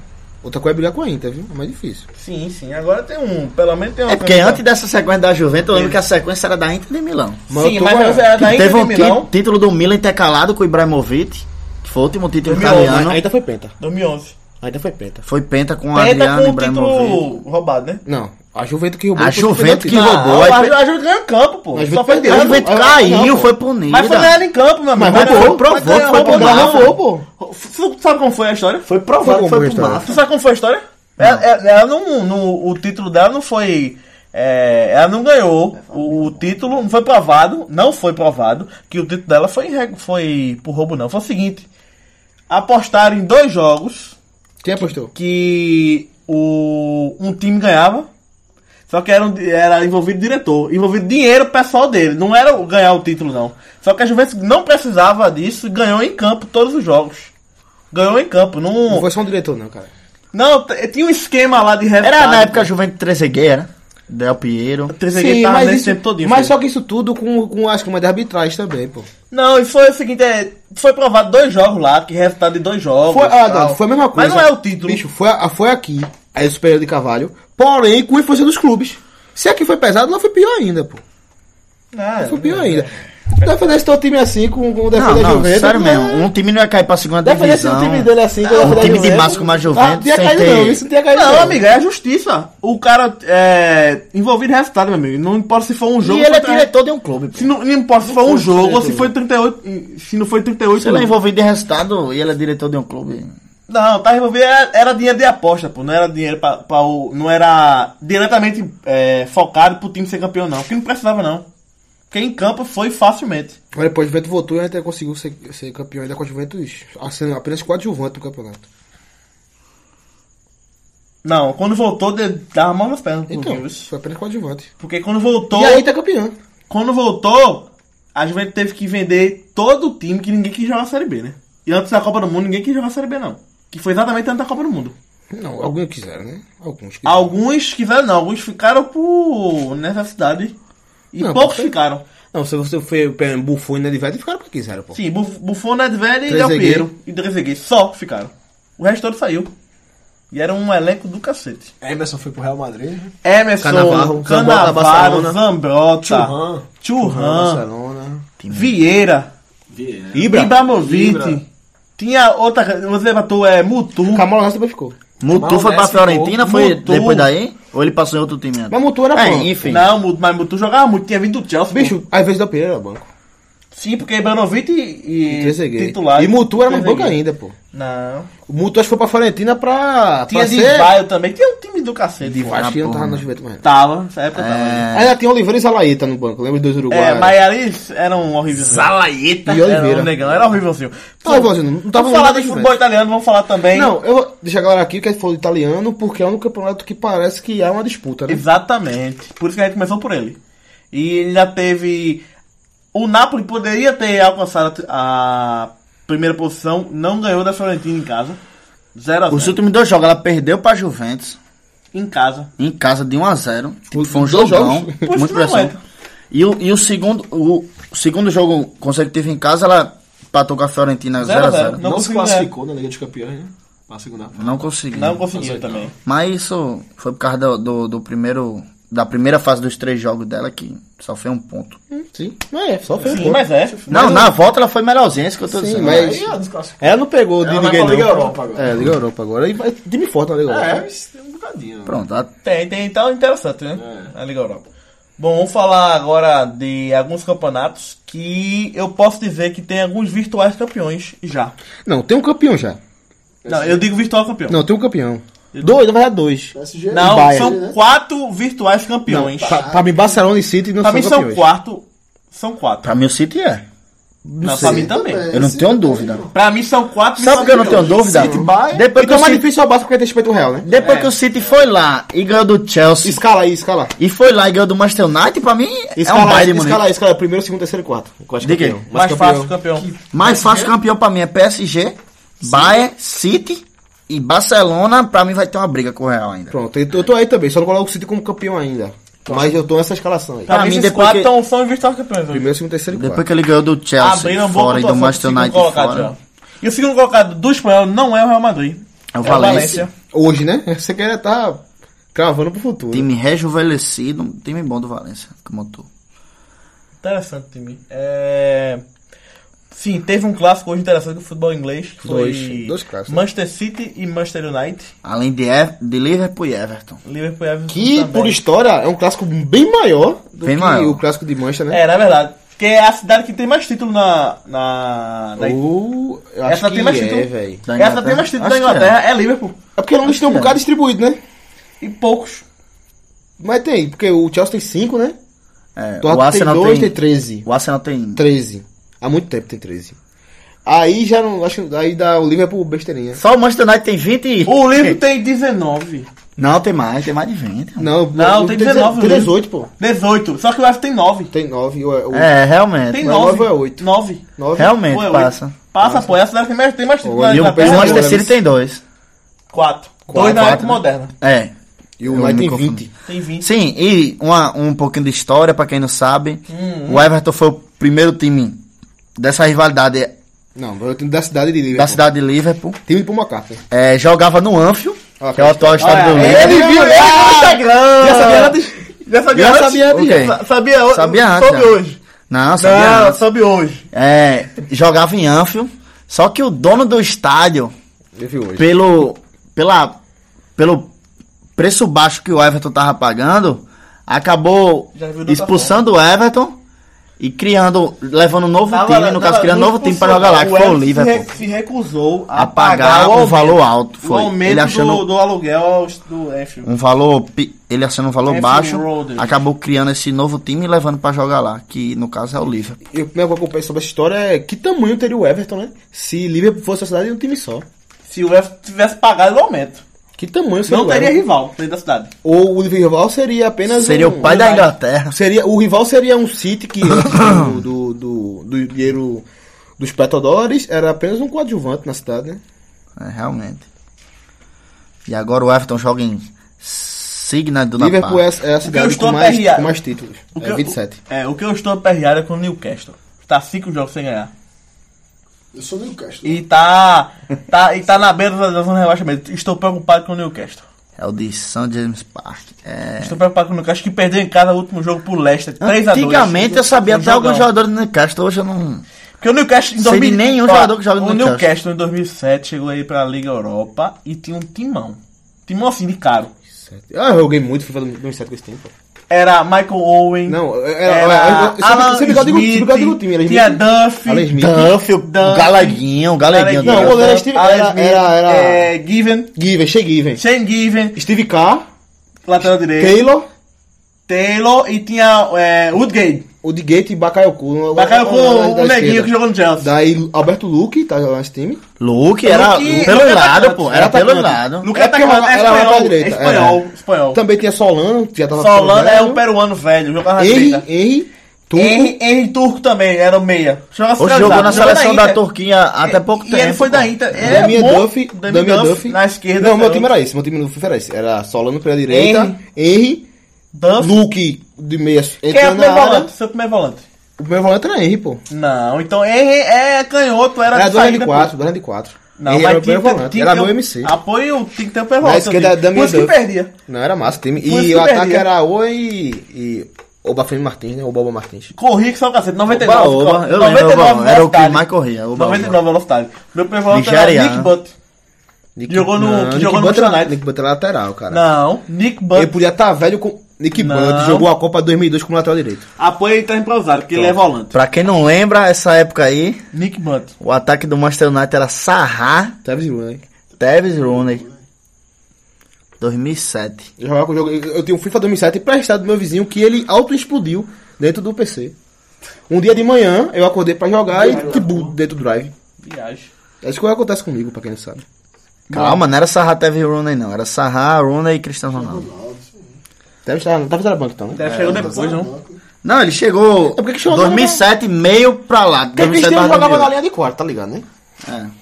[SPEAKER 5] Outra coisa é brigar com a Inter, viu? É mais difícil.
[SPEAKER 4] Sim, sim. Agora tem um. Pelo menos tem um.
[SPEAKER 7] É porque antes dessa sequência da Juventus, eu lembro que a sequência era da Inter de Milão.
[SPEAKER 4] Sim, mas é, era da
[SPEAKER 7] Que
[SPEAKER 4] Inter
[SPEAKER 7] teve
[SPEAKER 4] de
[SPEAKER 7] um
[SPEAKER 4] Milão,
[SPEAKER 7] ti- título do Milan intercalado com o Ibrahimovic, que foi o último título
[SPEAKER 4] 2011,
[SPEAKER 7] italiano.
[SPEAKER 5] né?
[SPEAKER 6] Ainda foi penta.
[SPEAKER 4] 2011.
[SPEAKER 6] Ainda foi penta.
[SPEAKER 7] Foi penta com o
[SPEAKER 4] Penta
[SPEAKER 7] Adriano
[SPEAKER 4] com o
[SPEAKER 7] Ibrahimovic.
[SPEAKER 4] título roubado, né?
[SPEAKER 5] Não, a Juventus que roubou.
[SPEAKER 7] A
[SPEAKER 5] foi
[SPEAKER 7] Juventus que
[SPEAKER 5] perdida.
[SPEAKER 7] roubou.
[SPEAKER 4] Ah, a,
[SPEAKER 7] aí
[SPEAKER 4] a,
[SPEAKER 7] foi-
[SPEAKER 4] Ju- a Juventus ganhou em campo, pô.
[SPEAKER 5] Mas
[SPEAKER 4] Só
[SPEAKER 5] Juventus
[SPEAKER 4] foi
[SPEAKER 7] A
[SPEAKER 5] perdeu.
[SPEAKER 4] ganhando.
[SPEAKER 7] Juventus
[SPEAKER 5] Não,
[SPEAKER 7] caiu,
[SPEAKER 5] não, pô.
[SPEAKER 7] foi punida.
[SPEAKER 4] Mas foi ganhando em campo, meu amigo.
[SPEAKER 7] Mas roubou, provou que foi
[SPEAKER 4] roubou,
[SPEAKER 7] pro
[SPEAKER 4] roubou,
[SPEAKER 7] Rafa.
[SPEAKER 4] roubou, pô. Tu sabe como foi a história?
[SPEAKER 6] Foi provado que foi pro Mafra.
[SPEAKER 4] Tu sabe como foi a história? Ela, ela- ela não, não- o título dela não foi. é, ela não ganhou o, o título, não foi provado, não foi provado que o título dela foi, reg- foi por roubo, não. Foi o seguinte: apostaram em dois jogos
[SPEAKER 5] Quem apostou?
[SPEAKER 4] que o, um time ganhava, só que era, um di- era envolvido diretor, envolvido dinheiro pessoal dele, não era o- ganhar o título, não. Só que a Juventus não precisava disso e ganhou em campo todos os jogos. Ganhou em campo, não.
[SPEAKER 5] Não foi só um diretor, não, cara.
[SPEAKER 4] Não, t- tinha um esquema lá de resultado.
[SPEAKER 7] Era na época a Juventus Trezeguet, né? Del Piero.
[SPEAKER 4] Trezeguet tava nesse tempo todinho.
[SPEAKER 5] mas
[SPEAKER 4] foi.
[SPEAKER 5] só que isso tudo com, com a esquema de arbitragem também, pô.
[SPEAKER 4] Não, e foi o seguinte, é, foi provado dois jogos lá, que resultado de dois jogos.
[SPEAKER 5] Foi, ah,
[SPEAKER 4] tal.
[SPEAKER 5] não, foi a mesma coisa.
[SPEAKER 4] Mas não é o título.
[SPEAKER 5] Bicho, foi, a- foi aqui, a Superior de Carvalho, porém com influência dos clubes. Se aqui foi pesado, lá foi pior ainda, pô.
[SPEAKER 4] Ah,
[SPEAKER 5] Foi pior ainda. Defender esse teu time assim, com, com o
[SPEAKER 7] É. Não,
[SPEAKER 5] defender a
[SPEAKER 7] não,
[SPEAKER 5] Juventus.
[SPEAKER 7] sério
[SPEAKER 5] né?
[SPEAKER 7] mesmo. Um time não ia cair pra segunda
[SPEAKER 5] Defender esse
[SPEAKER 7] divisão.
[SPEAKER 5] time dele assim, com o
[SPEAKER 7] Um
[SPEAKER 5] defender a
[SPEAKER 7] time de
[SPEAKER 5] Juventus.
[SPEAKER 7] massa como a
[SPEAKER 5] Ah,
[SPEAKER 7] Juventus.
[SPEAKER 5] tinha
[SPEAKER 7] sem
[SPEAKER 5] caído não,
[SPEAKER 7] ter-
[SPEAKER 5] isso não tinha caído
[SPEAKER 4] Não, amigo, é a justiça. O cara é envolvido em resultado, meu amigo. Não importa se for um
[SPEAKER 7] E
[SPEAKER 4] jogo.
[SPEAKER 7] ele
[SPEAKER 4] foi
[SPEAKER 7] é
[SPEAKER 4] tre-
[SPEAKER 7] diretor de um clube. pô.
[SPEAKER 4] Se não, não importa se for um jogo ou se foi 38. Se não foi 38,
[SPEAKER 7] Se ele é
[SPEAKER 4] não.
[SPEAKER 7] envolvido em resultado e ele é diretor de um clube.
[SPEAKER 4] Não, tá envolvido. Era, era dinheiro de aposta, pô. Não era dinheiro pra, pra o. Não era diretamente é, focado pro time ser campeão, não. Porque não precisava, não. Porque em campo foi facilmente.
[SPEAKER 5] Mas depois o Juventus voltou e a gente conseguiu ser, ser campeão ainda com a Juventus, sendo apenas coadjuvante do campeonato.
[SPEAKER 4] Não, quando voltou, de- dava mal nas pernas. pro
[SPEAKER 5] Então,
[SPEAKER 4] Juventus.
[SPEAKER 5] foi apenas coadjuvante.
[SPEAKER 4] Porque quando voltou.
[SPEAKER 7] Então,
[SPEAKER 5] E aí tá campeão.
[SPEAKER 4] Quando voltou, a Juventus teve que vender todo o time que ninguém quis jogar a Série B, né? E antes da Copa do Mundo, ninguém quis jogar a Série B, não. Que foi exatamente antes da Copa do Mundo.
[SPEAKER 5] Não, alguns quiseram, né? Alguns quiseram.
[SPEAKER 4] Alguns quiseram, não. Alguns ficaram por necessidade. E
[SPEAKER 5] Não,
[SPEAKER 4] poucos
[SPEAKER 5] porque-
[SPEAKER 4] ficaram.
[SPEAKER 5] Não, se você foi bufão e Nedved, ficaram pra quiseram, pô.
[SPEAKER 4] Sim, Buf- Buffon, Nedved e Del
[SPEAKER 5] Trezeguet.
[SPEAKER 4] Piero. E Trezeguet. Só ficaram. O resto todo saiu. E era um elenco do cacete.
[SPEAKER 8] Emerson foi pro Real Madrid. né?
[SPEAKER 4] Emerson,
[SPEAKER 5] Cannavaro,
[SPEAKER 4] Cannavaro,
[SPEAKER 5] Zambrotta, Barcelona.
[SPEAKER 4] Zambrota,
[SPEAKER 8] Churran.
[SPEAKER 4] Ah. Churran,
[SPEAKER 5] Barcelona.
[SPEAKER 4] Vieira,
[SPEAKER 8] Vieira.
[SPEAKER 5] Ibra.
[SPEAKER 4] Ibrahimovic. Tinha outra. Você matou é Mutu.
[SPEAKER 5] Camaro Resto também ficou.
[SPEAKER 7] Mutu
[SPEAKER 8] Mal
[SPEAKER 7] foi pra
[SPEAKER 8] Messi
[SPEAKER 7] Fiorentina, foi
[SPEAKER 4] Mutu.
[SPEAKER 7] depois daí? Ou ele passou em outro time antes?
[SPEAKER 5] Mas Mutu era
[SPEAKER 4] Ah,
[SPEAKER 7] É,
[SPEAKER 5] banco.
[SPEAKER 7] enfim.
[SPEAKER 4] Não, Mutu, mas Mutu jogava muito, tinha vindo do Chelsea. pô.
[SPEAKER 5] Bicho, às vezes da Pereira era banco.
[SPEAKER 4] Sim, porque Ibrahimovic e, e
[SPEAKER 5] Trezeguet.
[SPEAKER 4] É, titular.
[SPEAKER 5] E Mutu era mais banco
[SPEAKER 4] Trezeguet.
[SPEAKER 5] ainda, pô.
[SPEAKER 4] Não.
[SPEAKER 5] O Mutu acho que foi pra Florentina pra.
[SPEAKER 4] Tinha
[SPEAKER 5] pra
[SPEAKER 4] Divaio também, tinha um time do cacete. pô.
[SPEAKER 5] Acho que ele não tava
[SPEAKER 7] porra.
[SPEAKER 5] na Juventus mais.
[SPEAKER 4] Tava, nessa época tava.
[SPEAKER 7] É,
[SPEAKER 5] Ainda tinha Oliveira e Zalaeta no banco, lembra os dois
[SPEAKER 4] É,
[SPEAKER 5] uruguaios?
[SPEAKER 4] mas ali eles eram horríveis.
[SPEAKER 7] Zalaeta.
[SPEAKER 5] E
[SPEAKER 4] Era
[SPEAKER 5] Oliveira.
[SPEAKER 4] um negão, era horrível assim.
[SPEAKER 5] Tá, Valzinho, não tava
[SPEAKER 4] vamos falar
[SPEAKER 5] nada
[SPEAKER 4] de
[SPEAKER 5] de
[SPEAKER 4] futebol italiano, vamos falar também.
[SPEAKER 5] Não, eu vou deixar a galera aqui que a gente falou de italiano, porque é um campeonato que parece que há uma disputa, né?
[SPEAKER 4] Exatamente. Por isso que a gente começou por ele. E ainda teve. O Napoli poderia ter alcançado a primeira posição, não ganhou da Fiorentina em casa. 0 a 0
[SPEAKER 7] Os últimos dois jogos, ela perdeu pra Juventus,
[SPEAKER 4] em casa.
[SPEAKER 7] em casa de 1x0. Tipo, foi um
[SPEAKER 5] Os dois
[SPEAKER 7] jogão,
[SPEAKER 5] jogos?
[SPEAKER 4] Pois
[SPEAKER 7] muito
[SPEAKER 4] não
[SPEAKER 7] pressão.
[SPEAKER 4] aguenta.
[SPEAKER 7] E o, e o segundo o segundo jogo consecutivo em casa, ela empatou com a Fiorentina
[SPEAKER 4] 0 a 0.
[SPEAKER 7] 0x0.
[SPEAKER 8] Não,
[SPEAKER 4] Não
[SPEAKER 8] se
[SPEAKER 4] conseguiu né?
[SPEAKER 8] classificou na Liga dos Campeões, né? Pra segunda fase.
[SPEAKER 7] Não conseguiu.
[SPEAKER 4] Não conseguiu também.
[SPEAKER 7] Mas isso foi por causa do, do, do primeiro... Da primeira fase dos três jogos dela, que só foi um ponto.
[SPEAKER 5] Sim. É, só foi.
[SPEAKER 4] Sim, mas é.
[SPEAKER 7] Não, na volta ela foi melhorzinha, é isso que eu tô
[SPEAKER 5] Sim,
[SPEAKER 7] dizendo.
[SPEAKER 5] mas.
[SPEAKER 8] Ah, desclassificou.
[SPEAKER 5] Ela não pegou de
[SPEAKER 8] Ela vai
[SPEAKER 5] ninguém,
[SPEAKER 8] pra Liga
[SPEAKER 5] não.
[SPEAKER 8] Europa agora.
[SPEAKER 5] É, Liga Europa agora. E vai time forte na Liga Europa.
[SPEAKER 8] É, isso tem um bocadinho.
[SPEAKER 7] Pronto, a
[SPEAKER 4] Tem, tem então interessante, né?
[SPEAKER 8] É.
[SPEAKER 4] A Liga Europa. Bom, vamos falar agora de alguns campeonatos que eu posso dizer que tem alguns virtuais campeões já.
[SPEAKER 5] Não, tem um campeão já.
[SPEAKER 4] Não, eu digo virtual campeão. Não,
[SPEAKER 5] Não, tem um campeão. Dois, na verdade, dois.
[SPEAKER 8] PSG.
[SPEAKER 5] Bayern,
[SPEAKER 4] são quatro virtuais campeões.
[SPEAKER 7] tá,
[SPEAKER 5] Pra, pra mim, Barcelona e City não
[SPEAKER 4] Pra
[SPEAKER 5] são
[SPEAKER 4] mim
[SPEAKER 5] campeões.
[SPEAKER 4] são quatro. São quatro.
[SPEAKER 7] Pra mim o City é. Tá, Não
[SPEAKER 4] pra mim
[SPEAKER 7] sei.
[SPEAKER 4] também.
[SPEAKER 7] Eu não tenho dúvida.
[SPEAKER 4] Pra mim são quatro
[SPEAKER 7] Sabe por que eu não tenho dúvida?
[SPEAKER 4] City,
[SPEAKER 7] Depois que
[SPEAKER 5] Então é
[SPEAKER 7] o
[SPEAKER 5] mais
[SPEAKER 7] City,
[SPEAKER 5] difícil a base porque tem respeito real, né?
[SPEAKER 7] depois que o City foi lá e ganhou do Chelsea,
[SPEAKER 5] Escala aí, escala.
[SPEAKER 7] e foi lá e ganhou do Manchester United, pra mim
[SPEAKER 5] Escala,
[SPEAKER 7] é um baile, mano.
[SPEAKER 5] escala, escala. Primeiro, segundo, terceiro e quarto. Eu acho
[SPEAKER 7] De quê?
[SPEAKER 5] campeão.
[SPEAKER 4] mais fácil, campeão.
[SPEAKER 7] Mais fácil campeão pra mim é PSG, Bayern, City e Barcelona. Pra mim vai ter uma briga com o Real ainda.
[SPEAKER 5] Pronto, eu tô- eu tô aí também. Só não coloco o City como campeão ainda. Mas eu tô nessa escalação aí.
[SPEAKER 4] Pra,
[SPEAKER 7] Pra
[SPEAKER 4] mim,
[SPEAKER 7] mim,
[SPEAKER 4] esses
[SPEAKER 7] depois
[SPEAKER 4] quatro
[SPEAKER 7] que-
[SPEAKER 4] tão- são os virtuais campeões Ah, hoje.
[SPEAKER 5] Primeiro, segundo, terceiro e
[SPEAKER 7] Depois
[SPEAKER 5] quarto.
[SPEAKER 7] que ele ganhou do Chelsea
[SPEAKER 4] Abriram boa
[SPEAKER 7] fora e do
[SPEAKER 4] pontuação pro
[SPEAKER 7] Manchester
[SPEAKER 4] segundo
[SPEAKER 7] United
[SPEAKER 4] colocado
[SPEAKER 7] fora.
[SPEAKER 4] já. E o segundo colocado do espanhol não é o Real Madrid.
[SPEAKER 7] É o Valência.
[SPEAKER 5] Hoje, né? Você quer estar cravando pro futuro.
[SPEAKER 7] Time rejuvenescido, um time bom do Valência, que montou.
[SPEAKER 4] Interessante time. É... Sim, teve um clássico hoje interessante do futebol inglês, que foi
[SPEAKER 5] Dois- dois clássicos.
[SPEAKER 4] Manchester City e Manchester United.
[SPEAKER 7] Além de, Ev- de Liverpool e Everton.
[SPEAKER 4] Liverpool e Everton
[SPEAKER 5] Que,
[SPEAKER 4] também.
[SPEAKER 5] por história, é um clássico bem maior do
[SPEAKER 7] Bem
[SPEAKER 5] que
[SPEAKER 7] maior.
[SPEAKER 5] o clássico de Mancha, né?
[SPEAKER 4] É, na verdade. Porque é a cidade que tem mais título na... na, na...
[SPEAKER 5] Ou... Eu
[SPEAKER 4] É, Essa
[SPEAKER 5] Uh, acho
[SPEAKER 4] tem mais
[SPEAKER 5] que é,
[SPEAKER 4] título.
[SPEAKER 5] velho.
[SPEAKER 7] Da
[SPEAKER 4] Essa tem
[SPEAKER 7] Inglaterra?
[SPEAKER 4] mais título da
[SPEAKER 7] Acho que é.
[SPEAKER 4] Inglaterra, é. Liverpool.
[SPEAKER 5] É porque o Londres tem um bocado distribuído, né?
[SPEAKER 4] E poucos.
[SPEAKER 5] Mas tem, porque o Chelsea tem 5, né?
[SPEAKER 7] É,
[SPEAKER 5] O Arsenal tem 2, tem 13.
[SPEAKER 7] O Arsenal tem
[SPEAKER 5] 13. Há muito tempo tem 13. Aí já não. Acho, aí dá o Liverpool besteirinha.
[SPEAKER 7] Só o Manchester United tem 20 e...
[SPEAKER 5] Uh!
[SPEAKER 4] O Liverpool tem 19.
[SPEAKER 7] Não, tem mais, tem mais de 20.
[SPEAKER 5] Não,
[SPEAKER 4] Não, tem 19,
[SPEAKER 5] Tem
[SPEAKER 4] né?
[SPEAKER 5] 18, pô.
[SPEAKER 4] 18. Só que o Everton tem 9.
[SPEAKER 5] Tem 9. O, o,
[SPEAKER 7] É, realmente.
[SPEAKER 4] Tem
[SPEAKER 5] Não,
[SPEAKER 4] 9.
[SPEAKER 5] nove é oito.
[SPEAKER 4] 9.
[SPEAKER 5] 9.
[SPEAKER 7] Realmente,
[SPEAKER 4] Pô, é
[SPEAKER 7] passa.
[SPEAKER 4] Passa, pô. Essa cidade tem mais, tem mais título
[SPEAKER 5] Olha,
[SPEAKER 4] na
[SPEAKER 7] E o, e o
[SPEAKER 4] Inglaterra.
[SPEAKER 7] Manchester City tem dois.
[SPEAKER 4] 4. 2 na
[SPEAKER 7] Quatro,
[SPEAKER 4] época
[SPEAKER 7] né?
[SPEAKER 4] moderna.
[SPEAKER 7] É.
[SPEAKER 5] E o
[SPEAKER 7] Eu
[SPEAKER 5] Light
[SPEAKER 7] me
[SPEAKER 5] tem
[SPEAKER 7] confundo.
[SPEAKER 5] 20.
[SPEAKER 4] Tem 20.
[SPEAKER 7] Sim, e uma- um pouquinho de história, pra quem não sabe.
[SPEAKER 5] Hum.
[SPEAKER 7] O Everton foi o primeiro time dessa rivalidade
[SPEAKER 5] Não, eu tenho da cidade de Liverpool.
[SPEAKER 7] da cidade de Liverpool.
[SPEAKER 5] Time pro McCartney.
[SPEAKER 7] É, jogava no Anfield,
[SPEAKER 5] Ah,
[SPEAKER 7] que é o atual estádio do Liverpool. né?
[SPEAKER 5] viu, ele viu no
[SPEAKER 7] Instagram!
[SPEAKER 4] Já sabia antes? Já sabia
[SPEAKER 7] Já
[SPEAKER 4] antes?
[SPEAKER 7] sabia é antes,
[SPEAKER 4] Ok.
[SPEAKER 7] gente.
[SPEAKER 4] Sa- Sabia hoje?
[SPEAKER 7] Sabia antes,
[SPEAKER 4] Soube
[SPEAKER 7] já.
[SPEAKER 4] hoje.
[SPEAKER 7] Não, sabia
[SPEAKER 4] Não,
[SPEAKER 7] não.
[SPEAKER 4] soube hoje.
[SPEAKER 7] É, jogava em Anfield, só que o dono do estádio,
[SPEAKER 5] Eu vi hoje.
[SPEAKER 7] pelo, pela, pelo preço baixo que o Everton tava pagando, acabou
[SPEAKER 4] Já viu da outra
[SPEAKER 7] expulsando o Everton e criando, levando um novo
[SPEAKER 4] Tava-
[SPEAKER 7] time, no
[SPEAKER 4] tava
[SPEAKER 7] caso, criando um novo
[SPEAKER 4] muito
[SPEAKER 7] time pra jogar lá, que
[SPEAKER 4] funcional.
[SPEAKER 7] foi o
[SPEAKER 4] Everton
[SPEAKER 7] Liverpool.
[SPEAKER 4] Se, re- se recusou a
[SPEAKER 7] A pagar
[SPEAKER 4] pagar
[SPEAKER 7] um
[SPEAKER 4] aumento-
[SPEAKER 7] valor alto, foi.
[SPEAKER 4] O aumento
[SPEAKER 7] Ele achando-
[SPEAKER 4] do, do aluguel aos- do Enfield.
[SPEAKER 7] um valor, pi- ele achando um valor
[SPEAKER 4] Anfield
[SPEAKER 7] baixo,
[SPEAKER 4] Road.
[SPEAKER 7] acabou criando esse novo time e levando pra jogar lá, que no caso é o Liverpool.
[SPEAKER 5] E o que me acompanha sobre essa história é que tamanho teria o Everton, né? Se Liverpool fosse a cidade de um time só.
[SPEAKER 4] Se o Everton tivesse pagado o aumento.
[SPEAKER 5] Que tamanho seria
[SPEAKER 4] Não
[SPEAKER 5] o
[SPEAKER 4] teria
[SPEAKER 5] Everton?
[SPEAKER 4] rival dentro da cidade.
[SPEAKER 5] Ou o rival seria apenas
[SPEAKER 7] Seria
[SPEAKER 5] um-
[SPEAKER 7] o pai da
[SPEAKER 4] United.
[SPEAKER 7] Inglaterra.
[SPEAKER 5] Seria, o rival seria um City que antes do, do, do, do dinheiro dos petrodólares era apenas um coadjuvante na cidade, né?
[SPEAKER 7] É, realmente. E agora o Everton joga em Signa do
[SPEAKER 5] Liverpool é,
[SPEAKER 7] Napa.
[SPEAKER 5] a- é a cidade
[SPEAKER 4] estou
[SPEAKER 5] com mais,
[SPEAKER 4] aperreado.
[SPEAKER 5] com mais títulos.
[SPEAKER 4] O que
[SPEAKER 5] É
[SPEAKER 4] eu-
[SPEAKER 5] 27.
[SPEAKER 4] o- é, o que eu estou aperreado é com o Newcastle. Tá cinco jogos sem ganhar.
[SPEAKER 12] Eu sou Newcastle.
[SPEAKER 4] E tá. tá e tá na beira da da zona de rebaixamento. Estou preocupado com o Newcastle.
[SPEAKER 7] É o de St. James Park. É...
[SPEAKER 4] Estou preocupado com o Newcastle que perdeu em casa o último jogo pro Leicester. 3 a 2
[SPEAKER 7] Antigamente eu sabia até
[SPEAKER 4] jogão.
[SPEAKER 7] alguns jogadores do Newcastle, hoje eu não...
[SPEAKER 4] Porque o Newcastle em
[SPEAKER 7] Sei de
[SPEAKER 4] 2000
[SPEAKER 7] nenhum jogador que joga no
[SPEAKER 4] O
[SPEAKER 7] Newcastle.
[SPEAKER 4] Newcastle em 2007 chegou aí pra Liga Europa e tinha um timão. Timão assim de caro.
[SPEAKER 5] Ah, eu joguei muito FIFA 2007 com esse tempo.
[SPEAKER 4] Era Michael Owen.
[SPEAKER 5] Não, era-
[SPEAKER 4] era,
[SPEAKER 5] era- eu- eu-
[SPEAKER 4] Alan
[SPEAKER 5] sabe que eu digo-
[SPEAKER 4] Smith,
[SPEAKER 5] sabe que eu digo time, era
[SPEAKER 4] tinha
[SPEAKER 5] Smith.
[SPEAKER 4] Duff.
[SPEAKER 5] Alan Smith.
[SPEAKER 7] Duff, o
[SPEAKER 4] Duff,
[SPEAKER 7] Galaguinho, o Um Galeguinho.
[SPEAKER 5] Não, o
[SPEAKER 7] Duff.
[SPEAKER 5] goleiro era Steve- era- era- era-
[SPEAKER 4] é, Given.
[SPEAKER 5] Given, Shea Given.
[SPEAKER 4] Shane Given,
[SPEAKER 5] Steve Carr,
[SPEAKER 4] lateral direito.
[SPEAKER 5] Taylor,
[SPEAKER 4] Taylor e tinha é, Woodgate.
[SPEAKER 5] Odigate e Bakayoko.
[SPEAKER 4] Bacana com
[SPEAKER 5] Na- na- na
[SPEAKER 4] o neguinho
[SPEAKER 5] esquerda.
[SPEAKER 4] que jogou no Chelsea.
[SPEAKER 5] Daí Alberto Luque, tá lá nesse time.
[SPEAKER 7] Luke era
[SPEAKER 4] Luke-
[SPEAKER 7] pelo
[SPEAKER 4] Luke
[SPEAKER 7] lado,
[SPEAKER 4] é atacante,
[SPEAKER 7] pô.
[SPEAKER 5] era
[SPEAKER 7] Era pelo
[SPEAKER 5] atacante.
[SPEAKER 7] lado.
[SPEAKER 4] Luke
[SPEAKER 5] é porque
[SPEAKER 4] atacante, é
[SPEAKER 5] ela- ela
[SPEAKER 4] espanhol.
[SPEAKER 5] vai pra direita, é.
[SPEAKER 4] Espanhol, espanhol.
[SPEAKER 5] Também tinha Solano, que já tava
[SPEAKER 4] Solano é
[SPEAKER 5] velho.
[SPEAKER 4] um peruano velho, jogava na
[SPEAKER 5] Henry,
[SPEAKER 4] direita.
[SPEAKER 5] Henry, Turco.
[SPEAKER 4] Henry, Henry Turco também, era o meia. Joga
[SPEAKER 7] Hoje
[SPEAKER 4] centralizado,
[SPEAKER 7] jogou na
[SPEAKER 4] jogou
[SPEAKER 7] seleção da
[SPEAKER 4] Inter. É,
[SPEAKER 7] Turquia até pouco
[SPEAKER 4] e
[SPEAKER 7] tempo.
[SPEAKER 4] ele foi
[SPEAKER 7] pô.
[SPEAKER 4] da Inter. Ele
[SPEAKER 5] Damien
[SPEAKER 4] é bom.
[SPEAKER 5] Duff,
[SPEAKER 4] Damien
[SPEAKER 5] Damien
[SPEAKER 4] Duff,
[SPEAKER 5] Duff.
[SPEAKER 4] Na esquerda.
[SPEAKER 5] Não, meu time era esse, meu time no FIFA era esse. Era Solano pela direita, Henry,
[SPEAKER 4] Duff.
[SPEAKER 5] Luke de meia entrando
[SPEAKER 4] Quem é o primeiro
[SPEAKER 5] na área.
[SPEAKER 4] volante? Seu primeiro volante.
[SPEAKER 5] O primeiro volante era Henry, pô.
[SPEAKER 4] Não, então Henry é canhoto, era,
[SPEAKER 5] Era
[SPEAKER 4] de
[SPEAKER 5] 2
[SPEAKER 4] saída.
[SPEAKER 5] de
[SPEAKER 4] pô.
[SPEAKER 5] 4, 2 de 4.
[SPEAKER 4] Não,
[SPEAKER 5] Henry
[SPEAKER 4] mas
[SPEAKER 5] era o
[SPEAKER 4] tinha,
[SPEAKER 5] primeiro volante,
[SPEAKER 4] tinha
[SPEAKER 5] era
[SPEAKER 4] que ter
[SPEAKER 5] meu
[SPEAKER 4] um-
[SPEAKER 5] MC.
[SPEAKER 4] Apoio tem que ter o primeiro
[SPEAKER 5] Na
[SPEAKER 4] volante.
[SPEAKER 5] esquerda
[SPEAKER 4] assim.
[SPEAKER 5] é Damien
[SPEAKER 4] Por isso que
[SPEAKER 5] Duff.
[SPEAKER 4] perdia.
[SPEAKER 5] Não, era massa o time.
[SPEAKER 4] Por isso
[SPEAKER 5] E
[SPEAKER 4] que
[SPEAKER 5] o ataque
[SPEAKER 4] perdia.
[SPEAKER 5] era Oa e... e... Obafemi Martins, né? Oba Martins.
[SPEAKER 4] Corria que só o cacete. 99.
[SPEAKER 7] Oba, oba, eu lembro, oba, era o que
[SPEAKER 4] velocidade.
[SPEAKER 7] mais corria. Oba, oba.
[SPEAKER 4] 99 velocidade. Meu primeiro volante era
[SPEAKER 7] Nigeriano.
[SPEAKER 4] Nick Butt.
[SPEAKER 5] Nick-
[SPEAKER 4] Jogou no- que
[SPEAKER 5] Nick
[SPEAKER 4] jogou no
[SPEAKER 5] Butt era-
[SPEAKER 4] United.
[SPEAKER 5] Nick Butt era lateral, cara.
[SPEAKER 4] Não, Nick
[SPEAKER 5] Ele
[SPEAKER 4] Butt.
[SPEAKER 5] podia estar velho com... Nick
[SPEAKER 4] Não.
[SPEAKER 5] Butt jogou a Copa 2002 como lateral direito.
[SPEAKER 4] Apoio interimprovisado, porque ele é volante.
[SPEAKER 7] Pra quem não lembra, essa época aí,
[SPEAKER 4] Nick Butt.
[SPEAKER 7] o ataque do Manchester United era Sarrar,
[SPEAKER 5] Tevez e Rooney.
[SPEAKER 7] Tevez Rooney. 2007.
[SPEAKER 5] Eu jogava com o jogo. Eu eu tenho um FIFA 2007 emprestado do meu vizinho que ele auto-explodiu dentro do PC. Um dia de manhã eu acordei pra jogar e tipo, dentro do drive.
[SPEAKER 4] Viagem.
[SPEAKER 5] É isso que acontece comigo, pra quem não sabe.
[SPEAKER 7] Calma, não era Sarrar Tevin Rooney, não. Era Sarrar, Rooney e Cristiano Ronaldo.
[SPEAKER 5] Deve estar, deve estar na banca então, né?
[SPEAKER 4] Deve chegar depois, não.
[SPEAKER 7] Não, ele chegou
[SPEAKER 5] É, porque Cristiano
[SPEAKER 7] 2007 e meio pra lá.
[SPEAKER 5] Porque
[SPEAKER 7] 2007
[SPEAKER 5] Cristiano
[SPEAKER 7] barra
[SPEAKER 5] jogava na
[SPEAKER 7] 2008.
[SPEAKER 5] linha de quarto, tá ligado, né?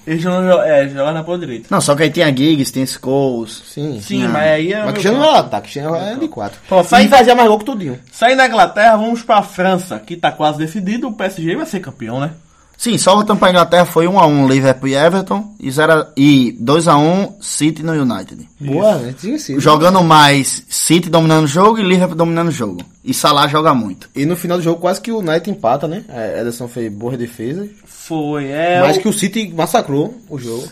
[SPEAKER 4] Ele joga, é, joga na ponta direita.
[SPEAKER 7] Não, só que aí tinha Giggs, tinha Scholes.
[SPEAKER 5] Sim.
[SPEAKER 4] Sim, mas aí é.
[SPEAKER 5] Mas
[SPEAKER 4] meu
[SPEAKER 5] Cristiano não
[SPEAKER 4] campo.
[SPEAKER 5] era ataque, Cristiano era de quatro.
[SPEAKER 4] Pô,
[SPEAKER 5] E
[SPEAKER 4] sai,
[SPEAKER 5] fazia mais gol que tudinho.
[SPEAKER 4] sai da Inglaterra, vamos pra França, que tá quase decidido. O PSG vai ser campeão, né?
[SPEAKER 7] Sim, só voltando pra Inglaterra foi 1x1 Liverpool e Everton e, zero- e 2x1 City no United.
[SPEAKER 5] Boa, né? Tinha sido.
[SPEAKER 7] Jogando mais, City dominando o jogo e Liverpool dominando o jogo. E Salah joga muito.
[SPEAKER 5] E no final do jogo quase que o Knight empata, né? A Ederson fez boa defesa.
[SPEAKER 4] Foi, é.
[SPEAKER 5] mas
[SPEAKER 4] o-
[SPEAKER 5] que o City massacrou o jogo.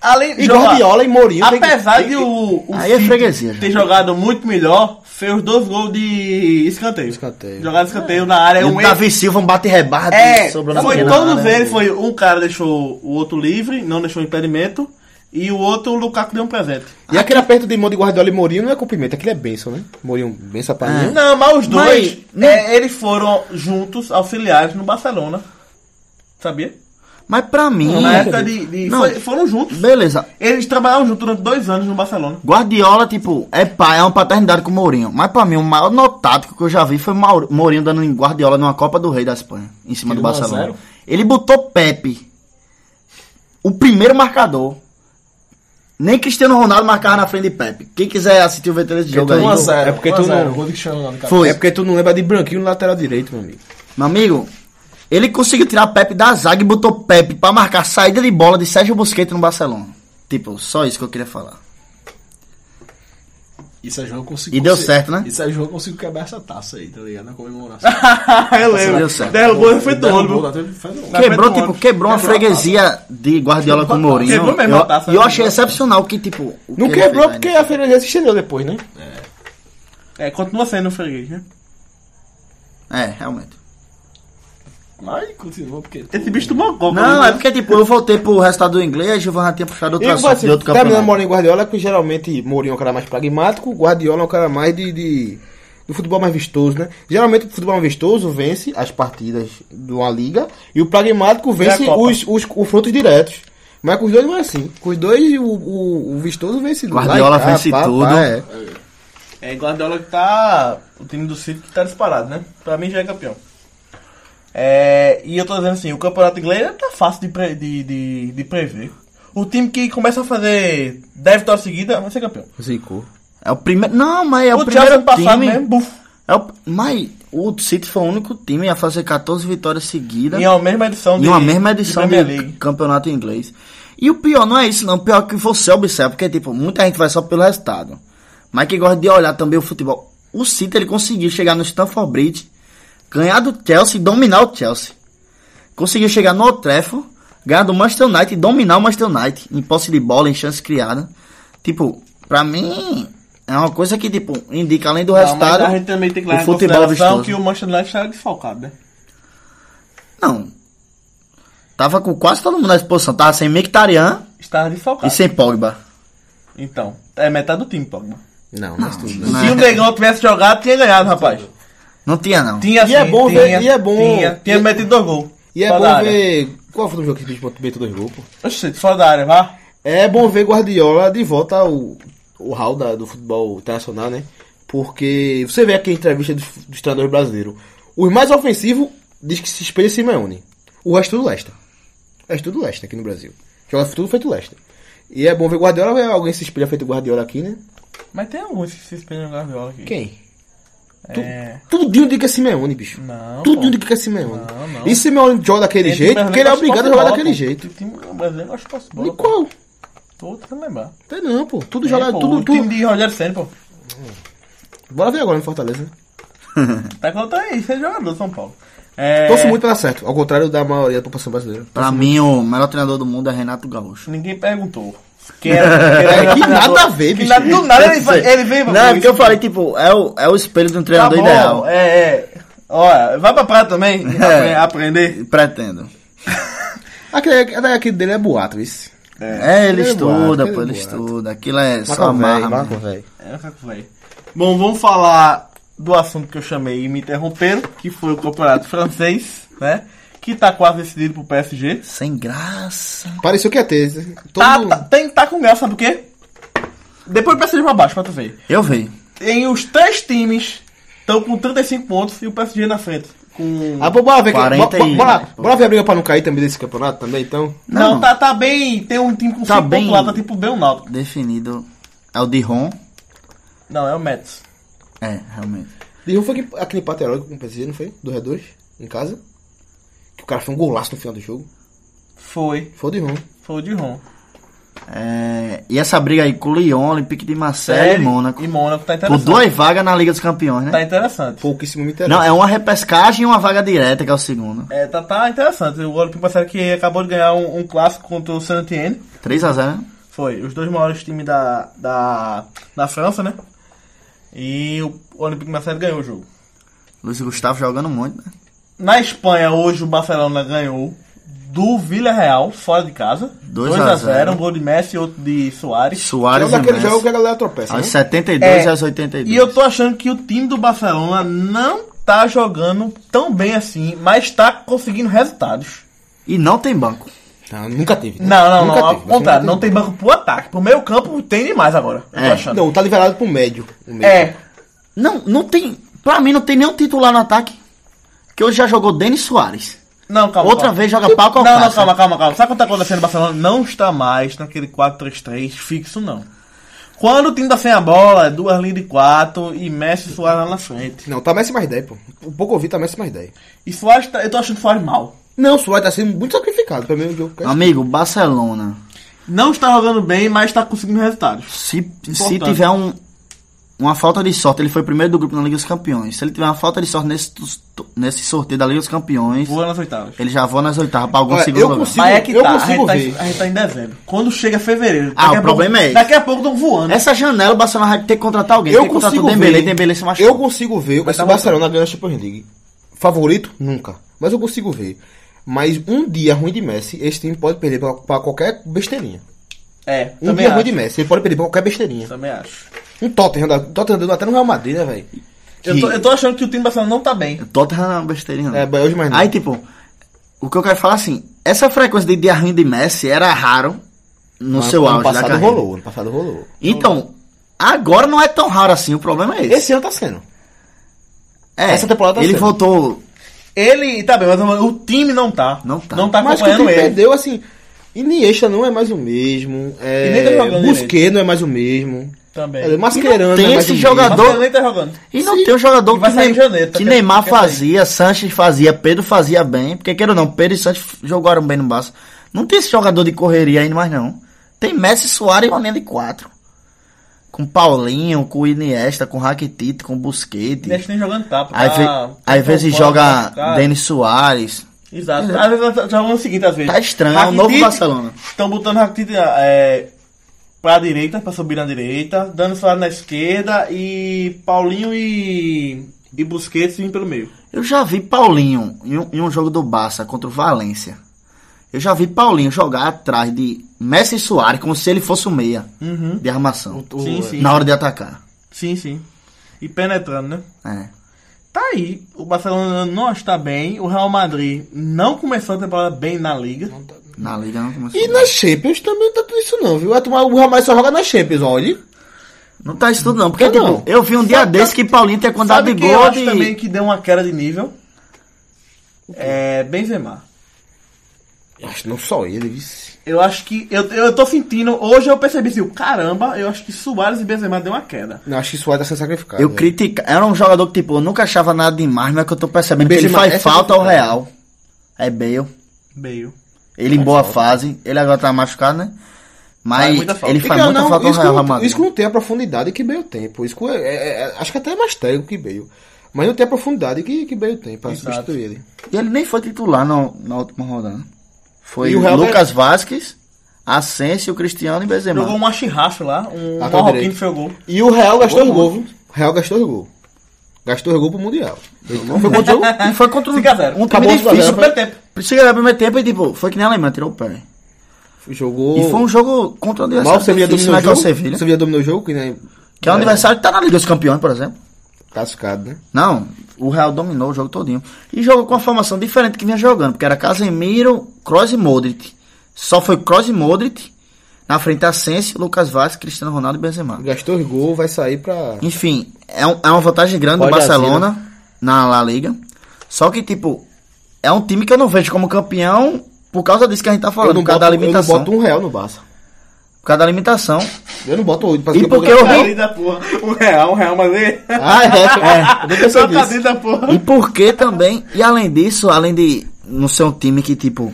[SPEAKER 4] Além
[SPEAKER 5] E
[SPEAKER 4] joga-
[SPEAKER 5] Guardiola e Mourinho. tem que-
[SPEAKER 4] Apesar
[SPEAKER 5] tem
[SPEAKER 4] de o, o
[SPEAKER 7] Aí é
[SPEAKER 4] City
[SPEAKER 7] freguesia, já.
[SPEAKER 5] né?
[SPEAKER 4] ter jogado muito melhor, fez os dois gols de escanteio.
[SPEAKER 5] Escanteio.
[SPEAKER 4] Jogado escanteio na área.
[SPEAKER 7] E
[SPEAKER 4] um
[SPEAKER 7] o Davi Silva um bate e rebate.
[SPEAKER 4] É,
[SPEAKER 7] sobrou na
[SPEAKER 4] foi
[SPEAKER 7] pequena
[SPEAKER 4] todos
[SPEAKER 7] área.
[SPEAKER 4] eles, foi um cara deixou o outro livre, não deixou impedimento, e o outro o Lukaku deu um presente.
[SPEAKER 5] E aquele aperto de mão de Guardiola e Mourinho não é cumprimento, aquilo é benção, né? Mourinho, benção pra mim.
[SPEAKER 4] Não, mas os dois,
[SPEAKER 7] Mas-
[SPEAKER 4] é, eles foram juntos, auxiliares no Barcelona. Sabia?
[SPEAKER 7] Mas pra mim.
[SPEAKER 4] Na época de. de-
[SPEAKER 7] Não.
[SPEAKER 4] foi- foram juntos.
[SPEAKER 7] Beleza.
[SPEAKER 4] Eles trabalharam juntos durante dois anos no Barcelona.
[SPEAKER 7] Guardiola, tipo, é pai, é uma paternidade com o Mourinho. Mas pra mim, o maior notático que eu já vi foi Maur- Mourinho dando em Guardiola numa Copa do Rei da Espanha, em cima do Barcelona. Ele botou Pepe, o primeiro marcador. Nem Cristiano Ronaldo marcava na frente de Pepe. Quem quiser assistir o VT desse jogo Tá
[SPEAKER 8] um
[SPEAKER 7] aí.
[SPEAKER 5] É porque tu não.
[SPEAKER 8] Gol de Cristiano Ronaldo, cara.
[SPEAKER 7] Foi.
[SPEAKER 5] É porque tu não lembra de branquinho no lateral direito, meu amigo.
[SPEAKER 7] Meu amigo, ele conseguiu tirar Pepe da zaga e botou Pepe pra marcar a saída de bola de Sérgio Busquets no Barcelona. Tipo, só isso que eu queria falar.
[SPEAKER 8] Isso é jogo eu consigo.
[SPEAKER 7] E deu
[SPEAKER 8] consigo-
[SPEAKER 7] certo, né?
[SPEAKER 8] Isso é jogo eu consigo quebrar essa taça aí, tá ligado? Na comemoração.
[SPEAKER 7] Ah,
[SPEAKER 4] eu
[SPEAKER 7] Deu certo.
[SPEAKER 4] Derrubou e foi
[SPEAKER 8] Derrubou,
[SPEAKER 4] todo.
[SPEAKER 8] bateu, faz um-
[SPEAKER 7] Quebrou,
[SPEAKER 4] Roberto
[SPEAKER 7] tipo,
[SPEAKER 4] Alves.
[SPEAKER 7] quebrou uma freguesia de Guardiola com o Mourinho.
[SPEAKER 4] Quebrou mesmo
[SPEAKER 7] Eu-
[SPEAKER 4] a taça,
[SPEAKER 7] E eu,
[SPEAKER 4] né?
[SPEAKER 7] achei excepcional que, tipo. o
[SPEAKER 5] Não
[SPEAKER 7] que ele
[SPEAKER 5] quebrou
[SPEAKER 7] fez aí,
[SPEAKER 5] porque
[SPEAKER 7] né?
[SPEAKER 5] a Ferreira se estendeu depois, né?
[SPEAKER 4] É, continua sendo um freguês, né?
[SPEAKER 7] É, realmente.
[SPEAKER 8] Mas continuou, porque.
[SPEAKER 4] Esse bicho tomou gol.
[SPEAKER 7] Não, é porque, tipo, eu voltei pro resultado do inglês, Giovanna tinha puxado
[SPEAKER 5] E
[SPEAKER 7] outro
[SPEAKER 5] o
[SPEAKER 7] assunto de
[SPEAKER 5] Guardiola,
[SPEAKER 7] outro
[SPEAKER 5] terminando
[SPEAKER 7] campeonato.
[SPEAKER 5] Mourinho e Guardiola, que geralmente Mourinho é um cara mais pragmático, Guardiola é um cara mais de, de- do futebol mais vistoso, né? Geralmente o futebol mais vistoso vence as partidas de uma liga e o pragmático vence
[SPEAKER 4] Copa.
[SPEAKER 5] os, os confrontos diretos. Mas com os dois não é assim. Com os dois, o, o, o vistoso vence lá e
[SPEAKER 7] Guardiola
[SPEAKER 5] cá,
[SPEAKER 7] vence tudo.
[SPEAKER 5] é.
[SPEAKER 4] É Guardiola que tá. O time do City que tá disparado, né? Pra mim já é campeão. É, e eu tô dizendo assim, o campeonato inglês tá fácil de, pre- de, de, de prever. O time que começa a fazer 10 vitórias seguidas vai ser campeão.
[SPEAKER 7] É o primeiro. Não, mas é o,
[SPEAKER 4] o
[SPEAKER 7] primeiro
[SPEAKER 5] um
[SPEAKER 4] Chelsea passado
[SPEAKER 7] time.
[SPEAKER 4] mesmo, buf.
[SPEAKER 7] É o... Mas o City foi o único time a fazer 14 vitórias seguidas.
[SPEAKER 4] Em uma mesma edição
[SPEAKER 7] Em uma mesma edição
[SPEAKER 4] de
[SPEAKER 7] de,
[SPEAKER 4] Premier League.
[SPEAKER 7] campeonato inglês. E o pior não é isso, não. O pior é que você observa, porque, tipo, muita gente vai só pelo resultado. Mas que gosta de olhar também o futebol. O City, ele conseguiu chegar no Stamford Bridge, ganhar do Chelsea e dominar o Chelsea. Conseguiu chegar no Old Trafford, ganhar do Manchester United e dominar o Manchester United. Em posse de bola, em chance criada. Tipo, pra mim, é uma coisa que, tipo, indica além do
[SPEAKER 4] Não, mas
[SPEAKER 7] resultado,
[SPEAKER 4] a gente também tem que levar
[SPEAKER 7] o
[SPEAKER 4] em
[SPEAKER 7] futebol
[SPEAKER 4] consideração
[SPEAKER 7] vistoso.
[SPEAKER 4] que o Manchester United estava desfalcado, né?
[SPEAKER 7] Não. Tava com quase todo mundo à disposição. Tava sem Mictarian
[SPEAKER 4] Estava desfalcado.
[SPEAKER 7] e sem Pogba.
[SPEAKER 4] Então, é metade do time, Pogba.
[SPEAKER 5] Não, não é tudo.
[SPEAKER 7] Não,
[SPEAKER 4] Se o
[SPEAKER 7] é-
[SPEAKER 4] Negão tivesse jogado, tinha ganhado, rapaz.
[SPEAKER 7] não tinha, não.
[SPEAKER 4] Tinha
[SPEAKER 5] E é
[SPEAKER 4] sim,
[SPEAKER 5] bom
[SPEAKER 4] tinha,
[SPEAKER 5] ver- e é bom-
[SPEAKER 4] Tinha, tinha
[SPEAKER 5] e-
[SPEAKER 4] metido dois gols.
[SPEAKER 5] E é
[SPEAKER 4] Fora da
[SPEAKER 5] bom
[SPEAKER 4] área.
[SPEAKER 5] ver. Qual foi o jogo que a gente meteu dois gols, pô?
[SPEAKER 4] Oxe, fora da área, vá.
[SPEAKER 5] É bom ver Guardiola de volta ao, ao hall da- do futebol internacional, né? Porque você vê aqui a entrevista dos, dos treinadores brasileiros. Os mais ofensivos diz que se espelha em Simeone. O resto é tudo Leicester. O resto é tudo Leicester aqui no Brasil. Joga tudo feito Leicester. E é bom ver Guardiola, ver alguém se espelha feito Guardiola aqui, né?
[SPEAKER 4] Mas tem alguns que se espelham na viola aqui.
[SPEAKER 5] Quem?
[SPEAKER 4] É.
[SPEAKER 5] Tudinho de que é Simeone, bicho.
[SPEAKER 4] Não,
[SPEAKER 5] Tudinho
[SPEAKER 4] pô.
[SPEAKER 5] de que é Simeone.
[SPEAKER 4] Não, não.
[SPEAKER 5] E Simeone joga daquele
[SPEAKER 4] Tem
[SPEAKER 5] jeito
[SPEAKER 4] time
[SPEAKER 5] porque ele é
[SPEAKER 4] brasileiro que
[SPEAKER 5] obrigado
[SPEAKER 4] gosta de
[SPEAKER 5] a jogar
[SPEAKER 4] bola,
[SPEAKER 5] daquele
[SPEAKER 4] pô.
[SPEAKER 5] jeito.
[SPEAKER 4] O time brasileiro gosta de posse de
[SPEAKER 5] E
[SPEAKER 4] bola. pô.
[SPEAKER 5] qual?
[SPEAKER 4] Tô tentando lembrar.
[SPEAKER 5] Tem não, pô. Tudo
[SPEAKER 4] É,
[SPEAKER 5] joga.
[SPEAKER 4] pô,
[SPEAKER 5] tudo,
[SPEAKER 4] o time
[SPEAKER 5] tudo.
[SPEAKER 4] de Rogério Senna, pô.
[SPEAKER 5] Bora ver agora no Fortaleza, né?
[SPEAKER 4] Tá contra aí, você é jogador do São Paulo. É...
[SPEAKER 5] Torço muito pra dar certo, ao contrário da maioria da população brasileira.
[SPEAKER 7] Pra mim, o melhor treinador do mundo é Renato Gaúcho.
[SPEAKER 4] Ninguém perguntou. Que, era, que,
[SPEAKER 5] É
[SPEAKER 4] era
[SPEAKER 5] que nada a ver,
[SPEAKER 4] que
[SPEAKER 5] bicho.
[SPEAKER 4] na- do nada Tá, ele, vai- ele vem
[SPEAKER 7] Não, é porque eu falei, tipo, é o, é o espelho de um
[SPEAKER 4] tá
[SPEAKER 7] treinador
[SPEAKER 4] bom,
[SPEAKER 7] ideal.
[SPEAKER 4] é, é. Olha, vai pra praia também,
[SPEAKER 7] É.
[SPEAKER 4] apre- aprender.
[SPEAKER 7] Pretendo.
[SPEAKER 5] Aquele, aquele dele é boato, isso.
[SPEAKER 7] É, ele
[SPEAKER 5] ele é
[SPEAKER 7] estuda,
[SPEAKER 5] boato,
[SPEAKER 7] pô,
[SPEAKER 5] ele
[SPEAKER 7] ele
[SPEAKER 5] é boato.
[SPEAKER 7] estuda. Aquilo é
[SPEAKER 5] Maca
[SPEAKER 7] só
[SPEAKER 5] velho,
[SPEAKER 7] amarra.
[SPEAKER 5] maca velho.
[SPEAKER 4] É, o que foi?
[SPEAKER 13] Bom, vamos falar
[SPEAKER 4] do assunto que eu chamei e me interromperam, que foi o campeonato francês, né? Que tá quase decidido pro PSG.
[SPEAKER 7] Sem graça.
[SPEAKER 5] Pareceu que ia ter. Todo
[SPEAKER 4] Tá,
[SPEAKER 5] mundo-
[SPEAKER 4] tá- tem que tá com graça, sabe por quê? Depois precisa ir pra baixo pra tu ver.
[SPEAKER 7] Eu vi.
[SPEAKER 4] Tem os três times estão com 35 pontos e o PSG na frente. Com...
[SPEAKER 5] Ah, bora ver, que,
[SPEAKER 7] 40
[SPEAKER 5] bora,
[SPEAKER 7] e-
[SPEAKER 5] bora, bora ver a briga pra não cair também desse campeonato também, então.
[SPEAKER 4] Não,
[SPEAKER 7] Não.
[SPEAKER 4] tá, tá bem. Tem um time com 5
[SPEAKER 7] Tá bem-
[SPEAKER 4] pontos lá, tá tipo bem o Náutico.
[SPEAKER 7] Definido. É o Diron.
[SPEAKER 4] Não, é o Mets.
[SPEAKER 7] É, realmente.
[SPEAKER 5] E um foi que- aquele empate heróico com o PSG, não foi? Do R2, em casa. Que o cara foi um golaço no final do jogo.
[SPEAKER 4] Foi.
[SPEAKER 5] Foi o de ruim.
[SPEAKER 4] Foi o de Ron.
[SPEAKER 7] É, e essa briga aí com o Lyon, Olympique de Marseille e Mônaco.
[SPEAKER 4] E Mônaco tá
[SPEAKER 7] Por
[SPEAKER 4] interessante.
[SPEAKER 7] duas vagas na Liga dos Campeões, né?
[SPEAKER 4] Tá interessante.
[SPEAKER 5] Pouquíssimo me interessa.
[SPEAKER 7] Não, é uma repescagem e uma vaga direta, que é o segundo.
[SPEAKER 4] É, tá, tá interessante. O Olympique Marseille que acabou de ganhar um, um clássico contra o Saint-Étienne.
[SPEAKER 7] 3x0, né?
[SPEAKER 4] Foi. Os dois maiores times da, da, da França, né? E o Olympique Marseille ganhou o jogo.
[SPEAKER 7] Luiz Gustavo jogando muito, né?
[SPEAKER 4] Na Espanha, hoje, o Barcelona ganhou do Villarreal, fora de casa.
[SPEAKER 7] 2
[SPEAKER 4] 2
[SPEAKER 7] a
[SPEAKER 4] a 0
[SPEAKER 7] zero.
[SPEAKER 4] um gol de Messi e outro de Soares.
[SPEAKER 5] É
[SPEAKER 7] Soares
[SPEAKER 5] um
[SPEAKER 7] e
[SPEAKER 5] daquele
[SPEAKER 7] Messi.
[SPEAKER 5] jogo que a galera tropeça,
[SPEAKER 7] Aos
[SPEAKER 5] né?
[SPEAKER 7] 72
[SPEAKER 4] É.
[SPEAKER 7] e aos 82.
[SPEAKER 4] E eu tô achando que o time do Barcelona não tá jogando tão bem assim, mas tá conseguindo resultados.
[SPEAKER 7] E não tem banco.
[SPEAKER 5] Não, nunca teve. né?
[SPEAKER 4] Não, não,
[SPEAKER 5] Nunca
[SPEAKER 4] não. Ao
[SPEAKER 5] teve,
[SPEAKER 4] contrário,
[SPEAKER 5] nunca
[SPEAKER 4] não tem banco pro ataque. Pro meio campo tem demais agora. Eu
[SPEAKER 7] É.
[SPEAKER 4] tô achando.
[SPEAKER 5] Não, tá liberado pro médio. o médio.
[SPEAKER 4] É,
[SPEAKER 7] Não, não tem. Pra mim, não tem nenhum titular no ataque. Que hoje já jogou Denis Soares.
[SPEAKER 4] Não, calma.
[SPEAKER 7] Outra
[SPEAKER 4] calma.
[SPEAKER 7] vez joga pau com
[SPEAKER 4] Não, não,
[SPEAKER 7] Alcácer.
[SPEAKER 4] calma, calma, calma. Sabe o que tá acontecendo no Barcelona? Não está mais naquele 4-3-3 fixo, não. Quando o time tá sem a bola, é duas linhas de quatro e Messi e Soares lá na frente.
[SPEAKER 5] Não, tá Messi mais 10, pô. O pouco ouvi tá Messi mais 10.
[SPEAKER 4] E Soares, tá, eu tô achando Soares mal.
[SPEAKER 5] Não, o Suárez tá sendo muito sacrificado pelo mesmo jogo. que a-
[SPEAKER 7] Amigo, Barcelona.
[SPEAKER 4] Não está jogando bem, mas tá conseguindo resultados.
[SPEAKER 7] Se, se tiver um, uma falta de sorte, ele foi o primeiro do grupo na Liga dos Campeões. Se ele tiver uma falta de sorte nesse, tus- tu- nesse sorteio da Liga dos Campeões,
[SPEAKER 4] Voa nas oitavas.
[SPEAKER 7] ele já voa nas oitavas pra algum
[SPEAKER 5] Olha,
[SPEAKER 7] segundo
[SPEAKER 5] eu
[SPEAKER 7] lugar.
[SPEAKER 5] consigo-
[SPEAKER 4] mas é que
[SPEAKER 5] eu
[SPEAKER 4] tá, a
[SPEAKER 5] consigo
[SPEAKER 4] gente tá,
[SPEAKER 5] ver.
[SPEAKER 4] a gente tá em dezembro. Quando chega fevereiro.
[SPEAKER 7] Ah,
[SPEAKER 4] daqui a
[SPEAKER 7] o problema
[SPEAKER 4] pouco,
[SPEAKER 7] é esse.
[SPEAKER 4] Daqui a pouco estão voando.
[SPEAKER 7] Essa janela o Barcelona vai ter que contratar alguém.
[SPEAKER 5] Eu
[SPEAKER 7] tem que contratar
[SPEAKER 5] consigo
[SPEAKER 7] o Dembele,
[SPEAKER 5] ver.
[SPEAKER 7] Dembele se machucou.
[SPEAKER 5] Eu consigo ver esse
[SPEAKER 4] tá
[SPEAKER 5] Barcelona ganhando a Champions League. Favorito? Nunca. Mas eu consigo ver. Mas um dia ruim de Messi, esse time pode perder pra, pra qualquer besteirinha.
[SPEAKER 4] É,
[SPEAKER 5] Um
[SPEAKER 4] também
[SPEAKER 5] dia ruim
[SPEAKER 4] acho.
[SPEAKER 5] de Messi, ele pode perder pra qualquer besteirinha.
[SPEAKER 4] Também acho.
[SPEAKER 5] Um Tottenham, da- Tottenham dando até no Real Madrid, né, velho?
[SPEAKER 4] Eu tô, eu tô achando que o time do Barcelona não tá bem.
[SPEAKER 7] Tottenham não é uma besteirinha. não.
[SPEAKER 5] É, mas hoje mais não.
[SPEAKER 7] Aí, tipo, o que eu quero falar assim, essa frequência de dia ruim de Messi era raro no seu
[SPEAKER 5] ano
[SPEAKER 7] auge da
[SPEAKER 5] passado
[SPEAKER 7] carreira.
[SPEAKER 5] rolou, ano passado rolou.
[SPEAKER 7] Então, agora não é tão raro assim, o problema é esse.
[SPEAKER 5] Esse ano tá sendo.
[SPEAKER 7] é,
[SPEAKER 5] essa temporada tá
[SPEAKER 7] Ele
[SPEAKER 5] sendo.
[SPEAKER 7] voltou
[SPEAKER 4] Ele tá bem, mas o time não tá.
[SPEAKER 7] Não tá.
[SPEAKER 4] Não tá
[SPEAKER 5] Mas que o
[SPEAKER 4] acompanhando
[SPEAKER 5] time
[SPEAKER 4] ele.
[SPEAKER 5] perdeu, assim. Iniesta não é mais o mesmo.
[SPEAKER 4] E nem tá
[SPEAKER 5] É,
[SPEAKER 4] jogando
[SPEAKER 5] Busquets não é mais o mesmo.
[SPEAKER 4] Também.
[SPEAKER 5] É,
[SPEAKER 7] E
[SPEAKER 5] Mascherano
[SPEAKER 7] não tem
[SPEAKER 5] não é mais
[SPEAKER 7] esse
[SPEAKER 5] o
[SPEAKER 7] jogador.
[SPEAKER 4] Barcelona nem tá jogando.
[SPEAKER 7] E não tem um jogador
[SPEAKER 4] E vai
[SPEAKER 7] que,
[SPEAKER 4] sair
[SPEAKER 7] Ney-
[SPEAKER 4] em janeiro, tá?
[SPEAKER 7] que
[SPEAKER 4] Quer-
[SPEAKER 7] Neymar
[SPEAKER 4] quer sair.
[SPEAKER 7] fazia, Sanches fazia, Pedro fazia bem, porque queira ou não, Pedro e Sanches f- jogaram bem no Barça. Não tem esse jogador de correria ainda mais não. Tem Messi, Suárez e uma linha de quatro. Com Paulinho, com Iniesta, com Rakitic, com Busquets.
[SPEAKER 4] Deixa nem jogando tá.
[SPEAKER 7] Aí ve-
[SPEAKER 4] tá-
[SPEAKER 7] Às
[SPEAKER 4] tá
[SPEAKER 7] vezes
[SPEAKER 4] fora,
[SPEAKER 7] joga
[SPEAKER 4] tá-
[SPEAKER 7] Denis Soares.
[SPEAKER 4] Exato. Às vezes tá jogando o seguinte, às vezes.
[SPEAKER 7] Tá estranho, é um novo Barcelona.
[SPEAKER 4] Estão botando Rakitic é, pra direita, pra subir na direita, dando Soares na esquerda e Paulinho e, e Busquets vindo pelo meio.
[SPEAKER 7] Eu já vi Paulinho em um, em um jogo do Barça contra o Valência. Eu já vi Paulinho jogar atrás de Messi e Soares como se ele fosse o meia de armação.
[SPEAKER 4] Sim, Uhum. sim.
[SPEAKER 7] Na hora de atacar.
[SPEAKER 4] Sim, sim. E penetrando, né?
[SPEAKER 7] É.
[SPEAKER 4] Tá aí. O Barcelona não está bem. O Real Madrid não começou a temporada bem na liga.
[SPEAKER 7] Na liga não começou.
[SPEAKER 5] E na Champions também não tá tudo isso não, viu? A turma- O Real Madrid só joga na Champions, olha.
[SPEAKER 7] Não tá isso tudo não, porque
[SPEAKER 5] Eu
[SPEAKER 7] tipo,
[SPEAKER 5] não.
[SPEAKER 7] eu vi um dia
[SPEAKER 4] Sabe-
[SPEAKER 7] desse que Paulinho tem quantidade
[SPEAKER 4] Sabe
[SPEAKER 7] de
[SPEAKER 4] quem eu
[SPEAKER 7] gol
[SPEAKER 4] acho
[SPEAKER 7] de...
[SPEAKER 4] também que deu uma queda de nível? É Benzema.
[SPEAKER 5] Acho que não só ele, vice.
[SPEAKER 4] Eu acho que. Eu, eu tô sentindo. Hoje eu percebi assim, caramba, eu acho que Suárez e Benzema deu uma queda.
[SPEAKER 5] Não, acho que isso vai estar sendo sacrificado.
[SPEAKER 7] Eu
[SPEAKER 5] né?
[SPEAKER 7] critica... Era um jogador que tipo, eu nunca achava nada demais, mas é que eu tô percebendo que ele
[SPEAKER 5] Benzema é
[SPEAKER 7] faz falta ao
[SPEAKER 5] sacrificado.
[SPEAKER 7] Real. É Bale.
[SPEAKER 4] Meio.
[SPEAKER 7] Ele em boa fase. Ele agora tá machucado, né?
[SPEAKER 4] Faz
[SPEAKER 7] Mas
[SPEAKER 4] muita falta.
[SPEAKER 7] ele
[SPEAKER 5] E
[SPEAKER 7] faz
[SPEAKER 5] que
[SPEAKER 7] muita
[SPEAKER 5] não,
[SPEAKER 7] falta ao
[SPEAKER 5] isso, que
[SPEAKER 7] Real
[SPEAKER 5] não,
[SPEAKER 7] Madrid.
[SPEAKER 5] isso que não tem a profundidade que veio o tempo. Isso que é, é- é- acho que até é mais técnico que veio. Mas não tem a profundidade que, que veio o tempo pra substituir ele.
[SPEAKER 7] E ele nem foi titular na, na última rodada. Foi
[SPEAKER 5] E o Real
[SPEAKER 7] Lucas Vasquez, Asensio, Cristiano e Benzema.
[SPEAKER 4] Jogou um achirracho lá, um
[SPEAKER 5] Lateral
[SPEAKER 4] marroquinho
[SPEAKER 5] direito.
[SPEAKER 4] que fez o gol.
[SPEAKER 5] E o Real gastou o gol, viu? O Real gastou o gol. Gastou o gol pro Mundial. Foi contra o jogo?
[SPEAKER 7] E foi contra um, um
[SPEAKER 4] Fica zero.
[SPEAKER 7] time
[SPEAKER 5] Acabou os
[SPEAKER 7] difícil.
[SPEAKER 14] né?
[SPEAKER 5] problemas.
[SPEAKER 4] Super tempo.
[SPEAKER 7] Precisa ganhar o primeiro tempo e tipo, foi que nem a Alemanha, tirou o pé.
[SPEAKER 5] Jogou.
[SPEAKER 7] E foi um jogo contra o
[SPEAKER 5] Mal o
[SPEAKER 7] adversário
[SPEAKER 5] Sevilha
[SPEAKER 7] difícil,
[SPEAKER 5] dominou o
[SPEAKER 7] né, que é
[SPEAKER 5] jogo.
[SPEAKER 7] o Sevilha.
[SPEAKER 5] Sevilha dominou o jogo, que nem.
[SPEAKER 7] Que é um adversário que tá na Liga dos Campeões, por exemplo.
[SPEAKER 5] Cascado, né?
[SPEAKER 7] Não, o Real dominou o jogo todinho. E jogou com uma formação diferente que vinha jogando, porque era Casemiro, Kroos e Modric. Só foi Kroos e Modric. Na frente, Asensio, Lucas Vaz, Cristiano Ronaldo e Benzema.
[SPEAKER 5] Gastou os gols, vai sair pra.
[SPEAKER 7] Enfim, é, um- é uma vantagem grande do
[SPEAKER 5] Pode
[SPEAKER 7] Barcelona na La Liga. Só que, tipo, é um time que eu não vejo como campeão por causa disso que a gente tá falando, por causa da
[SPEAKER 5] eu não
[SPEAKER 7] limitação.
[SPEAKER 5] boto um real no Barça.
[SPEAKER 7] Por causa da limitação.
[SPEAKER 5] Eu não boto oito pra
[SPEAKER 7] E porque eu vi.
[SPEAKER 14] da porra. Um real, um real, mas ele.
[SPEAKER 5] Ah, é. Eu nem pensei
[SPEAKER 4] Então
[SPEAKER 14] Só
[SPEAKER 5] nisso.
[SPEAKER 14] cadeira da porra.
[SPEAKER 7] E porque também, e além disso, além de não ser um time que, tipo,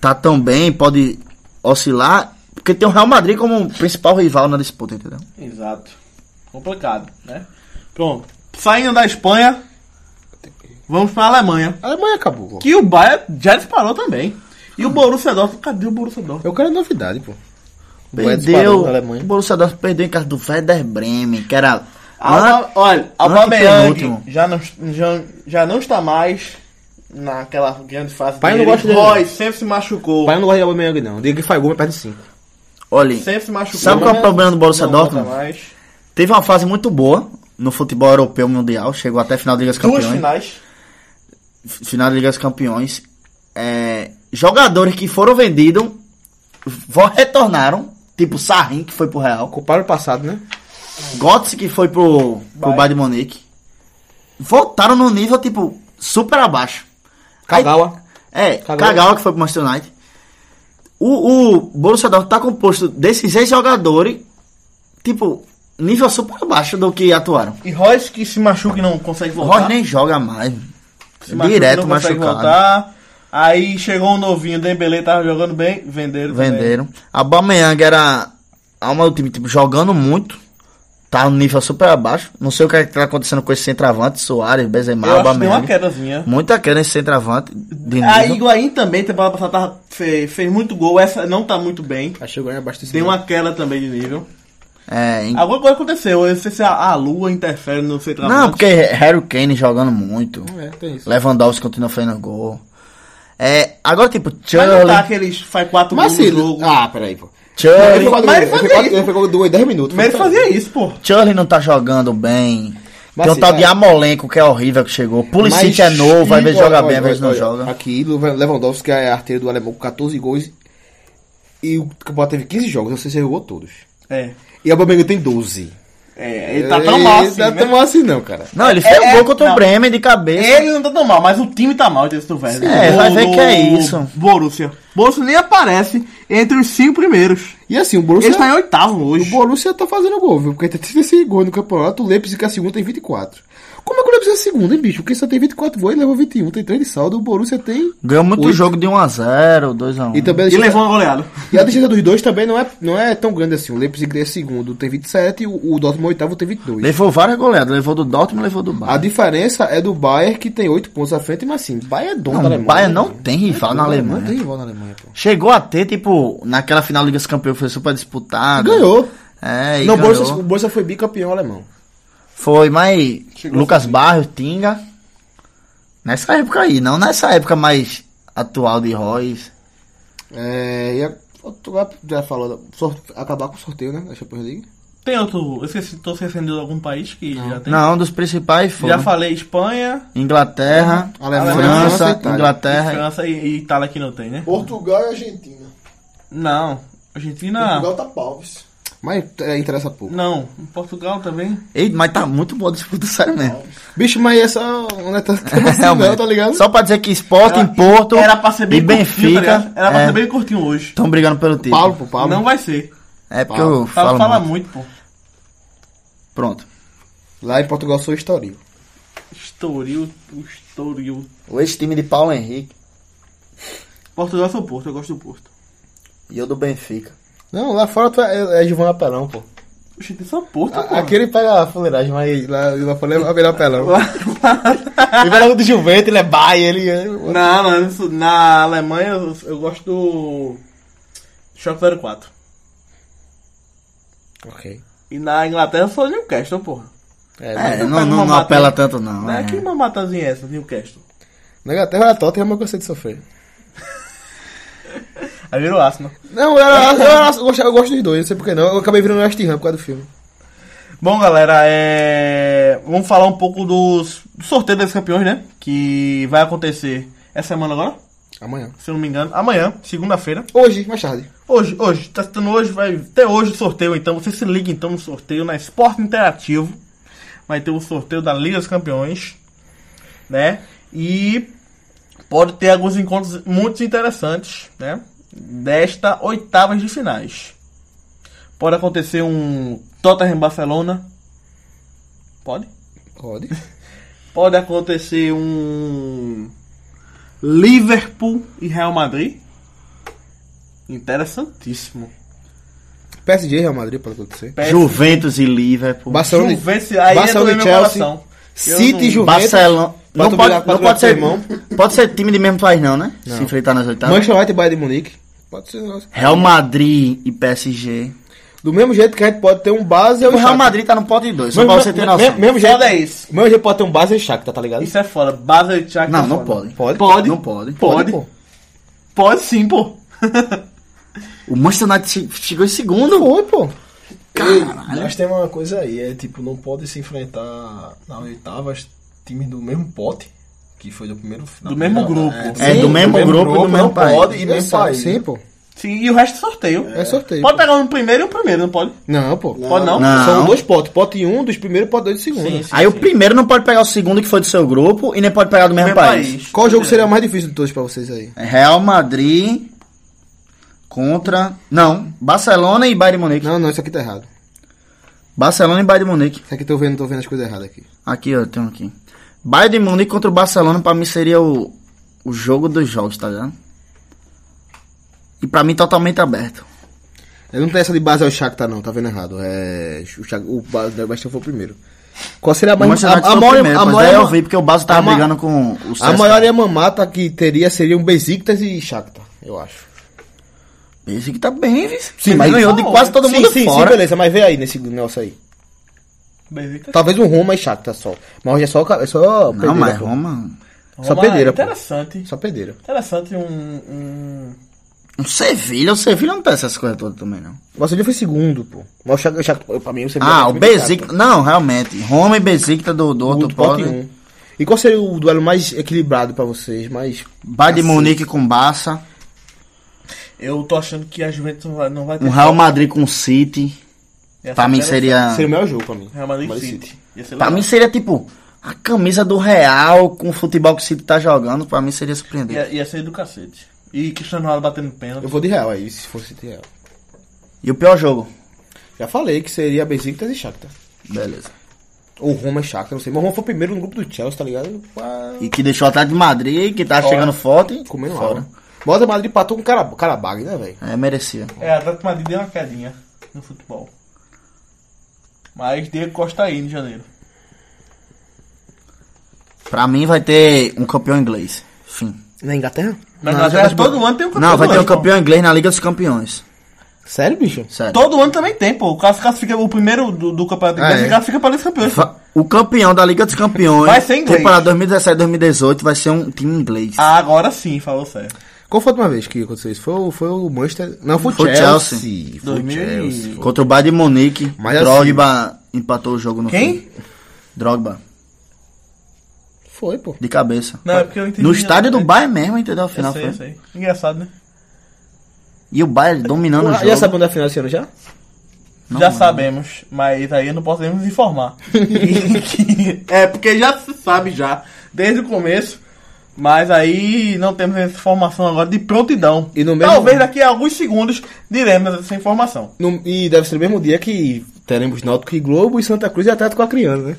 [SPEAKER 7] tá tão bem, pode oscilar, porque tem o Real Madrid como um principal rival na disputa, entendeu?
[SPEAKER 14] Exato. Complicado, né?
[SPEAKER 4] Pronto. Saindo da Espanha, vamos pra Alemanha.
[SPEAKER 5] A Alemanha Ah, acabou, pô.
[SPEAKER 4] Que o Bayern já disparou também. E o Borussia Dortmund, cadê o Borussia Dortmund?
[SPEAKER 5] Eu quero novidade, pô. O Bayern disparou
[SPEAKER 7] Perdeu,
[SPEAKER 5] na
[SPEAKER 7] o
[SPEAKER 5] Alemanha.
[SPEAKER 7] Borussia Dortmund perdeu em casa do Werder Bremen, que era...
[SPEAKER 4] Alba, olha,
[SPEAKER 7] antepenúltimo.
[SPEAKER 4] Aubameyang já não, já, já não está mais naquela grande fase
[SPEAKER 5] Pai não gosta dele,
[SPEAKER 4] Roy sempre se machucou.
[SPEAKER 5] O Bayern não gosta de Aubameyang, não. Diga que faz gol, mas perde cinco.
[SPEAKER 7] Olha,
[SPEAKER 4] Sempre se machucou.
[SPEAKER 7] Sabe qual é o problema do Borussia
[SPEAKER 4] Não
[SPEAKER 7] Dortmund?
[SPEAKER 4] volta mais.
[SPEAKER 7] Teve uma fase muito boa no futebol europeu mundial, chegou até a final da Liga dos
[SPEAKER 4] Duas
[SPEAKER 7] Campeões.
[SPEAKER 4] finais.
[SPEAKER 7] final da Liga dos Campeões, é, jogadores que foram vendidos vo- retornaram, tipo Sarrin, que foi pro Real,
[SPEAKER 5] Culparam o passado, né?
[SPEAKER 7] Götze, que foi pro, pro Bayern de Munique, voltaram no nível, tipo, super abaixo.
[SPEAKER 5] Kagawa.
[SPEAKER 7] É,
[SPEAKER 5] Kagawa.
[SPEAKER 7] Kagawa, que foi pro Manchester United. O, o Borussia Dortmund tá composto desses seis jogadores, tipo, nível super abaixo do que atuaram.
[SPEAKER 4] E Royce que se machuca e não consegue
[SPEAKER 7] O
[SPEAKER 4] voltar.
[SPEAKER 7] Roy nem joga mais,
[SPEAKER 4] se machuca,
[SPEAKER 7] direto
[SPEAKER 4] não consegue
[SPEAKER 7] machucado.
[SPEAKER 4] voltar. Aí chegou um novinho, Dembele tava jogando bem, venderam. também.
[SPEAKER 7] Venderam. A Bameyang era a alma do time, tipo, jogando muito. Tá no nível super abaixo. Não sei o que, é que tá acontecendo com esse centroavante, Soares, Benzema,
[SPEAKER 4] Eu acho que deu uma
[SPEAKER 7] Aubameyang.
[SPEAKER 4] quedazinha.
[SPEAKER 7] Muita queda nesse centroavante de nível.
[SPEAKER 4] A Higuaín também, temporada passada, tava- fez, fez muito gol. Essa não tá muito bem.
[SPEAKER 5] Achei o Goiânia abaixo
[SPEAKER 4] Tem uma queda também de nível.
[SPEAKER 7] É, em-
[SPEAKER 4] Alguma coisa aconteceu. Eu não sei se a, a lua interfere no centroavante.
[SPEAKER 7] Não, porque Harry Kane jogando muito.
[SPEAKER 5] É, tem isso.
[SPEAKER 7] Lewandowski continua fazendo gol. É, agora, tipo,
[SPEAKER 4] Mas não tá
[SPEAKER 7] Charlie,
[SPEAKER 4] aqueles faz quatro
[SPEAKER 5] Mas
[SPEAKER 4] gols
[SPEAKER 5] se...
[SPEAKER 4] no um jogo.
[SPEAKER 5] Ah, peraí, pô.
[SPEAKER 7] Charlie,
[SPEAKER 4] mas ele fazia isso.
[SPEAKER 5] Ele pegou dois, 10 minutos.
[SPEAKER 4] Mas ele fazia isso, pô.
[SPEAKER 7] Charlie não tá jogando bem.
[SPEAKER 5] Mas
[SPEAKER 7] Tem um
[SPEAKER 5] se-
[SPEAKER 7] tal
[SPEAKER 4] tá.
[SPEAKER 7] de
[SPEAKER 5] é.
[SPEAKER 7] Amolenco que é horrível que chegou. Pulisic é novo, às vezes joga bem, às vezes não joga.
[SPEAKER 5] Aqui, Lewandowski é arteiro do alemão com 14 gols. E o Campeonato teve 15 jogos, eu sei se ele jogou todos.
[SPEAKER 4] É.
[SPEAKER 5] E a Aubameyang tem 12.
[SPEAKER 4] É, ele tá tão mal assim,
[SPEAKER 5] Não tá
[SPEAKER 4] né?
[SPEAKER 5] tão mal assim, não, cara.
[SPEAKER 7] Não, ele fez
[SPEAKER 4] é,
[SPEAKER 7] um gol contra
[SPEAKER 4] não.
[SPEAKER 7] o Bremen de cabeça.
[SPEAKER 4] Ele não tá tão mal, mas o time tá mal, desse do Werder.
[SPEAKER 7] é,
[SPEAKER 4] Do-
[SPEAKER 7] vai ver
[SPEAKER 4] do-
[SPEAKER 7] que é isso.
[SPEAKER 4] Borussia. Borussia nem aparece entre os cinco primeiros.
[SPEAKER 5] E assim, o Borussia...
[SPEAKER 4] Ele tá em oitavo
[SPEAKER 5] O
[SPEAKER 4] hoje.
[SPEAKER 5] Borussia tá fazendo gol, viu? Porque tem 36 gols no campeonato, o Leipzig que é a segunda tem 24. Como é que o Leipzig é a segunda, hein, bicho? Porque só tem 24 gols, ele levou 21, tem 3 de saldo, o Borussia tem...
[SPEAKER 7] Ganhou muito
[SPEAKER 5] Oito.
[SPEAKER 7] jogo de 1x0, 2x1.
[SPEAKER 5] E também a
[SPEAKER 4] E
[SPEAKER 5] distância-
[SPEAKER 4] levou uma goleada.
[SPEAKER 5] e a distância dos dois também não é, não é tão grande assim. O Leipzig é segundo, tem 27, e o, o Dortmund é oitavo tem 22.
[SPEAKER 7] Levou várias goleadas. Levou do Dortmund, levou do
[SPEAKER 5] A
[SPEAKER 7] Bayern.
[SPEAKER 5] diferença é do Bayern, que tem 8 pontos à frente, mas assim, Bayern é dono
[SPEAKER 4] tá
[SPEAKER 5] da
[SPEAKER 7] Não, o
[SPEAKER 5] Alemanha.
[SPEAKER 7] Bayern
[SPEAKER 5] né,
[SPEAKER 7] não
[SPEAKER 5] velho?
[SPEAKER 7] tem rival na
[SPEAKER 5] O Bayern Não tem
[SPEAKER 7] Alemanha.
[SPEAKER 5] rival na Alemanha, pô.
[SPEAKER 7] Chegou a ter, tipo, naquela final da Liga dos Campeões foi super disputada.
[SPEAKER 5] Ganhou.
[SPEAKER 7] É, e
[SPEAKER 5] não, o
[SPEAKER 7] ganhou.
[SPEAKER 5] Borussia, o Borussia foi bicampeão alemão.
[SPEAKER 7] Foi, mas Lucas Barros, Tinga. Nessa época aí, não nessa época mais atual de Royce.
[SPEAKER 5] É, e a, tu já- já falou, da- sor- acabar com o sorteio, né, da Champions League.
[SPEAKER 4] Tem outro. Eu esqueci, tô esquecendo de algum país que já tem.
[SPEAKER 7] Não, um dos principais foi
[SPEAKER 4] Já falei Espanha,
[SPEAKER 7] Inglaterra,
[SPEAKER 5] Alemanha, França e
[SPEAKER 7] França,
[SPEAKER 5] Itália.
[SPEAKER 4] e
[SPEAKER 7] Inglaterra.
[SPEAKER 4] França e, e Itália que não tem, né?
[SPEAKER 8] Portugal e Argentina.
[SPEAKER 4] Não. Argentina.
[SPEAKER 8] Portugal tá palves.
[SPEAKER 5] Mas é, interessa pouco.
[SPEAKER 4] Não. Portugal também.
[SPEAKER 7] Ei, mas tá muito boa a disputa, sério mesmo.
[SPEAKER 5] Bicho, mas é só... Não é tão assim,
[SPEAKER 7] Realmente.
[SPEAKER 5] não, tá ligado?
[SPEAKER 7] Só pra dizer que Sporting,
[SPEAKER 4] Era-
[SPEAKER 7] Porto
[SPEAKER 4] Era pra ser bem
[SPEAKER 7] e
[SPEAKER 4] curtinho, tá
[SPEAKER 7] Benfica é.
[SPEAKER 4] ligado? Era pra ser
[SPEAKER 7] estão
[SPEAKER 4] bem curtinho hoje.
[SPEAKER 7] brigando pelo título.
[SPEAKER 5] Paulo, pô, Paulo.
[SPEAKER 4] Não vai ser.
[SPEAKER 7] é porque eu
[SPEAKER 4] Fala,
[SPEAKER 7] falo
[SPEAKER 4] fala
[SPEAKER 7] muito.
[SPEAKER 4] muito, pô.
[SPEAKER 7] Pronto.
[SPEAKER 5] Lá em Portugal sou Estoril.
[SPEAKER 4] Estoril, Estoril.
[SPEAKER 7] O ex-time de Paulo Henrique
[SPEAKER 4] Portugal sou Porto, eu gosto do Porto.
[SPEAKER 7] e eu do Benfica.
[SPEAKER 5] Não, lá fora tu é, é Giovanna Pelão, pô.
[SPEAKER 4] Gente, só Porto,
[SPEAKER 7] Tá Ah,
[SPEAKER 4] pô.
[SPEAKER 5] A, aqui ele pega a fuleiragem, mas lá, lá fora é melhor Pelão. ele vai logo do Juventus, ele é Bayern, ele... é-
[SPEAKER 4] Não, não, eu sou- na Alemanha eu, eu gosto do Choque 04.
[SPEAKER 5] Ok. Ah.
[SPEAKER 4] E na Inglaterra eu sou Newcastle, porra.
[SPEAKER 7] É, não,
[SPEAKER 4] pega
[SPEAKER 7] não-
[SPEAKER 4] uma
[SPEAKER 7] não apela
[SPEAKER 4] mata-
[SPEAKER 7] tanto não.
[SPEAKER 4] né?
[SPEAKER 7] é.
[SPEAKER 4] Que mamatazinha é essa, Newcastle?
[SPEAKER 5] Na Inglaterra era Tottenham, mas eu gostei de sofrer.
[SPEAKER 4] Aí virou Arsenal.
[SPEAKER 5] Não, eu, era, eu, era- eu gosto, eu gosto dos dois, não sei por que não. Eu acabei virando West Ham por causa do filme.
[SPEAKER 4] Bom, galera, é... vamos falar um pouco dos do sorteio dos campeões, né? Que vai acontecer essa semana agora,
[SPEAKER 5] Amanhã.
[SPEAKER 4] se eu não me engano. Amanhã, segunda-feira.
[SPEAKER 5] Hoje, mais tarde.
[SPEAKER 4] Hoje, hoje, tá assistindo hoje, vai ter hoje o sorteio, então você se liga então no sorteio na Esporte Interativo. Vai ter o sorteio da Liga dos Campeões, né? E pode ter alguns encontros muito interessantes, né? Desta oitavas de finais. Pode acontecer um Tottenham Barcelona. Pode?
[SPEAKER 5] Pode.
[SPEAKER 4] Pode acontecer um Liverpool e Real Madrid. Interessantíssimo.
[SPEAKER 5] PSG e Real Madrid pode acontecer.
[SPEAKER 7] Juventus e Liverpool.
[SPEAKER 5] Barcelona, e-
[SPEAKER 4] Juventus, aí
[SPEAKER 5] Barcelona
[SPEAKER 4] entra no
[SPEAKER 5] e
[SPEAKER 4] meu
[SPEAKER 5] Chelsea.
[SPEAKER 4] coração. Eu
[SPEAKER 5] City e
[SPEAKER 4] não-
[SPEAKER 5] Juventus.
[SPEAKER 7] Barcelona.
[SPEAKER 5] Pra
[SPEAKER 7] Não
[SPEAKER 5] tu
[SPEAKER 7] pode,
[SPEAKER 5] brigar- pra
[SPEAKER 7] não
[SPEAKER 5] tu brigar
[SPEAKER 7] pode ser.
[SPEAKER 5] com teu
[SPEAKER 7] Pode ser time de mesmo país, não, né? Se enfrentar nas oitavas.
[SPEAKER 5] Manchester United e Bayern de Munique. Pode ser um negócio.
[SPEAKER 7] Real Madrid e PSG.
[SPEAKER 5] Do mesmo jeito que a gente pode ter um base e
[SPEAKER 7] O
[SPEAKER 5] um
[SPEAKER 7] Real
[SPEAKER 5] Shakhtar.
[SPEAKER 7] Madrid tá no pote 2, só
[SPEAKER 5] Mesmo-
[SPEAKER 7] pra você ter
[SPEAKER 5] mesmo-
[SPEAKER 7] noção.
[SPEAKER 5] Mesmo jeito,
[SPEAKER 4] Foda é isso.
[SPEAKER 5] mesmo jeito pode ter um base e Shakhtar, tá ligado?
[SPEAKER 4] Isso é foda. Basel e é Chaka
[SPEAKER 7] Não, não pode.
[SPEAKER 5] Pode?
[SPEAKER 4] Pode.
[SPEAKER 7] Não pode.
[SPEAKER 4] Pode.
[SPEAKER 5] pô.
[SPEAKER 4] Pode sim, pô.
[SPEAKER 7] O Manchester United che- chegou em segundo.
[SPEAKER 5] Foi, pô.
[SPEAKER 8] Mas tem uma coisa aí, é tipo, não pode se enfrentar na oitavas times do mesmo pote, que foi do primeiro final.
[SPEAKER 4] Do mesmo grupo.
[SPEAKER 7] É, do mesmo grupo e do mesmo
[SPEAKER 8] não
[SPEAKER 7] país.
[SPEAKER 8] pode e mesmo
[SPEAKER 5] Sim,
[SPEAKER 8] país.
[SPEAKER 5] Sim, pô.
[SPEAKER 4] Sim, e o resto é sorteio.
[SPEAKER 5] É sorteio.
[SPEAKER 4] Pode
[SPEAKER 5] pô.
[SPEAKER 4] pegar um primeiro e um primeiro, não pode?
[SPEAKER 5] Não, pô.
[SPEAKER 4] Pode não?
[SPEAKER 7] Não.
[SPEAKER 5] São dois potes. Pote 1 um, dos primeiros, pote 2 do segundo.
[SPEAKER 4] Sim, sim,
[SPEAKER 7] Aí
[SPEAKER 4] sim.
[SPEAKER 7] o primeiro não pode pegar o segundo que foi do seu grupo e nem pode pegar do mesmo,
[SPEAKER 4] Mesmo
[SPEAKER 7] país. É
[SPEAKER 4] país.
[SPEAKER 5] Qual jogo seria o mais difícil de todos pra vocês aí?
[SPEAKER 7] Real Madrid contra. Não, Barcelona e Bayern de Munique.
[SPEAKER 5] Não, não, isso aqui tá errado.
[SPEAKER 7] Barcelona e Bayern de Munique.
[SPEAKER 5] Isso aqui tô vendo, tô vendo as coisas erradas aqui.
[SPEAKER 7] Aqui, ó, tem um aqui. Bayern de Munique contra o Barcelona, pra mim, seria o, o jogo dos jogos, tá ligado? E pra mim, totalmente aberto.
[SPEAKER 5] Ele não tem essa de base ao Shakhtar, não, tá vendo errado. É. O, Shak- o ba- o Bastia foi o primeiro. Qual seria a
[SPEAKER 7] O
[SPEAKER 5] mais
[SPEAKER 7] Manchester United
[SPEAKER 5] a, a
[SPEAKER 7] foi o
[SPEAKER 5] maior,
[SPEAKER 7] primeiro,
[SPEAKER 5] a
[SPEAKER 7] mas
[SPEAKER 5] maior,
[SPEAKER 7] daí eu vi porque o Basel tava
[SPEAKER 5] a ma-
[SPEAKER 7] brigando com o
[SPEAKER 5] a
[SPEAKER 7] César.
[SPEAKER 5] maior Yamamata que teria seriam Besiktas e Shakhtar, eu acho.
[SPEAKER 7] Esse aqui tá bem, viu? Sim, mas ganhou de quase todo
[SPEAKER 5] sim,
[SPEAKER 7] mundo
[SPEAKER 5] sim,
[SPEAKER 7] fora.
[SPEAKER 5] Sim, beleza, mas vê aí nesse negócio aí.
[SPEAKER 4] Benfica.
[SPEAKER 7] Tá,
[SPEAKER 5] Talvez um Roma e Shakhtar só. Mas hoje é só, é só
[SPEAKER 7] Não,
[SPEAKER 5] pedeira,
[SPEAKER 7] mas
[SPEAKER 5] pô.
[SPEAKER 7] Roma... é
[SPEAKER 5] Só
[SPEAKER 4] Roma,
[SPEAKER 5] pedeira, pô.
[SPEAKER 4] Interessante.
[SPEAKER 5] Só pedeira.
[SPEAKER 4] Interessante um... um...
[SPEAKER 7] O Sevilha, o Sevilha não tem essas coisas todas também, não.
[SPEAKER 5] O Vassilha foi segundo, pô. Mas o Shakhtar, o Shakhtar pra mim, você
[SPEAKER 7] ah, o Besiktas...
[SPEAKER 5] tá?
[SPEAKER 7] Não, realmente. Roma e Besiktas do, do outro né?
[SPEAKER 5] do pote
[SPEAKER 7] pote.
[SPEAKER 5] um. E qual seria o duelo mais equilibrado pra vocês? Mais
[SPEAKER 7] Bayern de
[SPEAKER 5] Assim.
[SPEAKER 7] Munique com Barça.
[SPEAKER 4] Eu tô achando que a Juventus não vai, não vai ter...
[SPEAKER 7] Um Real Madrid com City.
[SPEAKER 4] Essa
[SPEAKER 7] Pra mim
[SPEAKER 4] interessante.
[SPEAKER 7] seria...
[SPEAKER 5] Seria o melhor jogo pra mim.
[SPEAKER 4] Real Madrid
[SPEAKER 5] Madrid
[SPEAKER 4] City. Ia ser
[SPEAKER 7] Pra
[SPEAKER 4] legal.
[SPEAKER 7] mim seria tipo a camisa do Real com o futebol que o City tá jogando, pra mim seria surpreendente.
[SPEAKER 4] Ia, ia ser é do cacete. E Cristiano Ronaldo batendo pênalti.
[SPEAKER 5] Eu vou de real aí, se fosse de real.
[SPEAKER 7] E o pior jogo?
[SPEAKER 5] Já falei que seria Besiktas e Shakhtar.
[SPEAKER 7] Beleza.
[SPEAKER 5] Ou Roma e Shakhtar, não sei. Mas o Roma foi primeiro no grupo do Chelsea, tá ligado? Pá,
[SPEAKER 7] E que deixou atrás de Madrid, que tá chegando forte.
[SPEAKER 5] Comendo fora. Bota Madrid patou com cara, cara bag, né, velho?
[SPEAKER 7] É, merecia.
[SPEAKER 4] É, a Atlético Madrid deu uma quedinha no futebol. Mas Diego Costa aí em janeiro.
[SPEAKER 7] Pra mim vai ter um campeão inglês. Fim.
[SPEAKER 5] Na Inglaterra?
[SPEAKER 4] Na Inglaterra todo ano tem um campeão.
[SPEAKER 7] é Não, vai ter um
[SPEAKER 4] inglês, pô.
[SPEAKER 7] campeão inglês na Liga dos Campeões.
[SPEAKER 5] Sério, bicho?
[SPEAKER 7] Sério.
[SPEAKER 4] Todo ano também tem, pô. O cara se classifica o primeiro do, do campeonato inglês
[SPEAKER 7] é?
[SPEAKER 4] e classifica para os campeões.
[SPEAKER 7] Va- O campeão da Liga dos Campeões.
[SPEAKER 4] Vai ser inglês.
[SPEAKER 7] Temporada 2017-2018 vai ser um time inglês.
[SPEAKER 4] Ah, agora sim, falou certo.
[SPEAKER 5] Qual foi a última vez que aconteceu isso? Foi, o- foi o Manchester... Não, foi o
[SPEAKER 7] Foi o
[SPEAKER 5] Chelsea.
[SPEAKER 7] Chelsea.
[SPEAKER 5] Foi o
[SPEAKER 4] 2000 e-
[SPEAKER 5] Chelsea.
[SPEAKER 7] Contra o Bayern de Munique.
[SPEAKER 5] Mas
[SPEAKER 7] Drogba empatou o jogo no
[SPEAKER 4] assim- Quem?
[SPEAKER 7] fim. Drogba.
[SPEAKER 5] Foi, pô.
[SPEAKER 7] De cabeça.
[SPEAKER 4] Não, é porque eu entendi.
[SPEAKER 7] No estádio do
[SPEAKER 4] Eu
[SPEAKER 7] Bayern mesmo, entendeu? A final
[SPEAKER 4] sei,
[SPEAKER 7] foi.
[SPEAKER 4] eu sei. Engraçado, né?
[SPEAKER 7] E o Bayern dominando o
[SPEAKER 5] Ah,
[SPEAKER 7] jogo.
[SPEAKER 5] já sabe onde é a final desse ano já?
[SPEAKER 7] Não,
[SPEAKER 4] já
[SPEAKER 7] mano.
[SPEAKER 4] sabemos, mas aí eu não posso nem nos informar. é, porque já se sabe já, desde o começo. Mas aí não temos essa informação agora de prontidão.
[SPEAKER 5] E no mesmo-
[SPEAKER 4] Talvez daqui a alguns segundos diremos essa informação.
[SPEAKER 5] No- e deve ser no mesmo dia que teremos Náutico e Globo e Santa Cruz e Atlético Acreano, né?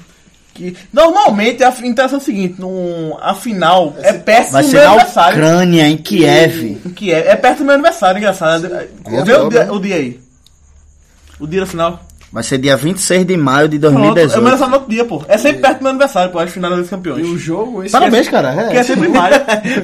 [SPEAKER 4] Que normalmente a intenção é o seguinte, num, a final é perto
[SPEAKER 7] Vai
[SPEAKER 4] do
[SPEAKER 7] ser
[SPEAKER 4] meu
[SPEAKER 7] na
[SPEAKER 4] aniversário.
[SPEAKER 7] Ucrânia, em Kiev.
[SPEAKER 4] O Que é, é perto do meu aniversário, engraçado. Vê o dia, o dia aí. O dia da final.
[SPEAKER 7] Vai ser dia 26 de maio de
[SPEAKER 4] Pronto, é o meu
[SPEAKER 7] 2018.
[SPEAKER 4] aniversário no outro dia, pô. É sempre perto do meu aniversário, pô. É a final dos campeões.
[SPEAKER 8] E o jogo esse
[SPEAKER 5] Parabéns, cara. É.
[SPEAKER 4] Que é sempre em maio.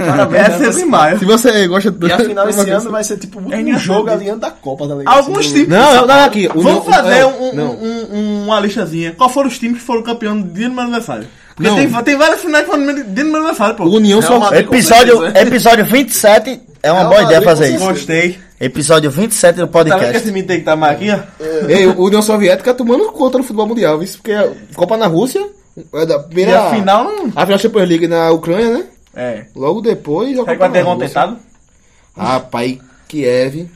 [SPEAKER 4] Parabéns, é sempre em maio.
[SPEAKER 5] Se você gosta do.
[SPEAKER 8] E a final esse ano vai ser tipo um
[SPEAKER 4] É engraçado.
[SPEAKER 8] jogo alinhando da Copa, tá ligado?
[SPEAKER 4] Alguns
[SPEAKER 8] Assim,
[SPEAKER 4] times.
[SPEAKER 5] Não, não, não, aqui. o-
[SPEAKER 4] Vamos
[SPEAKER 5] o-
[SPEAKER 4] fazer
[SPEAKER 5] é,
[SPEAKER 4] um-
[SPEAKER 5] não.
[SPEAKER 4] um- um- uma listazinha. Qual foram os times que foram campeão no dia do meu aniversário? Porque
[SPEAKER 5] Não.
[SPEAKER 4] tem, tem várias finais que foram no dia do meu aniversário, pô.
[SPEAKER 5] União só.
[SPEAKER 8] Madrid.
[SPEAKER 7] Episódio, episódio 27 é uma boa ideia fazer isso.
[SPEAKER 4] Gostei.
[SPEAKER 7] Episódio 27 do
[SPEAKER 4] Tá vendo que esse
[SPEAKER 7] podcast.
[SPEAKER 4] menino tem que estar mais aqui, ó?
[SPEAKER 5] Ei, o União Soviética tomando conta no futebol mundial, viu? Porque a Copa na Rússia, é da
[SPEAKER 4] E
[SPEAKER 5] primeira.
[SPEAKER 4] a final não.
[SPEAKER 5] A final da Champions League na Ucrânia, né?
[SPEAKER 4] É.
[SPEAKER 5] Logo depois. a
[SPEAKER 4] Será que
[SPEAKER 5] Copa
[SPEAKER 4] vai ter
[SPEAKER 5] na
[SPEAKER 4] um
[SPEAKER 5] Rússia.
[SPEAKER 4] tentado?
[SPEAKER 5] Rapaz, Kiev.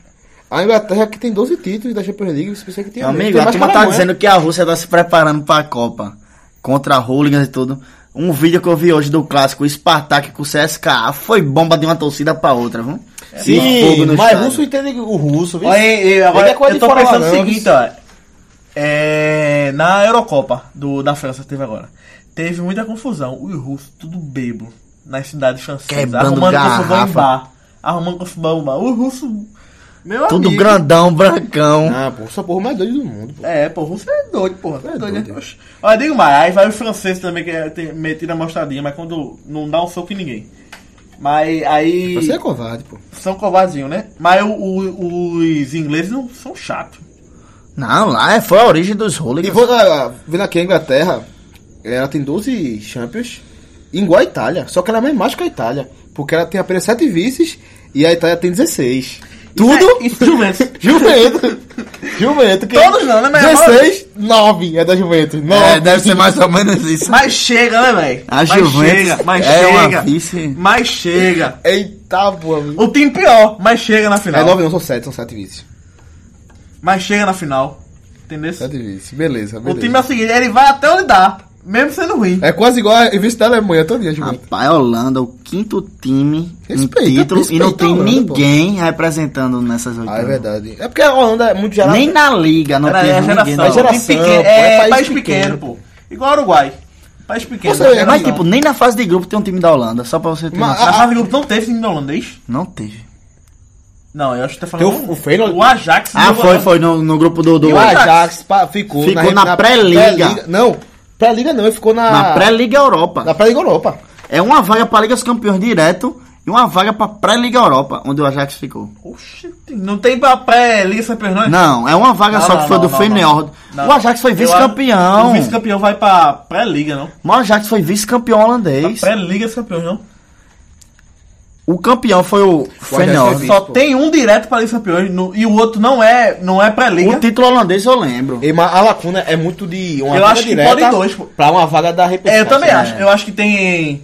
[SPEAKER 5] A Inglaterra que tem 12 títulos da Champions League, você pensa que tem.
[SPEAKER 7] Meu amigo,
[SPEAKER 5] né? tem
[SPEAKER 7] a
[SPEAKER 5] mais
[SPEAKER 7] turma
[SPEAKER 5] que
[SPEAKER 7] tá
[SPEAKER 5] Alemanha.
[SPEAKER 7] dizendo que a Rússia tá se preparando pra Copa. Contra hooligans e tudo. Um vídeo que eu vi hoje do clássico Spartak com o CSKA foi bomba de uma torcida pra outra, viu? E fogo
[SPEAKER 5] Sim,
[SPEAKER 7] no
[SPEAKER 5] mas
[SPEAKER 7] estádio.
[SPEAKER 5] russo entende o russo, viu?
[SPEAKER 4] Olha, e- e agora
[SPEAKER 5] Ele é quase
[SPEAKER 4] eu tô
[SPEAKER 5] fora lá,
[SPEAKER 4] pensando o
[SPEAKER 5] não,
[SPEAKER 4] seguinte, ó. É, na Eurocopa do, da França que teve agora. Teve muita confusão. Os russos tudo bebo nas cidades francesas.
[SPEAKER 7] Quebrando
[SPEAKER 4] arrumando confusão em
[SPEAKER 7] garrafa.
[SPEAKER 4] bar. Arrumando confusão em bar. O russo. Meu
[SPEAKER 7] Tudo
[SPEAKER 4] amigo.
[SPEAKER 7] grandão, brancão.
[SPEAKER 5] Ah, pô, essa porra é mais doida do mundo. pô.
[SPEAKER 4] É, pô, o russo é doido, porra. É doido, né? Oxe. Olha, digo mais, aí vai o francês também, que é tem- metido na mostradinha, mas quando não dá um soco em ninguém. Mas aí.
[SPEAKER 5] Você é covarde, pô.
[SPEAKER 4] São covardezinhos, né? Mas o- o- os ingleses não são chatos.
[SPEAKER 7] Não, lá é- foi a origem dos
[SPEAKER 5] E
[SPEAKER 7] hooligans.
[SPEAKER 5] vou, ah, vendo aqui a Inglaterra, ela tem 12 Champions, igual a Itália, só que ela é mais macho que a Itália, porque ela tem apenas 7 vices e a Itália tem 16. Tudo
[SPEAKER 4] Isso, Juventus.
[SPEAKER 5] Juventus. Juventus, que
[SPEAKER 4] Todos não, né, mas a
[SPEAKER 5] 16, 9 é da Juventus. 9.
[SPEAKER 7] É, deve ser mais ou menos isso.
[SPEAKER 4] Mas chega, né, velho?
[SPEAKER 7] A
[SPEAKER 4] mas
[SPEAKER 7] Juventus
[SPEAKER 4] chega, mas
[SPEAKER 7] é uma
[SPEAKER 4] chega.
[SPEAKER 7] vice.
[SPEAKER 4] Mas chega.
[SPEAKER 5] Eita, pô, amigo.
[SPEAKER 4] O time pior, mas chega na
[SPEAKER 5] É
[SPEAKER 4] final.
[SPEAKER 5] 9 não, são 7, são 7 vices.
[SPEAKER 4] Mas chega na final. Entendeu?
[SPEAKER 5] 7 vices, beleza,
[SPEAKER 4] O
[SPEAKER 5] É beleza.
[SPEAKER 4] time é o seguinte, ele vai até onde dá, mesmo sendo ruim.
[SPEAKER 5] É quase igual a vice da Alemanha, todinha, Juventus.
[SPEAKER 7] Rapaz, a Holanda, o quinto time
[SPEAKER 5] Respeita,
[SPEAKER 7] em título e não
[SPEAKER 5] respeita a
[SPEAKER 7] tem
[SPEAKER 5] Holanda,
[SPEAKER 7] ninguém representando nessas
[SPEAKER 5] Ah, é
[SPEAKER 4] então.
[SPEAKER 7] oitavas.
[SPEAKER 5] verdade. É porque a Holanda é muito geral.
[SPEAKER 7] Nem na liga não
[SPEAKER 4] Era
[SPEAKER 7] tem
[SPEAKER 4] é
[SPEAKER 7] ninguém.
[SPEAKER 4] geração.
[SPEAKER 7] na
[SPEAKER 4] É,
[SPEAKER 7] Holanda.
[SPEAKER 5] geração,
[SPEAKER 4] pequeno,
[SPEAKER 5] pô,
[SPEAKER 4] é,
[SPEAKER 5] é
[SPEAKER 4] país,
[SPEAKER 5] país
[SPEAKER 4] pequeno, pô. Igual ao Uruguai. País pequeno.
[SPEAKER 5] Você-
[SPEAKER 4] geração.
[SPEAKER 7] Mas tipo, nem na fase de grupo tem um time da Holanda, só pra você ter
[SPEAKER 5] Mas- ah,
[SPEAKER 7] noção.
[SPEAKER 4] na fase de grupo não teve time holandês?
[SPEAKER 7] Não teve.
[SPEAKER 4] Não, eu acho que tá falando...
[SPEAKER 5] Tem o- o Feyenoord-
[SPEAKER 4] O Ajax...
[SPEAKER 7] Ah,
[SPEAKER 4] do-
[SPEAKER 7] foi, foi no, no grupo do... do
[SPEAKER 5] O Ajax pa- ficou,
[SPEAKER 7] Ficou na pré-liga.
[SPEAKER 5] Não, pré-liga não, ele ficou na,
[SPEAKER 7] na pré-liga Europa.
[SPEAKER 5] ah, na pré-liga Europa.
[SPEAKER 7] É uma vaga pra Liga dos Campeões direto e uma vaga pra pré-liga Europa, onde o Ajax ficou.
[SPEAKER 4] Oxi, não tem papel, Liga Champions, não?
[SPEAKER 7] Não, é uma vaga
[SPEAKER 4] Não,
[SPEAKER 7] só
[SPEAKER 4] não,
[SPEAKER 7] que foi
[SPEAKER 4] não,
[SPEAKER 7] do
[SPEAKER 4] não,
[SPEAKER 7] Feyenoord.
[SPEAKER 4] não.
[SPEAKER 7] O Ajax foi
[SPEAKER 4] Eu
[SPEAKER 7] vice-campeão.
[SPEAKER 4] acho- O vice-campeão vai pra pré-liga, não?
[SPEAKER 7] O Ajax foi vice-campeão holandês.
[SPEAKER 4] Pré-liga campeão, não?
[SPEAKER 7] O campeão foi o Feyenoord.
[SPEAKER 4] Só tem um direto pra Liga Campeões no- e o outro não é, não é pré-liga.
[SPEAKER 7] O título holandês eu lembro.
[SPEAKER 5] E, mas a lacuna é muito de uma
[SPEAKER 4] Eu
[SPEAKER 5] vaga
[SPEAKER 4] acho que
[SPEAKER 5] direta
[SPEAKER 4] pode dois, pô.
[SPEAKER 5] pra uma vaga da
[SPEAKER 4] É,
[SPEAKER 5] repetição.
[SPEAKER 4] eu também acho. Eu acho que tem.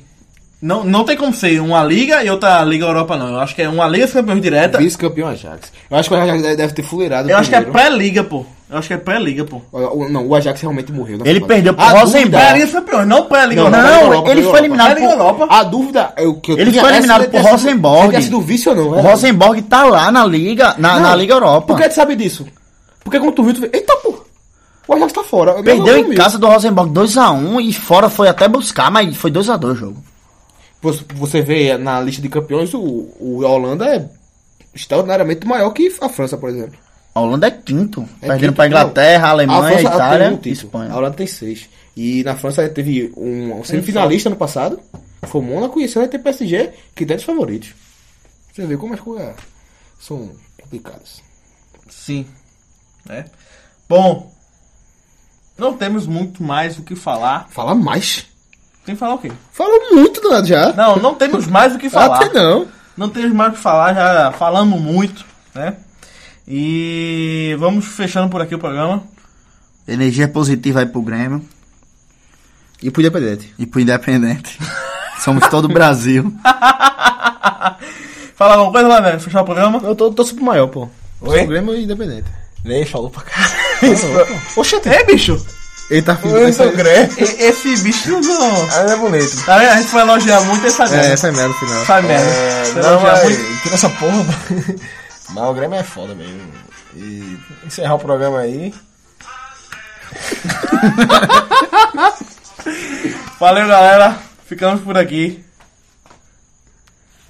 [SPEAKER 4] Não, não tem como ser uma liga e outra Liga Europa, não. Eu acho que é uma Liga dos Campeões direta.
[SPEAKER 5] Vice-campeão Ajax. Eu acho que o Ajax deve- deve ter fuleirado
[SPEAKER 4] Eu acho que é
[SPEAKER 5] primeiro.
[SPEAKER 4] pré-liga, pô. Eu acho que é pré-liga, pô.
[SPEAKER 5] O- o- Não, o Ajax realmente morreu. na
[SPEAKER 7] Ele
[SPEAKER 5] Copa.
[SPEAKER 7] perdeu pro
[SPEAKER 5] A
[SPEAKER 7] Rosenborg.
[SPEAKER 4] Pré-liga dos Campeões, não pré-liga
[SPEAKER 5] né,
[SPEAKER 7] Não,
[SPEAKER 4] Europa.
[SPEAKER 5] Liga
[SPEAKER 7] ele
[SPEAKER 5] Liga
[SPEAKER 7] foi eliminado
[SPEAKER 4] Liga
[SPEAKER 7] por...
[SPEAKER 4] Europa.
[SPEAKER 5] A dúvida é o que eu
[SPEAKER 7] Ele
[SPEAKER 5] tinha
[SPEAKER 7] foi
[SPEAKER 5] era
[SPEAKER 7] eliminado
[SPEAKER 5] se ele
[SPEAKER 7] por
[SPEAKER 5] tivesse-
[SPEAKER 7] Rosenborg.
[SPEAKER 5] se ele tivesse sido vice ou não. é?
[SPEAKER 7] O Rosenborg tá lá na liga, na, na Liga Europa.
[SPEAKER 5] Por que tu sabe disso? Porque quando tu viu, tu vê, eita, pô, o Ajax tá fora. Eu não
[SPEAKER 7] Perdeu em
[SPEAKER 5] comi.
[SPEAKER 7] casa do Rosenborg 2x1 e fora foi até buscar, mas foi 2x2 o jogo.
[SPEAKER 5] Você- Você vê na lista de campeões, o, o a Holanda é extraordinariamente maior que a França, por exemplo.
[SPEAKER 7] A Holanda é quinto.
[SPEAKER 5] É
[SPEAKER 7] perdendo
[SPEAKER 5] quinto,
[SPEAKER 7] pra Inglaterra, Alemanha,
[SPEAKER 5] França
[SPEAKER 7] Itália
[SPEAKER 5] tem um
[SPEAKER 7] e
[SPEAKER 5] título. A
[SPEAKER 7] Espanha.
[SPEAKER 5] Holanda tem seis. E na França teve um, um semifinalista no passado, que foi o Mônaco, e esse ano tem o PSG, que tem dos favoritos. Você vê como as coisas são complicadas.
[SPEAKER 4] Sim. É. Bom. Não temos muito mais o que falar.
[SPEAKER 5] Fala mais.
[SPEAKER 4] Tem que falar o quê?
[SPEAKER 5] Falou muito, Donato, já.
[SPEAKER 4] Não, não temos mais o que falar.
[SPEAKER 5] Até não.
[SPEAKER 4] Não temos mais o que falar, já falamos muito, né? E vamos fechando por aqui o programa.
[SPEAKER 7] Energia positiva aí pro Grêmio
[SPEAKER 5] E pro Independente.
[SPEAKER 7] e pro Independente. Somos todo o Brasil.
[SPEAKER 4] Fala alguma coisa, Laverne? Fechar o programa?
[SPEAKER 5] Eu tô, tô super maior, pô.
[SPEAKER 8] Oi?
[SPEAKER 5] Sou Grêmio e Independente.
[SPEAKER 8] Nem falou pra cá.
[SPEAKER 5] Oxente.
[SPEAKER 4] É, bicho!
[SPEAKER 5] Ele tá fingindo.
[SPEAKER 8] Eu sou grande.
[SPEAKER 4] E- Esse bicho não.
[SPEAKER 8] é Aí é bonito.
[SPEAKER 4] Tá vendo? A gente vai elogiar muito essa
[SPEAKER 5] É,
[SPEAKER 4] merda.
[SPEAKER 5] essa é merda no final.
[SPEAKER 4] Essa merda.
[SPEAKER 8] É,
[SPEAKER 4] Vai
[SPEAKER 8] não,
[SPEAKER 4] elogiar
[SPEAKER 8] mas
[SPEAKER 4] muito.
[SPEAKER 8] tira essa porra. mano. Mas o Grêmio é foda mesmo. E encerrar o programa aí.
[SPEAKER 4] Valeu, galera. Ficamos por aqui.